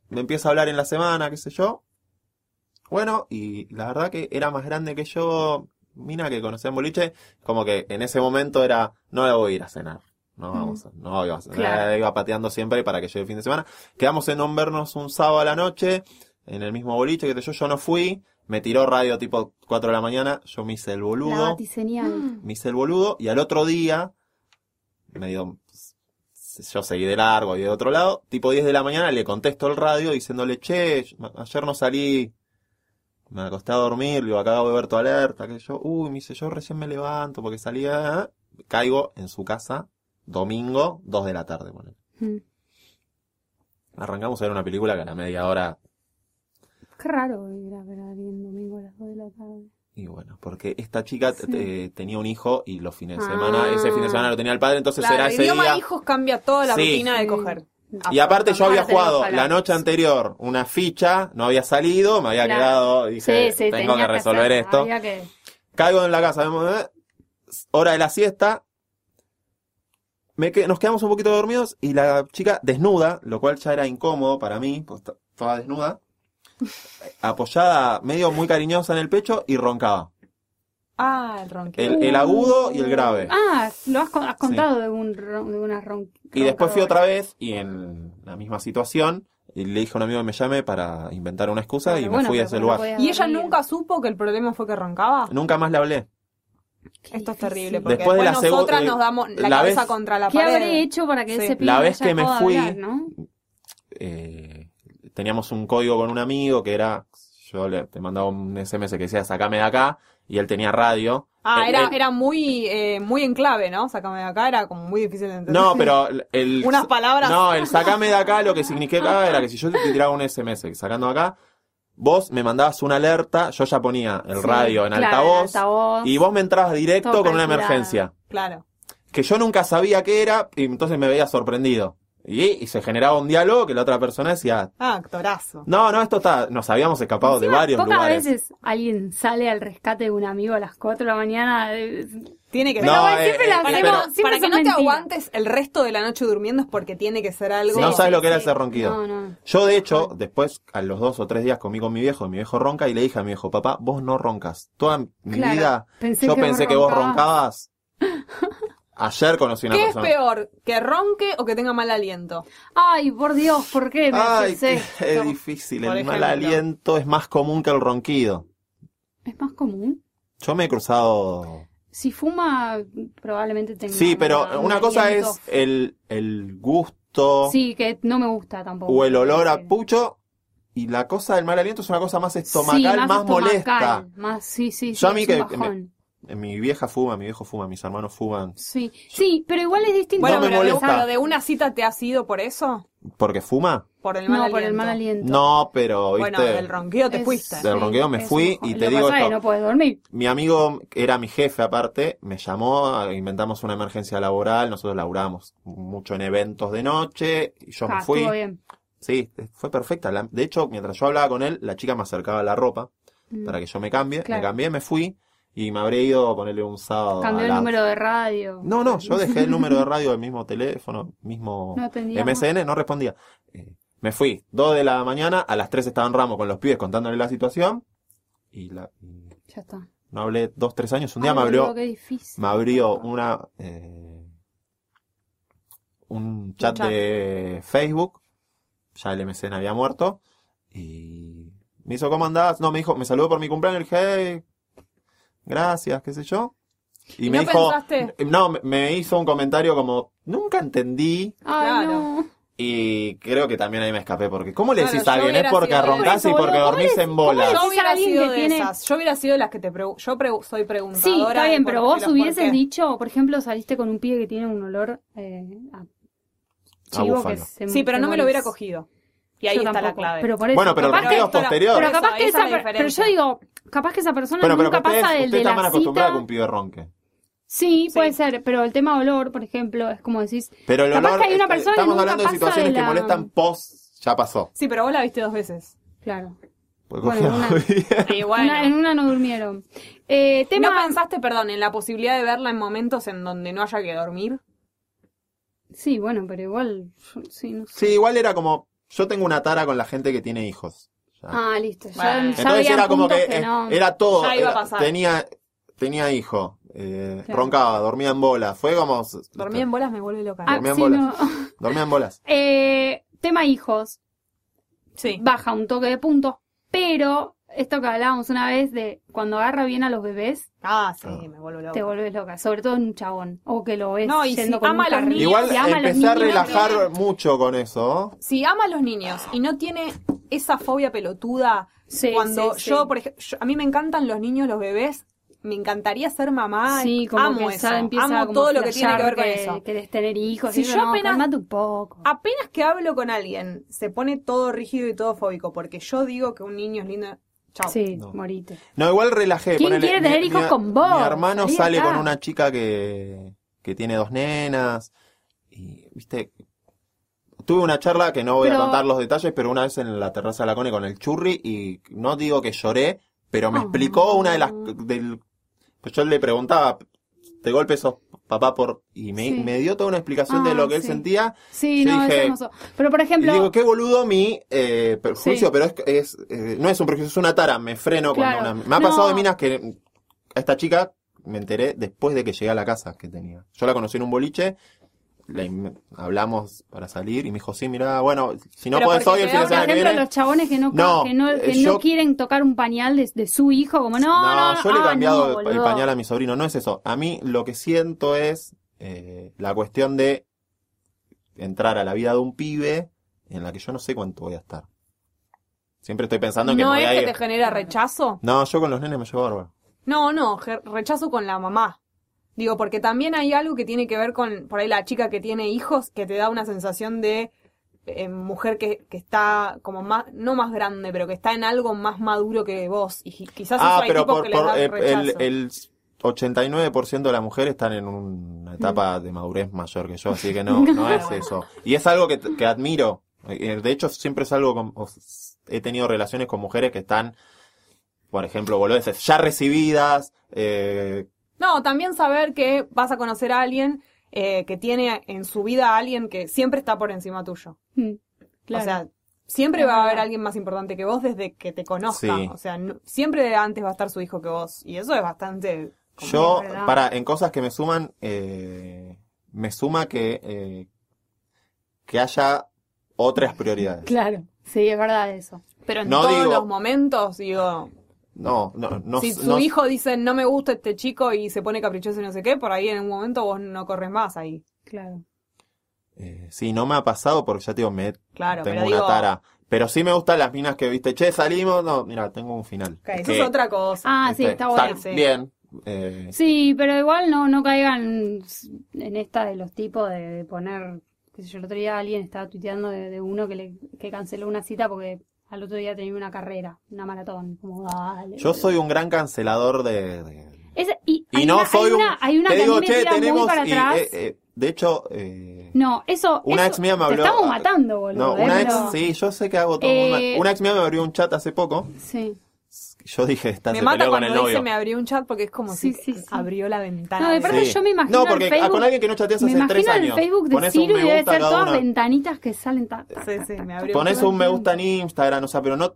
[SPEAKER 2] Me empieza a hablar en la semana, qué sé yo. Bueno, y la verdad que era más grande que yo, mina que conocía en boliche, como que en ese momento era, no la voy a ir a cenar. No vamos, a- no iba a cenar, Eh,
[SPEAKER 3] Claro.
[SPEAKER 2] iba pateando siempre para que llegue el fin de semana. Quedamos en no vernos un sábado a la noche, en el mismo boliche, que yo, yo no fui, me tiró radio tipo 4 de la mañana, yo me hice el boludo
[SPEAKER 3] La batiseñal.
[SPEAKER 2] me hice el boludo y al otro día, medio, yo seguí de largo y de otro lado, tipo 10 de la mañana le contesto el radio diciéndole, che, ayer no salí, me acosté a dormir, digo, acabo de ver tu alerta, que yo, uy, me dice, yo recién me levanto porque salía, ah, caigo en su casa, domingo, 2 de la tarde, ponele.
[SPEAKER 3] Mm.
[SPEAKER 2] Arrancamos a ver una película que a la media hora,
[SPEAKER 3] Qué raro ir a ver a alguien domingo a las 2 de la tarde.
[SPEAKER 2] y bueno, porque esta chica
[SPEAKER 3] Sí.
[SPEAKER 2] eh, tenía un hijo y los fines de
[SPEAKER 3] Ah.
[SPEAKER 2] semana, ese fin de semana lo tenía el padre, entonces
[SPEAKER 4] Claro,
[SPEAKER 2] era
[SPEAKER 4] el
[SPEAKER 2] ese
[SPEAKER 4] idioma
[SPEAKER 2] día.
[SPEAKER 4] hijos cambia toda la
[SPEAKER 2] Sí.
[SPEAKER 4] rutina de
[SPEAKER 3] Sí.
[SPEAKER 4] coger.
[SPEAKER 2] Y aparte yo había
[SPEAKER 3] Ahora tenemos
[SPEAKER 2] jugado
[SPEAKER 3] que
[SPEAKER 2] la
[SPEAKER 3] hablar.
[SPEAKER 2] noche anterior una ficha, no había salido, me había
[SPEAKER 3] Claro.
[SPEAKER 2] quedado,
[SPEAKER 3] Sí,
[SPEAKER 2] dije,
[SPEAKER 3] sí,
[SPEAKER 2] tengo que
[SPEAKER 3] tenía
[SPEAKER 2] resolver
[SPEAKER 3] hacer-
[SPEAKER 2] esto.
[SPEAKER 3] había que-
[SPEAKER 2] Caigo en la casa, eh, hora de la siesta, me que- nos quedamos un poquito dormidos y la chica desnuda, lo cual ya era incómodo para mí, pues, to- toda desnuda, apoyada medio muy cariñosa en el pecho y roncaba.
[SPEAKER 4] Ah, el ronquido.
[SPEAKER 2] El, el agudo y el grave.
[SPEAKER 3] Ah, lo has, con- has contado de, un, ron- de una ron-
[SPEAKER 2] Y después fui
[SPEAKER 3] roncadora.
[SPEAKER 2] otra vez y en la misma situación y le dije a un amigo que me llame para inventar una excusa
[SPEAKER 3] Pero
[SPEAKER 2] y me
[SPEAKER 3] bueno,
[SPEAKER 2] fui a
[SPEAKER 3] pero
[SPEAKER 2] ese
[SPEAKER 3] no
[SPEAKER 2] lugar.
[SPEAKER 3] podías
[SPEAKER 4] ¿Y ella
[SPEAKER 3] dormir.
[SPEAKER 4] nunca supo que el problema fue que roncaba?
[SPEAKER 2] Nunca más le hablé.
[SPEAKER 3] Qué
[SPEAKER 4] Esto es
[SPEAKER 3] difícil.
[SPEAKER 4] terrible, porque
[SPEAKER 2] Después
[SPEAKER 4] después,
[SPEAKER 2] de la segu-
[SPEAKER 4] nosotras
[SPEAKER 2] eh,
[SPEAKER 4] nos damos la,
[SPEAKER 2] la
[SPEAKER 4] cabeza
[SPEAKER 2] vez-
[SPEAKER 4] contra la
[SPEAKER 3] ¿Qué
[SPEAKER 4] pared.
[SPEAKER 3] habré hecho para que
[SPEAKER 4] Sí.
[SPEAKER 3] ese pibe
[SPEAKER 2] La
[SPEAKER 3] no
[SPEAKER 2] vez
[SPEAKER 3] haya
[SPEAKER 2] que me
[SPEAKER 3] dejado de
[SPEAKER 2] fui-
[SPEAKER 3] hablar, ¿no?
[SPEAKER 2] eh, teníamos un código con un amigo que era, yo le te mandaba un SMS que decía, sacame de acá, y él tenía radio.
[SPEAKER 4] Ah,
[SPEAKER 2] Él-
[SPEAKER 4] era,
[SPEAKER 2] él-
[SPEAKER 4] era muy, eh, muy en clave, ¿no? Sácame de acá, era como muy difícil de entender.
[SPEAKER 2] No, pero
[SPEAKER 3] <laughs>
[SPEAKER 2] el...
[SPEAKER 4] <laughs> Unas palabras.
[SPEAKER 2] No, el sacame de acá lo que significaba era que si yo te tiraba un SMS sacando de acá, vos me mandabas una alerta, yo ya ponía el
[SPEAKER 3] Sí,
[SPEAKER 2] radio en
[SPEAKER 3] claro,
[SPEAKER 2] altavoz,
[SPEAKER 3] altavoz.
[SPEAKER 2] y vos me entrabas directo
[SPEAKER 3] Todo
[SPEAKER 2] con una
[SPEAKER 3] calculado.
[SPEAKER 2] emergencia.
[SPEAKER 4] Claro.
[SPEAKER 2] que yo nunca sabía qué era y entonces me veía sorprendido. Y, y se generaba un diálogo que la otra persona decía,
[SPEAKER 4] Ah, actorazo.
[SPEAKER 2] no, no, esto está, nos habíamos escapado de
[SPEAKER 3] Encima,
[SPEAKER 2] varios
[SPEAKER 3] Pocas
[SPEAKER 2] lugares.
[SPEAKER 3] veces alguien sale al rescate de un amigo a las 4 de la mañana. eh, pues,
[SPEAKER 4] Tiene que
[SPEAKER 2] No,
[SPEAKER 4] ser.
[SPEAKER 2] eh,
[SPEAKER 3] siempre la
[SPEAKER 2] eh,
[SPEAKER 3] hacemos.
[SPEAKER 4] Para, que,
[SPEAKER 2] pero-
[SPEAKER 4] no-
[SPEAKER 3] siempre
[SPEAKER 4] para que
[SPEAKER 3] son
[SPEAKER 4] no
[SPEAKER 3] mentiras.
[SPEAKER 4] te aguantes el resto de la noche durmiendo es porque tiene que ser algo.
[SPEAKER 2] no
[SPEAKER 3] Sí,
[SPEAKER 2] sabes lo que era
[SPEAKER 3] sí.
[SPEAKER 2] ese ronquido.
[SPEAKER 3] No, no.
[SPEAKER 2] Yo, de hecho, después, a los dos o tres días comí con mi viejo, y mi viejo ronca, y le dije a mi viejo, papá, vos no roncas. Toda mi
[SPEAKER 3] Claro.
[SPEAKER 2] vida
[SPEAKER 3] Pensé
[SPEAKER 2] yo
[SPEAKER 3] que
[SPEAKER 2] pensé
[SPEAKER 3] vos
[SPEAKER 2] que vos roncabas.
[SPEAKER 3] roncabas.
[SPEAKER 2] Ayer conocí una
[SPEAKER 4] ¿Qué es
[SPEAKER 2] persona.
[SPEAKER 4] peor? ¿Que ronque o que tenga mal aliento?
[SPEAKER 3] Ay, por Dios, ¿por qué me
[SPEAKER 2] Ay,
[SPEAKER 3] haces
[SPEAKER 2] qué- <laughs> es
[SPEAKER 3] esto?
[SPEAKER 2] difícil. El
[SPEAKER 4] Por
[SPEAKER 2] mal
[SPEAKER 4] ejemplo.
[SPEAKER 2] aliento es más común que el ronquido.
[SPEAKER 3] ¿Es más común?
[SPEAKER 2] Yo me he cruzado
[SPEAKER 3] Si fuma, probablemente tenga.
[SPEAKER 2] Sí, pero
[SPEAKER 3] un
[SPEAKER 2] una cosa
[SPEAKER 3] aliento.
[SPEAKER 2] es el, el gusto
[SPEAKER 3] Sí, que no me gusta tampoco.
[SPEAKER 2] o el olor a
[SPEAKER 3] Sí.
[SPEAKER 2] pucho y la cosa del mal aliento es una cosa más estomacal,
[SPEAKER 3] Sí,
[SPEAKER 2] más, molesta.
[SPEAKER 3] estomacal, Más, sí, sí, sí,
[SPEAKER 2] Yo a mí
[SPEAKER 3] es un
[SPEAKER 2] que- que me-
[SPEAKER 3] bajón.
[SPEAKER 2] Mi vieja fuma, mi viejo fuma, mis hermanos fuman.
[SPEAKER 3] Sí, sí, pero igual es distinto.
[SPEAKER 4] Bueno,
[SPEAKER 2] me
[SPEAKER 4] pero de-
[SPEAKER 2] molesta.
[SPEAKER 4] pero de una cita te has ido por eso?
[SPEAKER 2] ¿Porque fuma?
[SPEAKER 4] Por el mal
[SPEAKER 3] No,
[SPEAKER 4] aliento.
[SPEAKER 3] por el mal aliento.
[SPEAKER 2] No, pero ¿viste?
[SPEAKER 4] Bueno, del ronquido te
[SPEAKER 3] Es-
[SPEAKER 4] fuiste.
[SPEAKER 2] Del ronqueo me
[SPEAKER 3] es
[SPEAKER 2] fui
[SPEAKER 3] un
[SPEAKER 2] y
[SPEAKER 3] bajón.
[SPEAKER 2] te
[SPEAKER 3] Lo
[SPEAKER 2] digo
[SPEAKER 3] pasa es que
[SPEAKER 2] esto.
[SPEAKER 3] no puedes dormir.
[SPEAKER 2] Mi amigo, que era mi jefe aparte, me llamó, inventamos una emergencia laboral, nosotros laburábamos mucho en eventos de noche, y yo
[SPEAKER 3] Ah,
[SPEAKER 2] me fui.
[SPEAKER 3] estuvo bien.
[SPEAKER 2] Sí, fue perfecta. La- de hecho, mientras yo hablaba con él, la chica me acercaba la ropa.
[SPEAKER 3] Mm.
[SPEAKER 2] para que yo me cambie. Me
[SPEAKER 3] Claro.
[SPEAKER 2] cambié, me fui. Y me habré ido a ponerle un sábado.
[SPEAKER 3] Mm. Cambió
[SPEAKER 2] a
[SPEAKER 3] el
[SPEAKER 2] la-
[SPEAKER 3] número de radio.
[SPEAKER 2] No, no, yo dejé el
[SPEAKER 3] <laughs>
[SPEAKER 2] número de radio del mismo teléfono, mismo
[SPEAKER 3] No atendía más.
[SPEAKER 2] MSN, no respondía. Eh, me fui, 2 de la mañana, a las 3 estaban Ramos con los pibes contándole la situación. Y la- y
[SPEAKER 3] Ya está.
[SPEAKER 2] no hablé dos, tres años. Un día
[SPEAKER 3] Ay,
[SPEAKER 2] me
[SPEAKER 3] boludo,
[SPEAKER 2] abrió,
[SPEAKER 3] Qué difícil.
[SPEAKER 2] me abrió una, eh, un chat
[SPEAKER 4] chat.
[SPEAKER 2] de Facebook. Ya el MSN había muerto. Y me hizo, ¿cómo andás? No, me dijo, me saludó por mi cumpleaños. Le dije, "Hey, gracias, qué sé yo. Y,
[SPEAKER 4] ¿Y
[SPEAKER 2] me
[SPEAKER 4] no
[SPEAKER 2] dijo,
[SPEAKER 4] pensaste?
[SPEAKER 2] no, me- me hizo un comentario como, nunca entendí.
[SPEAKER 3] Ay,
[SPEAKER 4] Claro.
[SPEAKER 3] no.
[SPEAKER 2] Y creo que también ahí me escapé, porque ¿cómo le
[SPEAKER 4] Claro,
[SPEAKER 2] decís
[SPEAKER 4] yo
[SPEAKER 2] a alguien?
[SPEAKER 4] hubiera
[SPEAKER 2] Es porque
[SPEAKER 4] sido de
[SPEAKER 2] roncás
[SPEAKER 3] eso,
[SPEAKER 2] y porque
[SPEAKER 3] boludo, ¿cómo
[SPEAKER 2] dormís
[SPEAKER 3] le-
[SPEAKER 2] en
[SPEAKER 3] cómo le
[SPEAKER 2] bolas.
[SPEAKER 3] decís
[SPEAKER 4] Yo hubiera
[SPEAKER 3] alguien
[SPEAKER 4] sido
[SPEAKER 3] que
[SPEAKER 4] de
[SPEAKER 3] tiene-
[SPEAKER 4] esas. Yo hubiera sido de las que te pregunto. Yo pregu- soy preguntadora.
[SPEAKER 3] Sí, está
[SPEAKER 4] de
[SPEAKER 3] bien,
[SPEAKER 4] por-
[SPEAKER 3] pero
[SPEAKER 4] de
[SPEAKER 3] vos
[SPEAKER 4] los por
[SPEAKER 3] hubieses
[SPEAKER 4] qué.
[SPEAKER 3] dicho, por ejemplo, saliste con un pibe que tiene un olor eh, a chivo que
[SPEAKER 2] búfalo.
[SPEAKER 3] se
[SPEAKER 4] Sí, pero
[SPEAKER 3] te
[SPEAKER 4] no me lo hubiera
[SPEAKER 3] morís.
[SPEAKER 4] cogido. Y ahí
[SPEAKER 3] Yo
[SPEAKER 4] está la
[SPEAKER 3] tampoco,
[SPEAKER 4] clave.
[SPEAKER 3] Pero por eso,
[SPEAKER 2] Bueno, pero
[SPEAKER 3] capaz
[SPEAKER 2] los
[SPEAKER 3] que,
[SPEAKER 2] ríos
[SPEAKER 4] esto la-
[SPEAKER 2] posteriores.
[SPEAKER 3] pero capaz
[SPEAKER 4] Eso,
[SPEAKER 3] que
[SPEAKER 4] ahí
[SPEAKER 3] esa,
[SPEAKER 4] está la
[SPEAKER 3] per- pero yo
[SPEAKER 4] diferencia.
[SPEAKER 3] digo, capaz que esa persona
[SPEAKER 2] Bueno, pero
[SPEAKER 3] nunca
[SPEAKER 2] ustedes,
[SPEAKER 3] pasa del
[SPEAKER 2] ustedes
[SPEAKER 3] de
[SPEAKER 2] están más
[SPEAKER 3] la
[SPEAKER 2] acostumbrados a que
[SPEAKER 3] cita.
[SPEAKER 2] un pibe ronque.
[SPEAKER 3] Sí,
[SPEAKER 4] Sí.
[SPEAKER 3] puede ser, pero el tema olor, por ejemplo, es como decís,
[SPEAKER 2] Pero el
[SPEAKER 3] Capaz
[SPEAKER 2] olor,
[SPEAKER 3] que hay una
[SPEAKER 2] está-
[SPEAKER 3] persona que
[SPEAKER 2] estamos
[SPEAKER 3] nunca
[SPEAKER 2] hablando de
[SPEAKER 3] pasa
[SPEAKER 2] situaciones
[SPEAKER 3] de
[SPEAKER 2] que
[SPEAKER 3] la-
[SPEAKER 2] molestan post, ya pasó.
[SPEAKER 4] Sí, pero vos la viste dos veces. <laughs>
[SPEAKER 3] claro,
[SPEAKER 2] Porque
[SPEAKER 3] Bueno,
[SPEAKER 2] cogía
[SPEAKER 3] una-
[SPEAKER 2] muy bien.
[SPEAKER 3] <laughs>
[SPEAKER 4] Y bueno.
[SPEAKER 3] Una- en una no durmieron. Eh, tema,
[SPEAKER 4] ¿No pensaste, perdón, en la posibilidad de verla en momentos en donde no haya que dormir?
[SPEAKER 3] sí, bueno, pero igual, yo- sí, no sé.
[SPEAKER 2] <laughs> Sí, igual era como, yo tengo una tara con la gente que tiene hijos. Ya.
[SPEAKER 3] Ah, listo, ya,
[SPEAKER 4] Bueno.
[SPEAKER 3] ya
[SPEAKER 2] Entonces
[SPEAKER 3] había
[SPEAKER 2] era como
[SPEAKER 3] puntos
[SPEAKER 2] que, eh,
[SPEAKER 3] no.
[SPEAKER 2] era todo.
[SPEAKER 4] Ya iba a
[SPEAKER 2] era-
[SPEAKER 4] pasar.
[SPEAKER 2] tenía, tenía hijo, eh,
[SPEAKER 3] Claro.
[SPEAKER 2] roncaba, dormía en bolas. Fue como...
[SPEAKER 4] Dormir en bolas me vuelve loca.
[SPEAKER 3] Ah,
[SPEAKER 2] dormían
[SPEAKER 3] sí,
[SPEAKER 2] bolas.
[SPEAKER 3] no. <laughs>
[SPEAKER 2] dormía en bolas.
[SPEAKER 3] Eh, tema hijos.
[SPEAKER 4] sí.
[SPEAKER 3] baja un toque de puntos, pero esto que hablábamos una vez de cuando agarra bien a los bebés,
[SPEAKER 4] Ah, sí,
[SPEAKER 2] Ah.
[SPEAKER 4] me vuelve
[SPEAKER 3] te
[SPEAKER 4] loca.
[SPEAKER 3] vuelves loca, sobre todo en un chabón, o que lo ves
[SPEAKER 4] No, y
[SPEAKER 3] yendo
[SPEAKER 4] si
[SPEAKER 3] con
[SPEAKER 4] ama
[SPEAKER 3] un
[SPEAKER 4] a los
[SPEAKER 3] carrito,
[SPEAKER 4] niños, eh,
[SPEAKER 2] Igual
[SPEAKER 3] si ama a los
[SPEAKER 2] empecé a
[SPEAKER 3] niños,
[SPEAKER 2] relajar mucho con eso. ¿no?
[SPEAKER 4] Si ama a los niños y no tiene esa fobia pelotuda,
[SPEAKER 3] Sí,
[SPEAKER 4] cuando
[SPEAKER 3] sí, sí.
[SPEAKER 4] yo, por ejemplo, yo- a mí me encantan los niños, los bebés, me encantaría ser mamá,
[SPEAKER 3] Sí, como
[SPEAKER 4] amo
[SPEAKER 3] que
[SPEAKER 4] eso,
[SPEAKER 3] ya empieza
[SPEAKER 4] amo
[SPEAKER 3] como
[SPEAKER 4] todo
[SPEAKER 3] a
[SPEAKER 4] lo que tiene que ver con
[SPEAKER 3] flashear
[SPEAKER 4] eso.
[SPEAKER 3] Querés tener hijos,
[SPEAKER 4] Si
[SPEAKER 3] y eso,
[SPEAKER 4] yo
[SPEAKER 3] no,
[SPEAKER 4] apenas- Ah,
[SPEAKER 3] calmate un poco.
[SPEAKER 4] Apenas que hablo con alguien, se pone todo rígido y todo fóbico, porque yo digo que un niño es lindo. Chao.
[SPEAKER 3] sí,
[SPEAKER 2] No.
[SPEAKER 3] morite.
[SPEAKER 2] No, igual relajé.
[SPEAKER 3] ¿Quién quiere tener hijos
[SPEAKER 2] a-
[SPEAKER 3] con vos?
[SPEAKER 2] Mi hermano
[SPEAKER 3] Salí de
[SPEAKER 2] sale
[SPEAKER 3] acá.
[SPEAKER 2] con una chica que, que tiene dos nenas. Y, viste, tuve una charla que no voy
[SPEAKER 3] Pero-
[SPEAKER 2] a contar los detalles, pero una vez en la terraza de la Cone con el churri y no digo que lloré, pero me
[SPEAKER 3] Oh.
[SPEAKER 2] explicó una de las... Del, pues yo le preguntaba, ¿te golpe sos papá por...? Y me,
[SPEAKER 3] Sí.
[SPEAKER 2] me dio toda una explicación de
[SPEAKER 3] Ah,
[SPEAKER 2] lo que él
[SPEAKER 3] sí.
[SPEAKER 2] sentía.
[SPEAKER 3] Sí,
[SPEAKER 2] Yo
[SPEAKER 3] no,
[SPEAKER 2] dije-
[SPEAKER 3] es hermoso. Pero por ejemplo,
[SPEAKER 2] Y digo, qué boludo mi eh, prejuicio,
[SPEAKER 3] Sí.
[SPEAKER 2] pero es, es, eh, no es un prejuicio, es una tara. Me freno
[SPEAKER 3] Claro.
[SPEAKER 2] cuando una... Me ha
[SPEAKER 3] No.
[SPEAKER 2] pasado de minas que... A esta chica me enteré después de que llegué a la casa que tenía. Yo la conocí en un boliche, le in- hablamos para salir y me dijo, sí, mira, bueno, si no
[SPEAKER 4] Pero
[SPEAKER 2] podés
[SPEAKER 4] porque
[SPEAKER 2] hoy, el
[SPEAKER 4] te
[SPEAKER 2] fin
[SPEAKER 4] da
[SPEAKER 2] de
[SPEAKER 3] por
[SPEAKER 4] la
[SPEAKER 2] semana que
[SPEAKER 3] ejemplo,
[SPEAKER 2] viene...
[SPEAKER 3] los chabones que no,
[SPEAKER 2] No,
[SPEAKER 3] que no, que
[SPEAKER 2] eh,
[SPEAKER 3] no
[SPEAKER 2] yo-
[SPEAKER 3] quieren tocar un pañal de, de su hijo, como no, no,
[SPEAKER 2] No, yo le he
[SPEAKER 3] ah, no,
[SPEAKER 2] cambiado el- el,
[SPEAKER 3] boludo.
[SPEAKER 2] pañal a mi sobrino, no es eso. A mí lo que siento es eh, la cuestión de entrar a la vida de un pibe en la que yo no sé cuánto voy a estar. Siempre estoy pensando en que
[SPEAKER 4] ¿No
[SPEAKER 2] me voy
[SPEAKER 4] es
[SPEAKER 2] a
[SPEAKER 4] que
[SPEAKER 2] ir.
[SPEAKER 4] te genera rechazo?
[SPEAKER 2] No, yo con los nenes me llevo bárbaro.
[SPEAKER 4] No, no, ge- rechazo con la mamá. Digo, porque también hay algo que tiene que ver con, por ahí, la chica que tiene hijos, que te da una sensación de eh, mujer que, que está como más, no más grande, pero que está en algo más maduro que vos. Y qui- quizás eso
[SPEAKER 2] Ah,
[SPEAKER 4] hay
[SPEAKER 2] pero
[SPEAKER 4] tipos
[SPEAKER 2] por,
[SPEAKER 4] que les
[SPEAKER 2] por,
[SPEAKER 4] da
[SPEAKER 2] eh, el,
[SPEAKER 4] rechazo.
[SPEAKER 2] el 89% de las mujeres están en
[SPEAKER 4] Mm.
[SPEAKER 2] una etapa de madurez mayor que yo, así que
[SPEAKER 4] <laughs>
[SPEAKER 2] no, no es eso. Y es algo que, t- que admiro. Eh, De hecho, siempre es algo con- o s- he tenido relaciones con mujeres que están, por ejemplo, boludeces ya recibidas, eh,
[SPEAKER 4] No, también saber que vas a conocer a alguien eh, que tiene en su vida a alguien que siempre está por encima tuyo.
[SPEAKER 3] Mm, claro.
[SPEAKER 4] O sea, siempre
[SPEAKER 3] Es
[SPEAKER 4] va a haber
[SPEAKER 3] verdad.
[SPEAKER 4] alguien más importante que vos desde que te conozca.
[SPEAKER 2] Sí.
[SPEAKER 4] O sea, no- siempre antes va a estar su hijo que vos. Y eso es bastante... como-
[SPEAKER 2] Yo,
[SPEAKER 3] es verdad.
[SPEAKER 2] para, en cosas que me suman, eh, me suma que, eh, que haya otras prioridades.
[SPEAKER 3] Claro, sí, es verdad eso.
[SPEAKER 4] Pero en
[SPEAKER 2] No
[SPEAKER 4] todos
[SPEAKER 2] digo-
[SPEAKER 4] los momentos, digo...
[SPEAKER 2] No, no, no.
[SPEAKER 4] si su
[SPEAKER 2] no-
[SPEAKER 4] hijo dice no me gusta este chico y se pone caprichoso y no sé qué, por ahí en un momento vos no corres más ahí.
[SPEAKER 3] Claro.
[SPEAKER 2] eh, sí, no me ha pasado porque ya te digo, me
[SPEAKER 4] Claro,
[SPEAKER 2] tengo
[SPEAKER 4] pero
[SPEAKER 2] una
[SPEAKER 4] digo...
[SPEAKER 2] tara. Pero sí me gustan las minas que viste, che, salimos, no, mira, tengo un final.
[SPEAKER 4] ok, eso
[SPEAKER 2] Que,
[SPEAKER 4] es otra cosa.
[SPEAKER 3] Ah, sí,
[SPEAKER 2] este,
[SPEAKER 3] está bueno.
[SPEAKER 2] está Bien. eh,
[SPEAKER 3] Sí, pero igual no, no caigan en esta de los tipos de, de poner, qué sé yo, el otro día alguien estaba tuiteando de, de uno que le que canceló una cita porque al otro día tenía una carrera, una maratón, como dale.
[SPEAKER 2] yo soy un gran cancelador de- de,
[SPEAKER 3] Es- y
[SPEAKER 2] Y
[SPEAKER 3] hay
[SPEAKER 2] no
[SPEAKER 3] una, hay
[SPEAKER 2] soy un.
[SPEAKER 3] una, hay una
[SPEAKER 2] te
[SPEAKER 3] que a mí
[SPEAKER 2] digo,
[SPEAKER 3] me
[SPEAKER 2] che,
[SPEAKER 3] tira muy
[SPEAKER 2] tenemos.
[SPEAKER 3] para
[SPEAKER 2] y,
[SPEAKER 3] atrás.
[SPEAKER 2] eh, eh, de hecho. eh,
[SPEAKER 3] no, eso,
[SPEAKER 2] una
[SPEAKER 3] eso-
[SPEAKER 2] ex mía me
[SPEAKER 3] te
[SPEAKER 2] habló-
[SPEAKER 3] estamos matando, boludo.
[SPEAKER 2] no,
[SPEAKER 3] eh,
[SPEAKER 2] una ex.
[SPEAKER 3] pero-
[SPEAKER 2] Sí, yo sé que hago todo muy
[SPEAKER 3] Eh,
[SPEAKER 2] mal. Una ex mía me abrió un chat hace poco
[SPEAKER 3] Sí.
[SPEAKER 2] Yo dije, esta
[SPEAKER 4] me
[SPEAKER 2] se
[SPEAKER 4] mata
[SPEAKER 2] peleó con el
[SPEAKER 4] cuando
[SPEAKER 2] novio.
[SPEAKER 4] dice me abrió un chat porque es como
[SPEAKER 3] Sí,
[SPEAKER 4] si
[SPEAKER 3] sí, sí.
[SPEAKER 4] abrió la
[SPEAKER 3] No,
[SPEAKER 4] ventana.
[SPEAKER 3] de
[SPEAKER 4] de-
[SPEAKER 3] parte
[SPEAKER 2] Sí.
[SPEAKER 3] yo me imagino
[SPEAKER 2] No, porque
[SPEAKER 3] el Facebook,
[SPEAKER 2] con alguien que no chateas
[SPEAKER 3] me
[SPEAKER 2] hace
[SPEAKER 3] imagino
[SPEAKER 2] tres años.
[SPEAKER 3] el Facebook de
[SPEAKER 2] Pones un
[SPEAKER 3] Ciro
[SPEAKER 2] me
[SPEAKER 3] y debe
[SPEAKER 2] gusta
[SPEAKER 3] ser
[SPEAKER 2] cada
[SPEAKER 3] todas
[SPEAKER 2] una.
[SPEAKER 3] ventanitas que salen. ta- ta-
[SPEAKER 4] Sí,
[SPEAKER 3] ta-
[SPEAKER 4] sí,
[SPEAKER 3] ta-
[SPEAKER 4] me
[SPEAKER 3] ta.
[SPEAKER 4] abrió
[SPEAKER 2] Pones
[SPEAKER 4] todo
[SPEAKER 2] un
[SPEAKER 4] el
[SPEAKER 2] me
[SPEAKER 4] tiempo.
[SPEAKER 2] gusta en Instagram, o sea, pero no.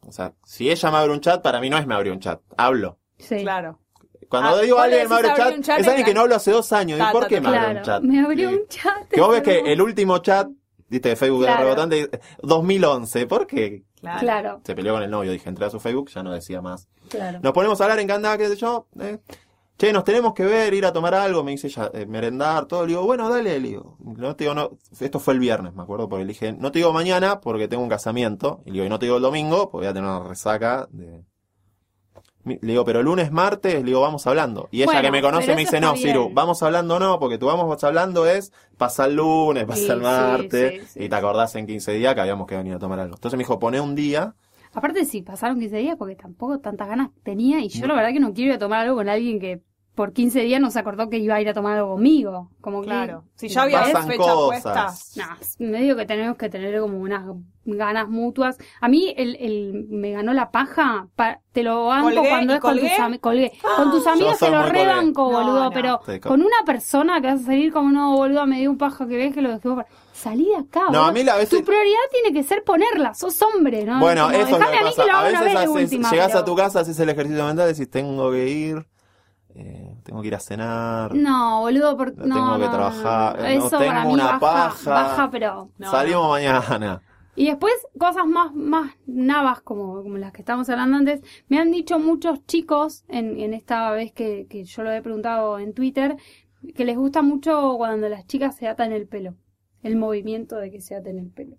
[SPEAKER 2] O sea, si ella me abre un chat, para mí no es me abrió un chat. Hablo.
[SPEAKER 3] Sí.
[SPEAKER 4] Claro.
[SPEAKER 2] Cuando
[SPEAKER 4] Ah,
[SPEAKER 2] digo a
[SPEAKER 4] vos le
[SPEAKER 2] alguien me
[SPEAKER 4] decís
[SPEAKER 2] abrió un
[SPEAKER 4] abrí
[SPEAKER 2] chat,
[SPEAKER 4] un chat,
[SPEAKER 2] es alguien
[SPEAKER 4] entra-
[SPEAKER 2] que no hablo hace dos años.
[SPEAKER 4] Ta,
[SPEAKER 2] ¿Y por
[SPEAKER 4] ta,
[SPEAKER 2] qué
[SPEAKER 4] ta,
[SPEAKER 2] me abrió un
[SPEAKER 3] Claro,
[SPEAKER 2] chat?
[SPEAKER 3] me abrió
[SPEAKER 2] Sí.
[SPEAKER 3] un chat.
[SPEAKER 2] Que vos
[SPEAKER 3] <laughs>
[SPEAKER 2] ves que
[SPEAKER 3] hermoso.
[SPEAKER 2] el último chat, viste, de Facebook
[SPEAKER 3] Claro.
[SPEAKER 2] de rebotante, 2011. ¿Por qué?
[SPEAKER 4] Claro.
[SPEAKER 3] Claro,
[SPEAKER 2] Se peleó con el novio, dije, entré a su Facebook, ya no decía más.
[SPEAKER 3] claro.
[SPEAKER 2] Nos ponemos a hablar en Candá, qué sé yo. eh. Che, nos tenemos que ver, ir a tomar algo, me dice ella, eh, merendar, todo. Le digo, bueno, dale, le digo. No te digo, no, esto fue el viernes, me acuerdo, porque le dije, no te digo mañana porque tengo un casamiento. Y le digo, y no te digo el domingo porque voy a tener una resaca de... Mi- Le digo, pero lunes, martes, le digo, vamos hablando. Y ella
[SPEAKER 3] Bueno,
[SPEAKER 2] que me conoce
[SPEAKER 3] pero
[SPEAKER 2] me
[SPEAKER 3] eso
[SPEAKER 2] dice,
[SPEAKER 3] está
[SPEAKER 2] no,
[SPEAKER 3] bien.
[SPEAKER 2] Ciru, vamos hablando no, porque tú vamos hablando es, pasa el lunes, pasa
[SPEAKER 3] Sí,
[SPEAKER 2] el
[SPEAKER 3] sí,
[SPEAKER 2] martes,
[SPEAKER 3] sí, sí.
[SPEAKER 2] y te acordás en 15 días que habíamos que venir a tomar algo. Entonces me dijo, poné un día,
[SPEAKER 3] Aparte, sí, pasaron 15 días porque tampoco tantas ganas tenía. Y yo,
[SPEAKER 2] No.
[SPEAKER 3] la verdad, que no quiero ir a tomar algo con alguien que por 15 días no se acordó que iba a ir a tomar algo conmigo. Como que.
[SPEAKER 4] Claro. Si ya había
[SPEAKER 2] pasan
[SPEAKER 4] fecha puesta.
[SPEAKER 2] cosas.
[SPEAKER 3] No, medio que tenemos que tener como unas ganas mutuas. A mí el, el me ganó la paja, pa- te lo banco
[SPEAKER 4] ¿Colgué
[SPEAKER 3] cuando
[SPEAKER 4] y
[SPEAKER 3] es con tus,
[SPEAKER 4] colgué?
[SPEAKER 3] ami- colgué. Con tus amigos
[SPEAKER 2] soy
[SPEAKER 3] te lo
[SPEAKER 2] muy colgué.
[SPEAKER 3] rebanco,
[SPEAKER 4] No,
[SPEAKER 3] boludo,
[SPEAKER 4] no.
[SPEAKER 3] pero
[SPEAKER 2] Sí, co-
[SPEAKER 3] con una persona que vas a salir como no, boludo, me dio un paja que ves que lo dejé por... Salí de acá,
[SPEAKER 2] No,
[SPEAKER 3] boludo.
[SPEAKER 2] a mí la veces-
[SPEAKER 3] Tu prioridad tiene que ser ponerla, sos hombre, ¿no?
[SPEAKER 2] Bueno,
[SPEAKER 3] Como,
[SPEAKER 2] eso es lo
[SPEAKER 3] dejame
[SPEAKER 2] que
[SPEAKER 3] a mí
[SPEAKER 2] pasa.
[SPEAKER 3] que lo
[SPEAKER 2] a
[SPEAKER 3] hago una
[SPEAKER 2] veces
[SPEAKER 3] vez de
[SPEAKER 2] haces-
[SPEAKER 3] última.
[SPEAKER 2] llegás
[SPEAKER 3] pero-
[SPEAKER 2] a tu casa, haces el ejercicio mental, decís, tengo que ir, eh, tengo que ir a cenar,
[SPEAKER 3] No, boludo, porque...
[SPEAKER 2] No
[SPEAKER 3] No,
[SPEAKER 2] tengo que
[SPEAKER 3] no, no,
[SPEAKER 2] trabajar,
[SPEAKER 3] no.
[SPEAKER 2] no
[SPEAKER 3] Eso
[SPEAKER 2] tengo
[SPEAKER 3] para mí
[SPEAKER 2] una
[SPEAKER 3] baja,
[SPEAKER 2] paja.
[SPEAKER 3] baja, pero...
[SPEAKER 4] No,
[SPEAKER 2] salimos mañana.
[SPEAKER 3] Y después, cosas más, más navas, como, como las que estábamos hablando antes, me han dicho muchos chicos, en, en esta vez que, que yo lo he preguntado en Twitter, que les gusta mucho cuando las chicas se atan el pelo. El movimiento de que se aten el pelo.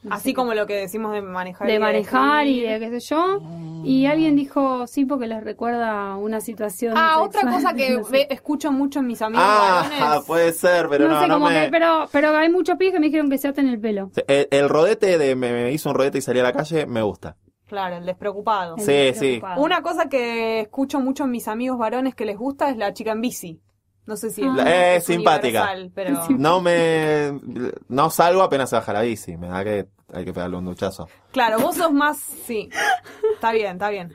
[SPEAKER 3] No
[SPEAKER 4] Así
[SPEAKER 3] sé
[SPEAKER 4] como lo que decimos de Ah. manejar. y
[SPEAKER 3] de manejar y de
[SPEAKER 4] escribir.
[SPEAKER 3] qué sé yo. Y alguien dijo, sí, porque les recuerda una situación.
[SPEAKER 4] Ah,
[SPEAKER 3] <laughs>
[SPEAKER 4] otra
[SPEAKER 3] sexual.
[SPEAKER 4] cosa que
[SPEAKER 3] No sé.
[SPEAKER 4] ve- escucho mucho en mis amigos
[SPEAKER 2] <laughs> Ah,
[SPEAKER 4] varones.
[SPEAKER 2] puede ser, pero
[SPEAKER 3] no,
[SPEAKER 2] no,
[SPEAKER 3] sé,
[SPEAKER 2] no
[SPEAKER 3] como
[SPEAKER 2] me...
[SPEAKER 3] que, pero, pero hay muchos pibes que me dijeron que se aten el pelo.
[SPEAKER 2] El, el rodete de me, me hizo un rodete y salí a la calle, me gusta.
[SPEAKER 4] Claro, el despreocupado.
[SPEAKER 3] El
[SPEAKER 2] Sí,
[SPEAKER 3] despreocupado.
[SPEAKER 4] Una cosa que escucho mucho en mis amigos varones que les gusta es la chica en bici. No sé si es,
[SPEAKER 3] La-
[SPEAKER 2] eh,
[SPEAKER 4] es
[SPEAKER 2] simpática.
[SPEAKER 4] universal, pero
[SPEAKER 2] No me... No salgo apenas se baja la bici, me da que hay que pegarle un duchazo.
[SPEAKER 4] claro, vos sos más sí. Está bien, está bien.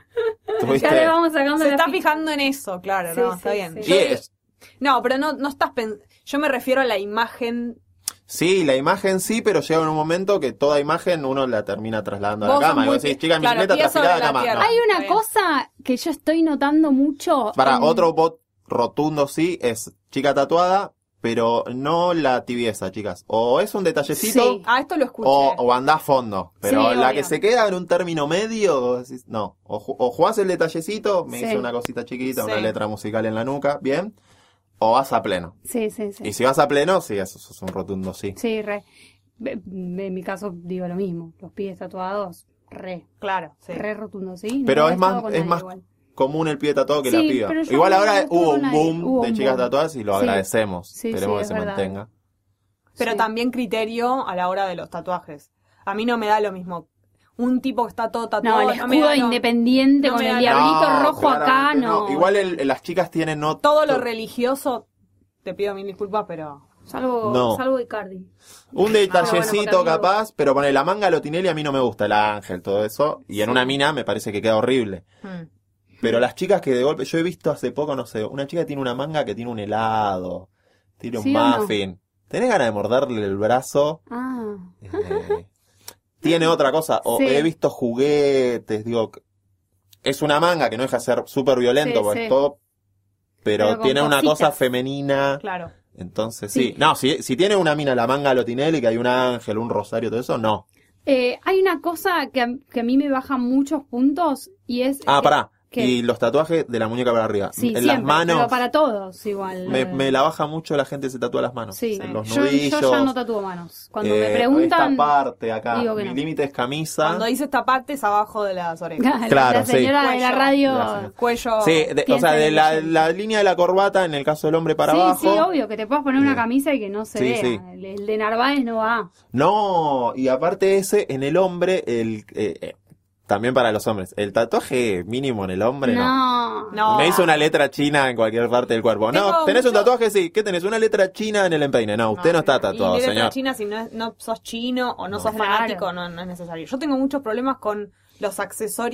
[SPEAKER 2] Tuviste-
[SPEAKER 3] <laughs> Ya le vamos sacando
[SPEAKER 4] Se
[SPEAKER 3] la
[SPEAKER 4] está
[SPEAKER 3] ficha.
[SPEAKER 4] fijando en eso, claro,
[SPEAKER 3] Sí,
[SPEAKER 4] no,
[SPEAKER 3] sí,
[SPEAKER 4] está bien.
[SPEAKER 3] sí.
[SPEAKER 4] Yo-
[SPEAKER 2] Yes.
[SPEAKER 4] No, pero no no estás pen- yo me refiero a la imagen.
[SPEAKER 2] Sí, la imagen sí, pero llega un momento que toda imagen uno la termina trasladando a
[SPEAKER 4] Vos
[SPEAKER 2] la
[SPEAKER 4] sos
[SPEAKER 2] cama. Y
[SPEAKER 4] muy
[SPEAKER 2] vos decís, chica, en
[SPEAKER 4] claro,
[SPEAKER 2] bicicleta
[SPEAKER 4] pie sobre
[SPEAKER 2] trasladada a
[SPEAKER 4] la
[SPEAKER 2] la cama.
[SPEAKER 4] tierra.
[SPEAKER 2] No.
[SPEAKER 3] Hay una
[SPEAKER 4] Está bien.
[SPEAKER 3] cosa que yo estoy notando mucho.
[SPEAKER 2] Para
[SPEAKER 3] en-
[SPEAKER 2] otro bot rotundo sí es chica tatuada, pero no la tibieza, chicas. O es un detallecito
[SPEAKER 3] Sí.
[SPEAKER 4] Ah, esto lo escuché.
[SPEAKER 2] o, o andás fondo. Pero
[SPEAKER 3] Sí,
[SPEAKER 2] la
[SPEAKER 3] obvio.
[SPEAKER 2] que se queda en un término medio, vos decís, no. O, ju- o jugás el detallecito, me
[SPEAKER 3] Sí.
[SPEAKER 2] hice una cosita chiquita, una
[SPEAKER 4] Sí.
[SPEAKER 2] letra musical en la nuca, bien. O vas a pleno.
[SPEAKER 3] Sí, sí, sí.
[SPEAKER 2] Y si vas a pleno, sí, eso, es un rotundo sí.
[SPEAKER 3] Sí, re. Ve- En mi caso digo lo mismo. Los pies tatuados, re.
[SPEAKER 4] Claro, sí.
[SPEAKER 3] Re rotundo, sí. No
[SPEAKER 2] Pero
[SPEAKER 3] había
[SPEAKER 2] es más-
[SPEAKER 3] estado con
[SPEAKER 2] es
[SPEAKER 3] nadie
[SPEAKER 2] más-
[SPEAKER 3] igual.
[SPEAKER 2] Común el pie tatuado que la
[SPEAKER 3] Sí,
[SPEAKER 2] piba.
[SPEAKER 3] pero yo
[SPEAKER 2] Igual
[SPEAKER 3] no-
[SPEAKER 2] ahora
[SPEAKER 3] no
[SPEAKER 2] hubo
[SPEAKER 3] tuve
[SPEAKER 2] un
[SPEAKER 3] nadie.
[SPEAKER 2] boom
[SPEAKER 3] Hubo
[SPEAKER 2] de
[SPEAKER 3] un
[SPEAKER 2] chicas
[SPEAKER 3] boom.
[SPEAKER 2] tatuadas y lo
[SPEAKER 3] Sí.
[SPEAKER 2] agradecemos.
[SPEAKER 3] Sí,
[SPEAKER 2] Esperemos
[SPEAKER 3] sí,
[SPEAKER 2] que
[SPEAKER 3] es
[SPEAKER 2] se
[SPEAKER 3] verdad.
[SPEAKER 2] mantenga.
[SPEAKER 4] pero
[SPEAKER 3] Sí.
[SPEAKER 4] también criterio a la hora de los tatuajes. A mí no me da lo mismo un tipo que está todo
[SPEAKER 3] No,
[SPEAKER 4] tatuado.
[SPEAKER 3] el
[SPEAKER 4] me
[SPEAKER 3] escudo
[SPEAKER 4] da lo-
[SPEAKER 3] independiente
[SPEAKER 4] no
[SPEAKER 3] con
[SPEAKER 4] me
[SPEAKER 3] el
[SPEAKER 4] da-
[SPEAKER 3] diablito
[SPEAKER 2] No,
[SPEAKER 3] rojo acá,
[SPEAKER 2] claramente
[SPEAKER 3] no.
[SPEAKER 2] Igual el- las chicas tienen no
[SPEAKER 4] todo lo religioso, te pido mil disculpas, pero
[SPEAKER 3] Salvo,
[SPEAKER 2] No.
[SPEAKER 3] salvo Icardi.
[SPEAKER 2] Un detallecito
[SPEAKER 3] Ah, bueno, porque a mí me
[SPEAKER 2] capaz, pero poner la manga Lotinelli a mí no me gusta, la ángel, todo eso. Y en una mina me parece que queda horrible.
[SPEAKER 4] hmm,
[SPEAKER 2] Pero las chicas que de golpe, yo he visto hace poco, no sé, una chica que tiene una manga que tiene un helado, tiene un
[SPEAKER 3] ¿Sí o no?
[SPEAKER 2] muffin. ¿Tenés ganas de morderle el brazo?
[SPEAKER 3] Ah.
[SPEAKER 2] Eh,
[SPEAKER 3] <laughs>
[SPEAKER 2] tiene otra cosa. O
[SPEAKER 3] Sí.
[SPEAKER 2] he visto juguetes, digo. que- Es una manga que no deja de ser súper violento,
[SPEAKER 3] Sí,
[SPEAKER 2] porque
[SPEAKER 3] sí.
[SPEAKER 2] es todo. Pero,
[SPEAKER 3] Pero con
[SPEAKER 2] tiene una cosa
[SPEAKER 3] cositas.
[SPEAKER 2] femenina.
[SPEAKER 4] claro.
[SPEAKER 2] Entonces,
[SPEAKER 3] Sí.
[SPEAKER 2] sí. No, si, si tiene una mina la manga Lotinelli, que hay un ángel, un rosario, todo eso, no.
[SPEAKER 3] Eh, hay una cosa que a, que a mí me baja muchos puntos y es.
[SPEAKER 2] Ah,
[SPEAKER 3] eh,
[SPEAKER 2] pará.
[SPEAKER 3] ¿Qué?
[SPEAKER 2] Y los tatuajes de la muñeca para arriba.
[SPEAKER 3] Sí,
[SPEAKER 2] en
[SPEAKER 3] siempre,
[SPEAKER 2] las manos.
[SPEAKER 3] Pero para todos igual.
[SPEAKER 2] Me,
[SPEAKER 3] eh.
[SPEAKER 2] me la baja mucho la gente se tatúa las manos.
[SPEAKER 3] Sí,
[SPEAKER 2] En Los
[SPEAKER 3] yo,
[SPEAKER 2] nudillos.
[SPEAKER 3] yo ya no tatúo manos. Cuando
[SPEAKER 2] eh,
[SPEAKER 3] me preguntan.
[SPEAKER 2] Esta parte acá.
[SPEAKER 3] digo que
[SPEAKER 2] Mi
[SPEAKER 3] no.
[SPEAKER 2] límite es camisa.
[SPEAKER 4] Cuando dice esta parte es abajo de las orejas.
[SPEAKER 3] <laughs> la-
[SPEAKER 2] Claro,
[SPEAKER 3] la
[SPEAKER 2] sí.
[SPEAKER 3] señora de la
[SPEAKER 4] Cuello.
[SPEAKER 3] radio.
[SPEAKER 2] La señora.
[SPEAKER 4] Cuello.
[SPEAKER 2] Sí, de- o
[SPEAKER 3] piensa
[SPEAKER 2] sea, de
[SPEAKER 3] en
[SPEAKER 2] la,
[SPEAKER 3] ello.
[SPEAKER 2] la línea de la corbata, en el caso del hombre para
[SPEAKER 3] sí,
[SPEAKER 2] abajo.
[SPEAKER 3] sí, obvio, que te puedas poner una
[SPEAKER 2] Bien.
[SPEAKER 3] camisa y que no se
[SPEAKER 2] Sí,
[SPEAKER 3] vea.
[SPEAKER 2] sí.
[SPEAKER 3] El, el de Narváez no va.
[SPEAKER 2] No, y aparte ese, en el hombre, el eh, eh, también para los hombres, el tatuaje mínimo en el hombre no.
[SPEAKER 3] no.
[SPEAKER 4] No.
[SPEAKER 2] Me hizo una letra china en cualquier parte del cuerpo.
[SPEAKER 4] Tengo
[SPEAKER 2] no, tenés un
[SPEAKER 4] mucho-
[SPEAKER 2] tatuaje, sí. ¿Qué tenés? Una letra china en el empeine. No, usted no, está tatuado,
[SPEAKER 4] y letra
[SPEAKER 2] señor.
[SPEAKER 4] china si no, es- no sos chino o no,
[SPEAKER 2] No.
[SPEAKER 4] sos
[SPEAKER 3] Claro.
[SPEAKER 4] fanático no, no es necesario. Yo tengo muchos problemas con los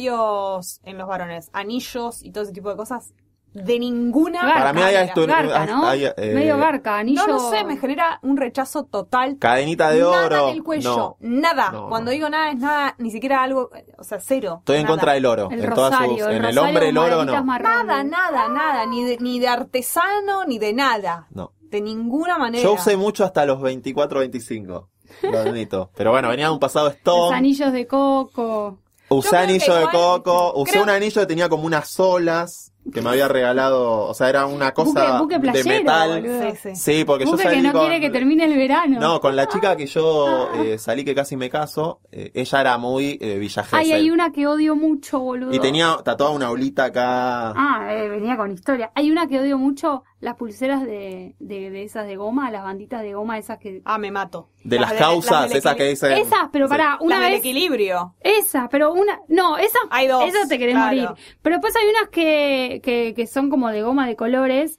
[SPEAKER 4] accesorios en los varones, anillos y todo ese tipo de cosas, de ninguna
[SPEAKER 3] Garca,
[SPEAKER 2] Para mí hay esto-
[SPEAKER 3] garca, ¿no?
[SPEAKER 2] hay, eh,
[SPEAKER 3] Medio garca, anillo.
[SPEAKER 4] No, no sé, me genera un rechazo total.
[SPEAKER 2] Cadenita de
[SPEAKER 4] nada
[SPEAKER 2] oro.
[SPEAKER 4] del cuello,
[SPEAKER 2] No.
[SPEAKER 4] nada.
[SPEAKER 2] No,
[SPEAKER 4] Cuando
[SPEAKER 2] no.
[SPEAKER 4] digo nada es nada, ni siquiera algo, o sea, cero.
[SPEAKER 2] Estoy en
[SPEAKER 4] nada.
[SPEAKER 2] contra del oro.
[SPEAKER 3] El
[SPEAKER 2] en todas
[SPEAKER 3] rosario,
[SPEAKER 2] sus-
[SPEAKER 3] el
[SPEAKER 2] en el
[SPEAKER 3] rosario
[SPEAKER 2] hombre el
[SPEAKER 3] con
[SPEAKER 2] oro
[SPEAKER 3] maderitas
[SPEAKER 2] no.
[SPEAKER 3] marrones.
[SPEAKER 4] Nada, nada, nada, ni de, ni de artesano, ni de nada.
[SPEAKER 2] No.
[SPEAKER 4] De ninguna manera.
[SPEAKER 2] Yo usé mucho hasta los 24, 25. Lo admito. Pero bueno, venía de un pasado
[SPEAKER 3] Los
[SPEAKER 2] Stone.
[SPEAKER 3] anillos de coco.
[SPEAKER 2] Usé
[SPEAKER 4] creo que
[SPEAKER 2] anillo de
[SPEAKER 4] igual-
[SPEAKER 2] coco. Usé
[SPEAKER 4] creo-
[SPEAKER 2] un anillo que tenía como unas olas que me había regalado. O sea, era una cosa
[SPEAKER 3] buque, buque
[SPEAKER 2] de
[SPEAKER 3] playero,
[SPEAKER 2] metal.
[SPEAKER 3] boludo.
[SPEAKER 4] Sí, sí.
[SPEAKER 2] Sí, porque yo
[SPEAKER 3] Buque
[SPEAKER 2] salí
[SPEAKER 3] que no
[SPEAKER 2] con...
[SPEAKER 3] quiere que termine el <laughs> verano.
[SPEAKER 2] No, con la chica que yo eh, salí que casi me caso, eh, ella era muy eh, Villa
[SPEAKER 3] Ay,
[SPEAKER 2] Gesell.
[SPEAKER 3] hay una que odio mucho, boludo.
[SPEAKER 2] Y tenía tatuada una olita acá.
[SPEAKER 3] Ah, eh, venía con historia. Hay una que odio mucho, las pulseras de, de, de esas de goma, las banditas de goma, esas que...
[SPEAKER 4] Ah, me mato.
[SPEAKER 2] de las
[SPEAKER 4] del-
[SPEAKER 2] causas,
[SPEAKER 4] del
[SPEAKER 2] esas que
[SPEAKER 4] equili-
[SPEAKER 2] dicen.
[SPEAKER 3] esas, pero
[SPEAKER 2] sí.
[SPEAKER 3] pará, una
[SPEAKER 4] las del
[SPEAKER 3] vez...
[SPEAKER 4] equilibrio.
[SPEAKER 3] Esas, pero una... No, esas...
[SPEAKER 4] Hay dos,
[SPEAKER 3] Esas te querés
[SPEAKER 4] claro.
[SPEAKER 3] morir. Pero después hay unas que, que, que son como de goma de colores,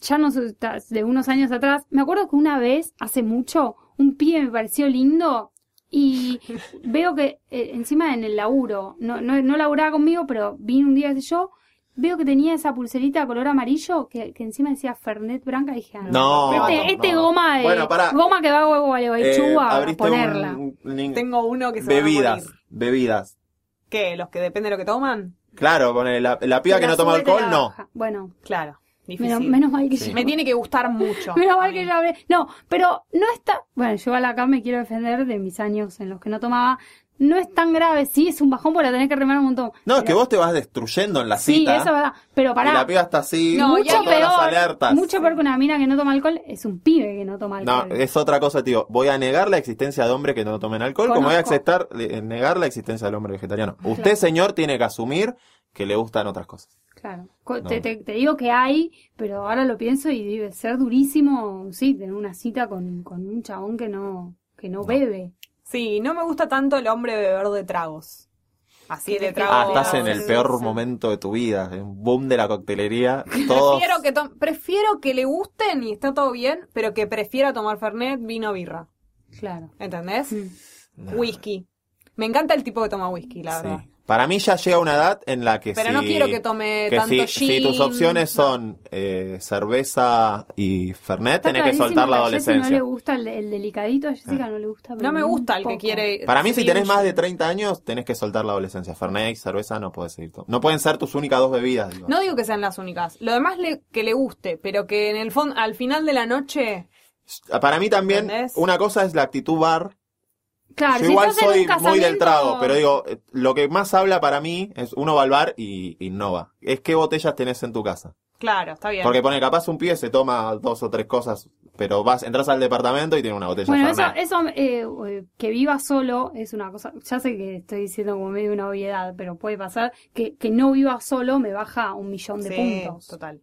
[SPEAKER 3] ya no sé, ta- de unos años atrás. Me acuerdo que una vez, hace mucho, un pie me pareció lindo
[SPEAKER 4] <laughs>
[SPEAKER 3] y veo que eh, encima en el laburo, no, no, no laburaba conmigo, pero vine un día, qué sé yo, veo que tenía esa pulserita color amarillo que, que encima decía Fernet Branca y dije, ah,
[SPEAKER 2] No,
[SPEAKER 3] Este,
[SPEAKER 2] no,
[SPEAKER 3] este
[SPEAKER 2] no.
[SPEAKER 3] goma de
[SPEAKER 2] Bueno, pará.
[SPEAKER 3] goma que va a huevo a
[SPEAKER 2] Eh,
[SPEAKER 3] Gualeguaychú a
[SPEAKER 2] abriste un-
[SPEAKER 3] ponerla.
[SPEAKER 2] un link.
[SPEAKER 4] Tengo uno que se va a
[SPEAKER 2] bebidas,
[SPEAKER 4] morir.
[SPEAKER 2] bebidas.
[SPEAKER 4] ¿Qué? ¿Los que depende de lo que toman?
[SPEAKER 2] Claro, con el- la, la piba
[SPEAKER 3] Te
[SPEAKER 2] que
[SPEAKER 3] la
[SPEAKER 2] no toma
[SPEAKER 3] sube, te la
[SPEAKER 2] alcohol, no.
[SPEAKER 3] baja. Bueno,
[SPEAKER 4] Claro, difícil.
[SPEAKER 3] menos, menos mal que
[SPEAKER 2] Sí.
[SPEAKER 3] yo-
[SPEAKER 4] Me tiene que gustar <laughs> mucho.
[SPEAKER 3] Menos mal
[SPEAKER 4] A
[SPEAKER 3] que
[SPEAKER 4] mí.
[SPEAKER 3] yo hablé. No, pero no está. Bueno, yo igual acá me quiero defender de mis años en los que no tomaba. No es tan grave, sí, es un bajón porque la tenés que remar un montón.
[SPEAKER 2] No, es
[SPEAKER 3] Pero-
[SPEAKER 2] que vos te vas destruyendo en la
[SPEAKER 3] Sí,
[SPEAKER 2] cita.
[SPEAKER 3] eso es verdad. Pero
[SPEAKER 2] y la
[SPEAKER 3] pará,
[SPEAKER 2] piba está así,
[SPEAKER 4] No, y
[SPEAKER 2] mucho
[SPEAKER 4] hay
[SPEAKER 2] todas las
[SPEAKER 3] peor,
[SPEAKER 2] alertas.
[SPEAKER 3] mucho peor que una mina que no toma alcohol es un pibe que no toma
[SPEAKER 2] No,
[SPEAKER 3] alcohol.
[SPEAKER 2] es otra cosa, tío. Voy a negar la existencia de hombres que no tomen alcohol, como voy a
[SPEAKER 3] Conozco.
[SPEAKER 2] aceptar eh, negar la existencia del hombre vegetariano. Usted,
[SPEAKER 3] Claro.
[SPEAKER 2] señor, tiene que asumir que le gustan otras cosas.
[SPEAKER 3] Claro. Co-
[SPEAKER 2] No.
[SPEAKER 3] Te, te- te digo que hay, pero ahora lo pienso y debe ser durísimo, sí, tener una cita con, con un chabón que no, que no, bebe.
[SPEAKER 4] Sí, no me gusta tanto el hombre beber de tragos. Así de
[SPEAKER 3] Ah,
[SPEAKER 2] Ah,
[SPEAKER 4] tragos.
[SPEAKER 2] estás en el
[SPEAKER 3] sí,
[SPEAKER 2] peor
[SPEAKER 3] sí.
[SPEAKER 2] momento de tu vida, en un boom de la
[SPEAKER 3] <laughs>
[SPEAKER 2] coctelería. Todos.
[SPEAKER 4] Prefiero que, tom- prefiero que le gusten y está todo bien, pero que prefiera tomar Fernet, vino, birra.
[SPEAKER 3] Claro.
[SPEAKER 4] ¿Entendés?
[SPEAKER 3] Mm.
[SPEAKER 2] No,
[SPEAKER 4] Whisky. Me encanta el tipo que toma whisky, la
[SPEAKER 2] sí.
[SPEAKER 4] verdad.
[SPEAKER 2] Para mí ya llega una edad en la que
[SPEAKER 4] Pero
[SPEAKER 2] si-
[SPEAKER 4] no quiero que tome
[SPEAKER 2] que
[SPEAKER 4] tanto
[SPEAKER 2] si,
[SPEAKER 4] gin.
[SPEAKER 2] si tus opciones son eh, cerveza y Fernet,
[SPEAKER 3] Está
[SPEAKER 2] tenés que soltar la
[SPEAKER 3] clarísimo que a Jessy
[SPEAKER 2] adolescencia. Ah.
[SPEAKER 3] No le gusta el, el delicadito, a Jessica no le gusta. pero
[SPEAKER 4] No me
[SPEAKER 3] ni un
[SPEAKER 4] gusta el que
[SPEAKER 3] poco.
[SPEAKER 4] quiere.
[SPEAKER 2] Para mí, si tenés
[SPEAKER 4] binge.
[SPEAKER 2] más de 30 años, tenés que soltar la adolescencia. Fernet y cerveza no puedes seguir. to- No pueden ser tus únicas dos bebidas. digo.
[SPEAKER 4] No digo que sean las únicas. Lo demás le- que le guste, pero que en el fondo, al final de la noche.
[SPEAKER 2] Para mí también,
[SPEAKER 4] ¿Entendés?
[SPEAKER 2] una cosa es la actitud bar.
[SPEAKER 3] Claro,
[SPEAKER 2] Yo
[SPEAKER 3] si
[SPEAKER 2] igual
[SPEAKER 3] estás en un
[SPEAKER 2] soy muy del
[SPEAKER 3] casamiento-
[SPEAKER 2] trago, pero digo, eh, lo que más habla para mí es uno va al bar y innova. Es qué botellas tenés en tu casa.
[SPEAKER 4] Claro, está bien.
[SPEAKER 2] Porque pone capaz un pie se toma dos o tres cosas, pero vas, entras al departamento y tiene una botella
[SPEAKER 3] Bueno, eso,
[SPEAKER 2] Fernet.
[SPEAKER 3] eso eh, eh, que viva solo es una cosa. Ya sé que estoy diciendo como medio una obviedad, pero puede pasar que, que no viva solo me baja un millón de
[SPEAKER 4] Sí,
[SPEAKER 3] puntos.
[SPEAKER 4] total.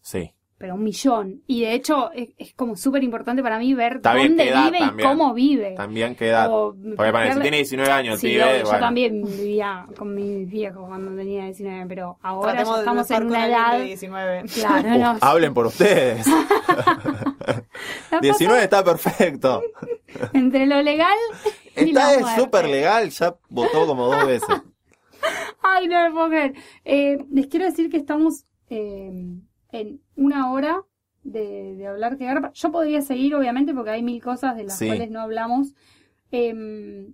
[SPEAKER 2] Sí.
[SPEAKER 3] Pero un millón. Y de hecho, es, es como súper importante para mí ver
[SPEAKER 2] Está bien,
[SPEAKER 3] dónde
[SPEAKER 2] qué edad
[SPEAKER 3] vive y
[SPEAKER 2] también.
[SPEAKER 3] cómo vive.
[SPEAKER 2] También queda.
[SPEAKER 3] O-
[SPEAKER 2] Porque ponele, si
[SPEAKER 3] verle-
[SPEAKER 2] tiene 19 años, el
[SPEAKER 3] Oh, Sí,
[SPEAKER 2] pibe,
[SPEAKER 3] obvio, yo
[SPEAKER 2] bueno.
[SPEAKER 3] también vivía con mis viejos cuando tenía 19, pero ahora ya
[SPEAKER 4] Tratemos de
[SPEAKER 3] estamos
[SPEAKER 4] estar
[SPEAKER 3] en
[SPEAKER 4] con
[SPEAKER 3] una
[SPEAKER 4] alguien
[SPEAKER 3] edad.
[SPEAKER 4] de 19.
[SPEAKER 3] Claro,
[SPEAKER 2] Uh,
[SPEAKER 3] no,
[SPEAKER 2] hablen por
[SPEAKER 3] <laughs>
[SPEAKER 2] ustedes. <laughs>
[SPEAKER 3] la
[SPEAKER 2] 19 está perfecto.
[SPEAKER 3] pata entre lo legal y la
[SPEAKER 2] Esta es
[SPEAKER 3] muerte.
[SPEAKER 2] súper legal, ya votó como dos veces.
[SPEAKER 3] Ay, no me puedo creer. Eh, les quiero decir que estamos eh, en una hora de, de hablar que garpa. Yo podría seguir, obviamente, porque hay mil cosas de las
[SPEAKER 2] Sí.
[SPEAKER 3] cuales no hablamos. Eh,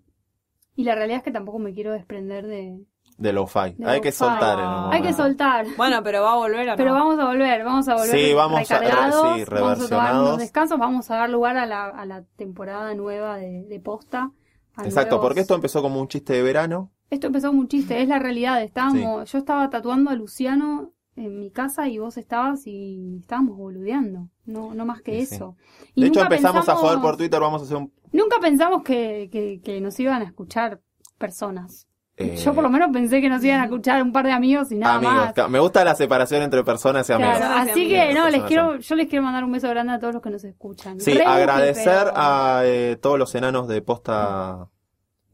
[SPEAKER 3] y la realidad es que tampoco me quiero desprender de...
[SPEAKER 2] De lo-fi.
[SPEAKER 3] De
[SPEAKER 2] Hay que
[SPEAKER 3] lo-fi.
[SPEAKER 2] soltar en un
[SPEAKER 4] Hay
[SPEAKER 3] Hay
[SPEAKER 2] momento.
[SPEAKER 3] que soltar.
[SPEAKER 4] <laughs> Bueno, pero va a volver a
[SPEAKER 3] Pero vamos a volver, vamos a volver
[SPEAKER 2] Sí, vamos a-
[SPEAKER 3] recargados,
[SPEAKER 2] sí,
[SPEAKER 3] vamos a tomar
[SPEAKER 2] reversionados.
[SPEAKER 3] unos descansos, vamos a dar lugar a la, a la temporada nueva de, de posta. a
[SPEAKER 2] Exacto,
[SPEAKER 3] nuevos-
[SPEAKER 2] porque esto empezó como un chiste de verano.
[SPEAKER 3] Esto empezó como un chiste, es la realidad. Estábamos, yo estaba tatuando a Luciano en mi casa y vos estabas y estábamos boludeando. No, no más que
[SPEAKER 2] Y sí.
[SPEAKER 3] eso. Y
[SPEAKER 2] De hecho,
[SPEAKER 3] nunca
[SPEAKER 2] empezamos a
[SPEAKER 3] pensamos-
[SPEAKER 2] jugar por Twitter, vamos a hacer un...
[SPEAKER 3] Nunca pensamos que, que, que nos iban a escuchar personas.
[SPEAKER 2] eh,
[SPEAKER 3] Yo por lo menos pensé que nos iban a escuchar un par de amigos y nada
[SPEAKER 2] amigos.
[SPEAKER 3] más.
[SPEAKER 2] Claro, Me gusta la separación entre personas y amigos.
[SPEAKER 3] Claro, Ah,
[SPEAKER 4] Personas y
[SPEAKER 3] así
[SPEAKER 4] amigos.
[SPEAKER 3] que no, les
[SPEAKER 2] Personas
[SPEAKER 3] quiero, yo les quiero mandar un beso grande a todos los que nos escuchan.
[SPEAKER 2] Sí,
[SPEAKER 3] Re útil,
[SPEAKER 2] agradecer
[SPEAKER 3] pero-
[SPEAKER 2] a eh, todos los enanos de Posta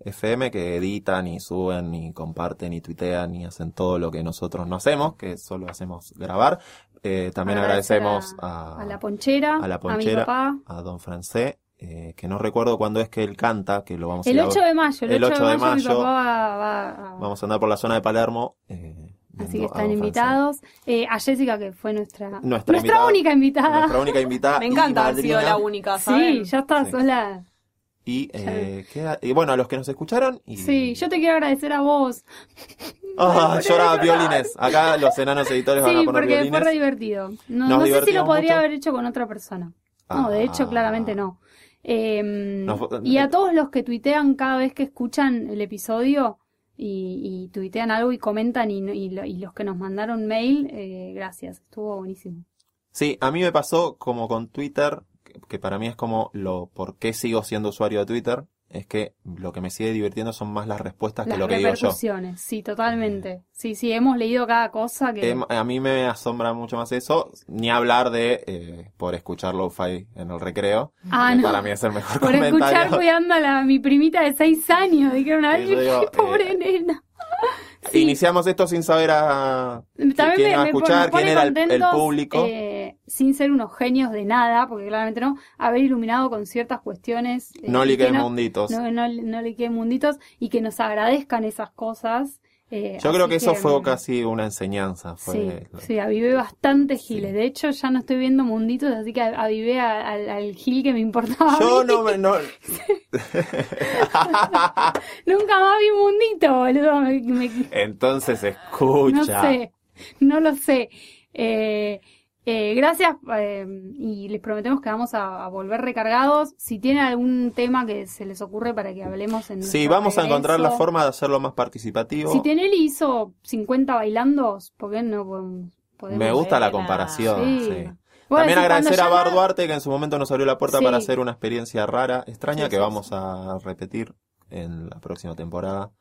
[SPEAKER 2] FM que editan y suben y comparten y tuitean y hacen todo lo que nosotros no hacemos, que solo hacemos grabar. Eh, también
[SPEAKER 3] Agradecer
[SPEAKER 2] agradecemos
[SPEAKER 3] a,
[SPEAKER 2] a,
[SPEAKER 3] la ponchera,
[SPEAKER 2] a la
[SPEAKER 3] mi
[SPEAKER 2] ponchera.
[SPEAKER 3] papá,
[SPEAKER 2] a Don Francé eh, que no recuerdo cuándo es que él canta, que lo vamos a
[SPEAKER 3] El
[SPEAKER 2] ir a
[SPEAKER 3] 8 de mayo, el, 8, de mayo, mi
[SPEAKER 2] mayo.
[SPEAKER 3] papá va, va a-
[SPEAKER 2] Vamos a andar por la zona de Palermo. eh,
[SPEAKER 3] Así
[SPEAKER 2] viendo
[SPEAKER 3] que
[SPEAKER 2] a
[SPEAKER 3] están
[SPEAKER 2] Don
[SPEAKER 3] invitados. Eh, a Jessica, que fue nuestra,
[SPEAKER 2] Nuestra invitada.
[SPEAKER 3] única
[SPEAKER 2] Francés.
[SPEAKER 3] <laughs> invitada.
[SPEAKER 2] Nuestra única invitada.
[SPEAKER 4] Me
[SPEAKER 2] y
[SPEAKER 4] encanta haber sido
[SPEAKER 2] madrina.
[SPEAKER 4] la única,
[SPEAKER 3] Sí,
[SPEAKER 4] ¿saben?
[SPEAKER 3] ya está,
[SPEAKER 2] Sí.
[SPEAKER 3] sos la...
[SPEAKER 2] Y, eh, queda- y bueno, a los que nos escucharon. Y...
[SPEAKER 3] Sí, yo te quiero agradecer a vos.
[SPEAKER 2] <laughs> Ah,
[SPEAKER 3] Ay,
[SPEAKER 2] lloraba
[SPEAKER 3] llorar.
[SPEAKER 2] violines. Acá los enanos editores van a
[SPEAKER 3] Sí,
[SPEAKER 2] poner
[SPEAKER 3] porque
[SPEAKER 2] violines.
[SPEAKER 3] fue re divertido. No,
[SPEAKER 2] Nos
[SPEAKER 3] no sé si lo
[SPEAKER 2] divertimos
[SPEAKER 3] podría
[SPEAKER 2] mucho.
[SPEAKER 3] haber hecho con otra persona. No, de hecho,
[SPEAKER 2] Ah.
[SPEAKER 3] claramente no. Eh,
[SPEAKER 2] Nos- eh,
[SPEAKER 3] y a todos los que tuitean cada vez que escuchan el episodio y, y tuitean algo y comentan y, no- y lo- y los que nos mandaron mail, eh, gracias, estuvo buenísimo.
[SPEAKER 2] Sí, a mí me pasó como con Twitter, que- que para mí es como lo por qué sigo siendo usuario de Twitter, es que lo que me sigue divirtiendo son más las respuestas
[SPEAKER 3] Las
[SPEAKER 2] que lo que digo yo. Mm.
[SPEAKER 3] repercusiones, sí, totalmente. Sí, sí, hemos leído cada cosa que...
[SPEAKER 2] Em, a mí me asombra mucho más eso, ni hablar de eh, por escuchar lo-fi en el recreo,
[SPEAKER 3] ah,
[SPEAKER 2] que
[SPEAKER 3] no.
[SPEAKER 2] para mí es el mejor
[SPEAKER 3] <laughs> Por
[SPEAKER 2] comentario.
[SPEAKER 3] escuchar cuidando a la- mi primita de seis años, dijeron, ay,
[SPEAKER 2] Sí, yo digo,
[SPEAKER 3] qué pobre
[SPEAKER 2] eh,
[SPEAKER 3] nena. Sí.
[SPEAKER 2] Iniciamos esto sin saber a...
[SPEAKER 3] También
[SPEAKER 2] quién
[SPEAKER 3] me,
[SPEAKER 2] iba a
[SPEAKER 3] me
[SPEAKER 2] escuchar,
[SPEAKER 3] pone
[SPEAKER 2] quién era el- el
[SPEAKER 3] contentos,
[SPEAKER 2] público.
[SPEAKER 3] eh, sin ser unos genios de nada, porque claramente no, haber iluminado con ciertas cuestiones. eh,
[SPEAKER 2] No
[SPEAKER 3] y
[SPEAKER 2] liqué
[SPEAKER 3] que no-
[SPEAKER 2] munditos.
[SPEAKER 3] No, no, no le queden munditos y que nos agradezcan esas cosas. eh,
[SPEAKER 2] Yo creo
[SPEAKER 3] así
[SPEAKER 2] que eso fue
[SPEAKER 3] mm,
[SPEAKER 2] casi una enseñanza. Fue
[SPEAKER 3] Sí, sí, avivé bastante giles. De hecho, ya no estoy viendo munditos, así que avivé a- al, al gil que me importaba. a
[SPEAKER 2] Yo
[SPEAKER 3] mí.
[SPEAKER 2] no me... No...
[SPEAKER 3] Nunca más vi mundito, boludo. Me- me-
[SPEAKER 2] Entonces escucha.
[SPEAKER 3] no sé, no lo sé. Eh, eh, gracias eh, y les prometemos que vamos a, a volver recargados. Si tienen algún tema que se les ocurre para que hablemos en
[SPEAKER 2] Sí,
[SPEAKER 3] nuestro
[SPEAKER 2] vamos a encontrar la
[SPEAKER 3] regreso.
[SPEAKER 2] forma de hacerlo más participativo.
[SPEAKER 3] Si Tinelli hizo 50 bailando, ¿por qué no podemos? podemos
[SPEAKER 2] Me gusta la
[SPEAKER 4] Buena.
[SPEAKER 2] comparación.
[SPEAKER 3] Sí.
[SPEAKER 2] sí.
[SPEAKER 3] Bueno,
[SPEAKER 2] También
[SPEAKER 3] sí, cuando
[SPEAKER 2] agradecer a
[SPEAKER 3] llama-
[SPEAKER 2] Bar Duarte que en su momento nos abrió la puerta
[SPEAKER 3] Sí.
[SPEAKER 2] para hacer una experiencia rara, extraña,
[SPEAKER 3] Sí,
[SPEAKER 2] que
[SPEAKER 3] sí,
[SPEAKER 2] vamos a repetir en la próxima temporada.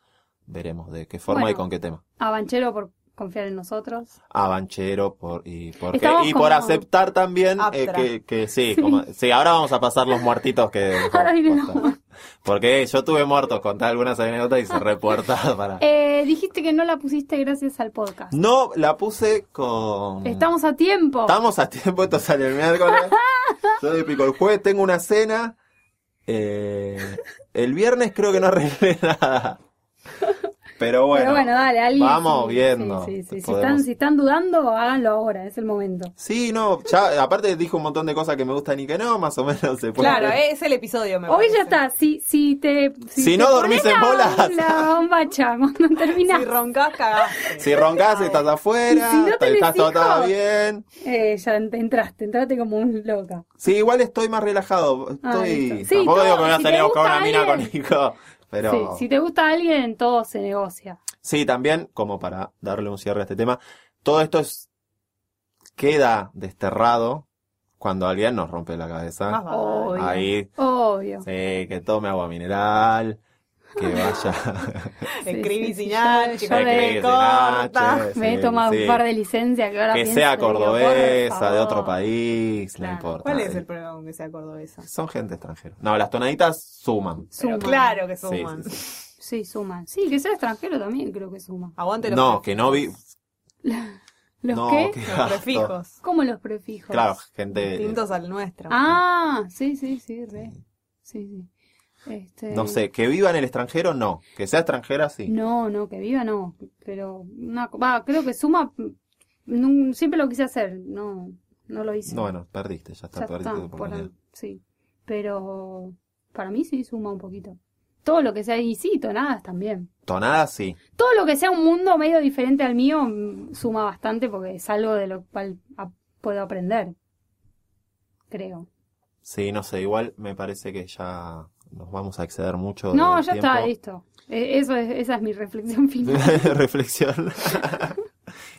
[SPEAKER 2] Veremos de qué forma y
[SPEAKER 3] Bueno.
[SPEAKER 2] con qué tema.
[SPEAKER 3] A Banchero por confiar en nosotros.
[SPEAKER 2] A Banchero por, y, por, qué-
[SPEAKER 3] Estamos
[SPEAKER 2] y por
[SPEAKER 3] como-
[SPEAKER 2] aceptar también eh,
[SPEAKER 4] Aptra.
[SPEAKER 2] que, que sí,
[SPEAKER 3] <laughs>
[SPEAKER 2] como- sí, ahora vamos a pasar los muertitos que... dejó
[SPEAKER 3] Ahora vienen los
[SPEAKER 2] posta. Porque eh, yo tuve muertos, conté algunas anécdotas y se reporta para...
[SPEAKER 3] Eh, dijiste que no la pusiste gracias al podcast.
[SPEAKER 2] No, la puse con...
[SPEAKER 3] Estamos a tiempo.
[SPEAKER 2] Mm. Estamos a tiempo, esto sale el
[SPEAKER 3] <laughs>
[SPEAKER 2] miércoles. Yo de pico el jueves tengo una cena. Eh, el viernes creo que no arreglé <laughs> nada. Pero bueno.
[SPEAKER 3] Pero bueno, dale, alguien.
[SPEAKER 2] vamos
[SPEAKER 3] sí,
[SPEAKER 2] viendo.
[SPEAKER 3] sí, sí, sí. Si,
[SPEAKER 2] Podemos-
[SPEAKER 3] están, si están dudando, háganlo ahora, es el momento.
[SPEAKER 2] Sí, no, ya, aparte dijo un montón de cosas que me gustan y que no, más o menos se puede.
[SPEAKER 4] Claro, es el episodio, me
[SPEAKER 3] Hoy
[SPEAKER 4] parece.
[SPEAKER 3] ya está, si, si te.
[SPEAKER 2] Si
[SPEAKER 3] te
[SPEAKER 2] no
[SPEAKER 3] pones
[SPEAKER 2] dormís en
[SPEAKER 3] la-
[SPEAKER 2] bolas.
[SPEAKER 3] La bombacha, cuando termina.
[SPEAKER 4] Si roncás, cagaste.
[SPEAKER 2] Si roncas, estás afuera,
[SPEAKER 3] Y si no tenés
[SPEAKER 2] estás todo
[SPEAKER 3] hijos.
[SPEAKER 2] estaba bien.
[SPEAKER 3] Eh, ya ent- entraste, entraste como un loca.
[SPEAKER 2] Sí, igual estoy más relajado.
[SPEAKER 3] Ah,
[SPEAKER 2] Estoy.
[SPEAKER 3] listo. Sí,
[SPEAKER 2] Tampoco
[SPEAKER 3] todo,
[SPEAKER 2] digo que me voy a
[SPEAKER 3] si
[SPEAKER 2] salir
[SPEAKER 3] te
[SPEAKER 2] a buscar
[SPEAKER 3] gusta
[SPEAKER 2] una mina con
[SPEAKER 3] alguien.
[SPEAKER 2] hijos. Pero.
[SPEAKER 3] Sí, si te gusta alguien, todo se negocia.
[SPEAKER 2] Sí, también, como para darle un cierre a este tema, todo esto es, queda desterrado cuando alguien nos rompe la
[SPEAKER 4] Más
[SPEAKER 2] cabeza.
[SPEAKER 4] vale.
[SPEAKER 3] Ah, Obvio.
[SPEAKER 2] Ahí,
[SPEAKER 3] Obvio.
[SPEAKER 2] sí, que tome agua mineral,
[SPEAKER 3] <laughs>
[SPEAKER 2] que vaya.
[SPEAKER 4] Escribí
[SPEAKER 3] sí, sí,
[SPEAKER 4] sin
[SPEAKER 3] yo-
[SPEAKER 4] H,
[SPEAKER 3] yo
[SPEAKER 4] con
[SPEAKER 3] de-
[SPEAKER 4] T corta.
[SPEAKER 2] sí,
[SPEAKER 3] Me he tomado
[SPEAKER 2] sí.
[SPEAKER 3] un par de licencias que ahora
[SPEAKER 2] Que
[SPEAKER 3] pienso,
[SPEAKER 2] sea
[SPEAKER 3] digo, por
[SPEAKER 2] cordobesa, de
[SPEAKER 3] favor.
[SPEAKER 2] otro país,
[SPEAKER 3] Claro.
[SPEAKER 2] no importa.
[SPEAKER 4] ¿Cuál es
[SPEAKER 2] sí.
[SPEAKER 4] el problema con que sea cordobesa?
[SPEAKER 2] Son gente extranjera. No, las tonaditas suman.
[SPEAKER 4] Pero
[SPEAKER 3] Suman.
[SPEAKER 4] claro que
[SPEAKER 2] Sí,
[SPEAKER 4] suman.
[SPEAKER 2] sí,
[SPEAKER 3] Sí, suman. Sí, que sea extranjero también creo que suma.
[SPEAKER 4] Aguante los
[SPEAKER 2] No,
[SPEAKER 4] prefijos.
[SPEAKER 2] que no vi.
[SPEAKER 3] ¿Los
[SPEAKER 2] no,
[SPEAKER 3] qué?
[SPEAKER 2] qué
[SPEAKER 4] Los
[SPEAKER 2] gasto.
[SPEAKER 4] prefijos.
[SPEAKER 3] ¿Cómo los prefijos?
[SPEAKER 2] Claro, gente.
[SPEAKER 4] Distintos al nuestro.
[SPEAKER 3] Ah, sí, sí, sí, re. Sí, sí. Este...
[SPEAKER 2] No sé, que viva en el extranjero, no. Que sea extranjera, sí.
[SPEAKER 3] No, no, que viva no. Pero, una co- va, creo que suma. nun- siempre lo quise hacer, no, no lo hice.
[SPEAKER 2] No, bueno, perdiste, ya está,
[SPEAKER 3] Ya
[SPEAKER 2] perdiste
[SPEAKER 3] está,
[SPEAKER 2] tu
[SPEAKER 3] por
[SPEAKER 2] oportunidad.
[SPEAKER 3] ahí, sí. Pero para mí sí suma un poquito. Todo lo que sea, y sí, tonadas también.
[SPEAKER 2] Tonada sí.
[SPEAKER 3] Todo lo que sea un mundo medio diferente al mío mm, suma bastante porque es algo de lo cual a- puedo aprender. Creo.
[SPEAKER 2] Sí, no sé, igual me parece que ya nos vamos a exceder mucho.
[SPEAKER 3] No,
[SPEAKER 2] del
[SPEAKER 3] ya está,
[SPEAKER 2] tiempo.
[SPEAKER 3] listo. Eh, Eso es, esa es mi
[SPEAKER 2] <laughs>
[SPEAKER 3] reflexión final. <laughs>
[SPEAKER 2] Reflexión.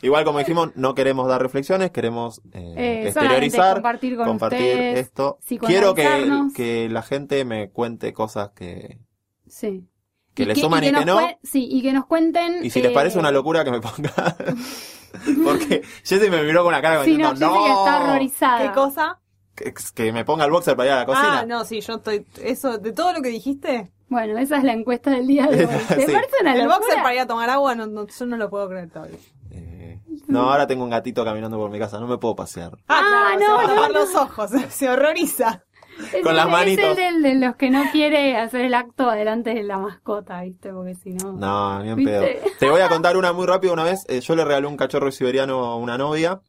[SPEAKER 2] igual, como dijimos, no queremos dar reflexiones, queremos eh,
[SPEAKER 3] Eh, solamente
[SPEAKER 2] exteriorizar,
[SPEAKER 3] compartir con
[SPEAKER 2] compartir
[SPEAKER 3] ustedes.
[SPEAKER 2] esto. Quiero que,
[SPEAKER 3] psicoanalizarnos.
[SPEAKER 2] que la gente me cuente cosas que,
[SPEAKER 3] Sí.
[SPEAKER 2] que le suman y
[SPEAKER 3] nos
[SPEAKER 2] que no.
[SPEAKER 3] cuen- Sí, y que nos cuenten.
[SPEAKER 2] Y si les
[SPEAKER 3] eh,
[SPEAKER 2] parece una locura que me pongan. <laughs> Porque Jessy me miró con la cara como
[SPEAKER 3] Sí, no,
[SPEAKER 2] diciendo,
[SPEAKER 3] Jessica está
[SPEAKER 2] "No".
[SPEAKER 3] horrorizada.
[SPEAKER 4] ¿Qué cosa?
[SPEAKER 2] que, que me ponga el boxer para ir a la cocina.
[SPEAKER 4] Ah, no, sí, yo estoy. Eso, de todo lo que dijiste,
[SPEAKER 3] Bueno, esa es la encuesta del día de hoy. ¿Te
[SPEAKER 2] Sí.
[SPEAKER 3] parece una
[SPEAKER 4] el
[SPEAKER 3] locura?
[SPEAKER 4] boxer para ir a tomar agua, no, no, yo no lo puedo creer todavía.
[SPEAKER 2] Eh, no, ahora tengo un gatito caminando por mi casa, no me puedo pasear.
[SPEAKER 4] Ah,
[SPEAKER 3] Ah,
[SPEAKER 4] claro, <laughs> se
[SPEAKER 3] no,
[SPEAKER 4] va a
[SPEAKER 3] no,
[SPEAKER 4] tapar
[SPEAKER 3] no.
[SPEAKER 4] los ojos, se horroriza.
[SPEAKER 3] Es
[SPEAKER 2] Con
[SPEAKER 3] el-
[SPEAKER 2] las manitos.
[SPEAKER 3] Es el del- de los que no quiere hacer el acto adelante de la mascota, ¿viste? Porque si no.
[SPEAKER 2] No, ni en
[SPEAKER 3] ¿Viste?
[SPEAKER 2] pedo. Te voy a contar una muy rápida. Una vez eh, yo le regalé un cachorro siberiano a una novia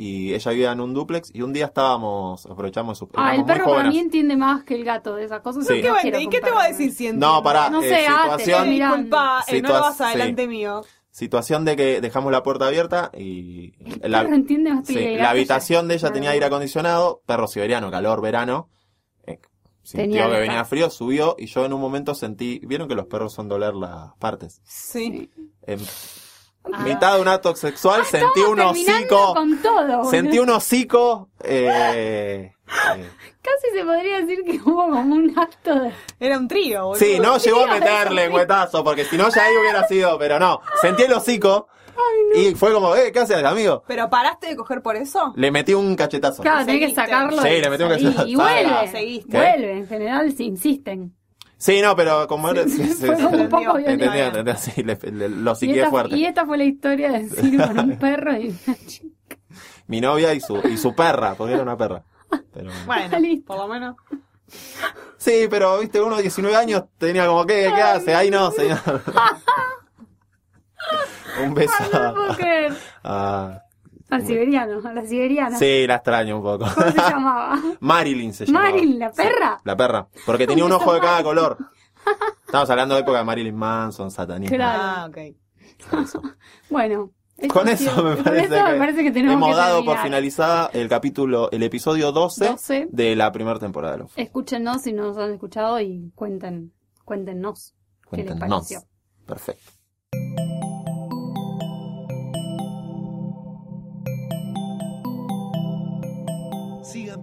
[SPEAKER 2] y ella vivía en un duplex y un día estábamos, aprovechamos su...
[SPEAKER 3] Ah, el
[SPEAKER 2] éramos muy
[SPEAKER 3] perro para
[SPEAKER 2] jóvenes.
[SPEAKER 3] mí entiende más que el gato de esas cosas.
[SPEAKER 2] Sí.
[SPEAKER 3] No
[SPEAKER 2] ¿Qué
[SPEAKER 4] va-
[SPEAKER 3] quiero
[SPEAKER 4] ¿Y qué te va a
[SPEAKER 3] compararme.
[SPEAKER 4] decir si
[SPEAKER 2] No, pará,
[SPEAKER 3] No
[SPEAKER 2] eh,
[SPEAKER 3] sé, ah, te-
[SPEAKER 2] situación,
[SPEAKER 3] mira.
[SPEAKER 4] Disculpa, eh, no
[SPEAKER 2] Situa-
[SPEAKER 4] lo vas
[SPEAKER 2] sí.
[SPEAKER 4] adelante mío.
[SPEAKER 2] situación de que dejamos la puerta abierta y
[SPEAKER 3] El
[SPEAKER 2] la,
[SPEAKER 3] perro entiende más que
[SPEAKER 2] sí,
[SPEAKER 3] el gato
[SPEAKER 2] la
[SPEAKER 3] ya.
[SPEAKER 2] habitación de ella
[SPEAKER 3] Ah.
[SPEAKER 2] tenía aire acondicionado, perro siberiano, calor, verano. eh,
[SPEAKER 3] Tenía
[SPEAKER 2] Sintió que
[SPEAKER 3] que
[SPEAKER 2] venía
[SPEAKER 3] estar.
[SPEAKER 2] frío, subió y yo en un momento sentí, vieron que los perros son doler las partes.
[SPEAKER 4] Sí.
[SPEAKER 2] En
[SPEAKER 3] Ah.
[SPEAKER 2] mitad de un acto sexual sentí un
[SPEAKER 3] Terminando
[SPEAKER 2] hocico.
[SPEAKER 3] con todo.
[SPEAKER 2] Sentí
[SPEAKER 3] boludo.
[SPEAKER 2] un hocico. eh, eh,
[SPEAKER 3] Casi se podría decir que hubo como un acto de.
[SPEAKER 4] Era un trío, boludo.
[SPEAKER 2] Sí, no llegó a meterle cuetazo, porque si no ya ahí hubiera sido, pero no. Sentí el hocico y fue como, eh, ¿qué haces, amigo?
[SPEAKER 4] ¿Pero paraste de coger por eso?
[SPEAKER 2] Le metí un cachetazo.
[SPEAKER 3] Claro, tenés que
[SPEAKER 4] Seguiste.
[SPEAKER 3] sacarlo.
[SPEAKER 2] Sí,
[SPEAKER 3] de-
[SPEAKER 2] le metemos que
[SPEAKER 3] y-
[SPEAKER 2] se-
[SPEAKER 3] Y vuelve.
[SPEAKER 4] Ah, seguiste.
[SPEAKER 3] Vuelve, en general, si insisten.
[SPEAKER 2] Sí, no, pero como era- sí, sí,
[SPEAKER 3] Fue
[SPEAKER 2] sí.
[SPEAKER 3] como un poco
[SPEAKER 4] Entendió,
[SPEAKER 2] Entendí,
[SPEAKER 3] violento.
[SPEAKER 2] entendí, sí, le- le- lo
[SPEAKER 3] Y
[SPEAKER 2] siqué
[SPEAKER 3] esta,
[SPEAKER 2] fuerte.
[SPEAKER 3] y esta fue la historia de Ciro con un perro y una chica.
[SPEAKER 2] Mi novia y su, y su perra, porque era una perra. Pero-
[SPEAKER 4] Bueno,
[SPEAKER 3] Listo.
[SPEAKER 4] por lo menos.
[SPEAKER 2] Sí, pero viste, uno de 19 años tenía como, ¿qué, qué hace? Ahí no,
[SPEAKER 3] <laughs>
[SPEAKER 2] señor. un beso.
[SPEAKER 3] No
[SPEAKER 2] <laughs>
[SPEAKER 3] puedo creer.
[SPEAKER 2] Ah,
[SPEAKER 3] Al siberiano, a la siberiana.
[SPEAKER 2] sí, la extraño un poco.
[SPEAKER 3] ¿Cómo se llamaba? <laughs>
[SPEAKER 2] Marilyn se llamaba.
[SPEAKER 3] Marilyn, la perra.
[SPEAKER 2] La perra.
[SPEAKER 3] <laughs>
[SPEAKER 2] Porque tenía un ojo de cada color. Estamos hablando de época de Marilyn Manson, satanismo.
[SPEAKER 3] Claro.
[SPEAKER 4] Ah, ok.
[SPEAKER 2] todo eso.
[SPEAKER 3] Bueno. esto
[SPEAKER 2] Con
[SPEAKER 3] ha
[SPEAKER 2] eso
[SPEAKER 3] sido-
[SPEAKER 2] me
[SPEAKER 3] con
[SPEAKER 2] parece,
[SPEAKER 3] eso me
[SPEAKER 2] que
[SPEAKER 3] parece que tenemos
[SPEAKER 2] hemos
[SPEAKER 3] que
[SPEAKER 2] dado por
[SPEAKER 3] terminar.
[SPEAKER 2] finalizada el capítulo, el episodio 12,
[SPEAKER 3] 12.
[SPEAKER 2] de la primera temporada de los
[SPEAKER 3] Escúchenos si nos han escuchado y cuenten, cuéntenos qué les
[SPEAKER 2] Cuéntenos.
[SPEAKER 3] pareció.
[SPEAKER 2] Perfecto.
[SPEAKER 1] Sigan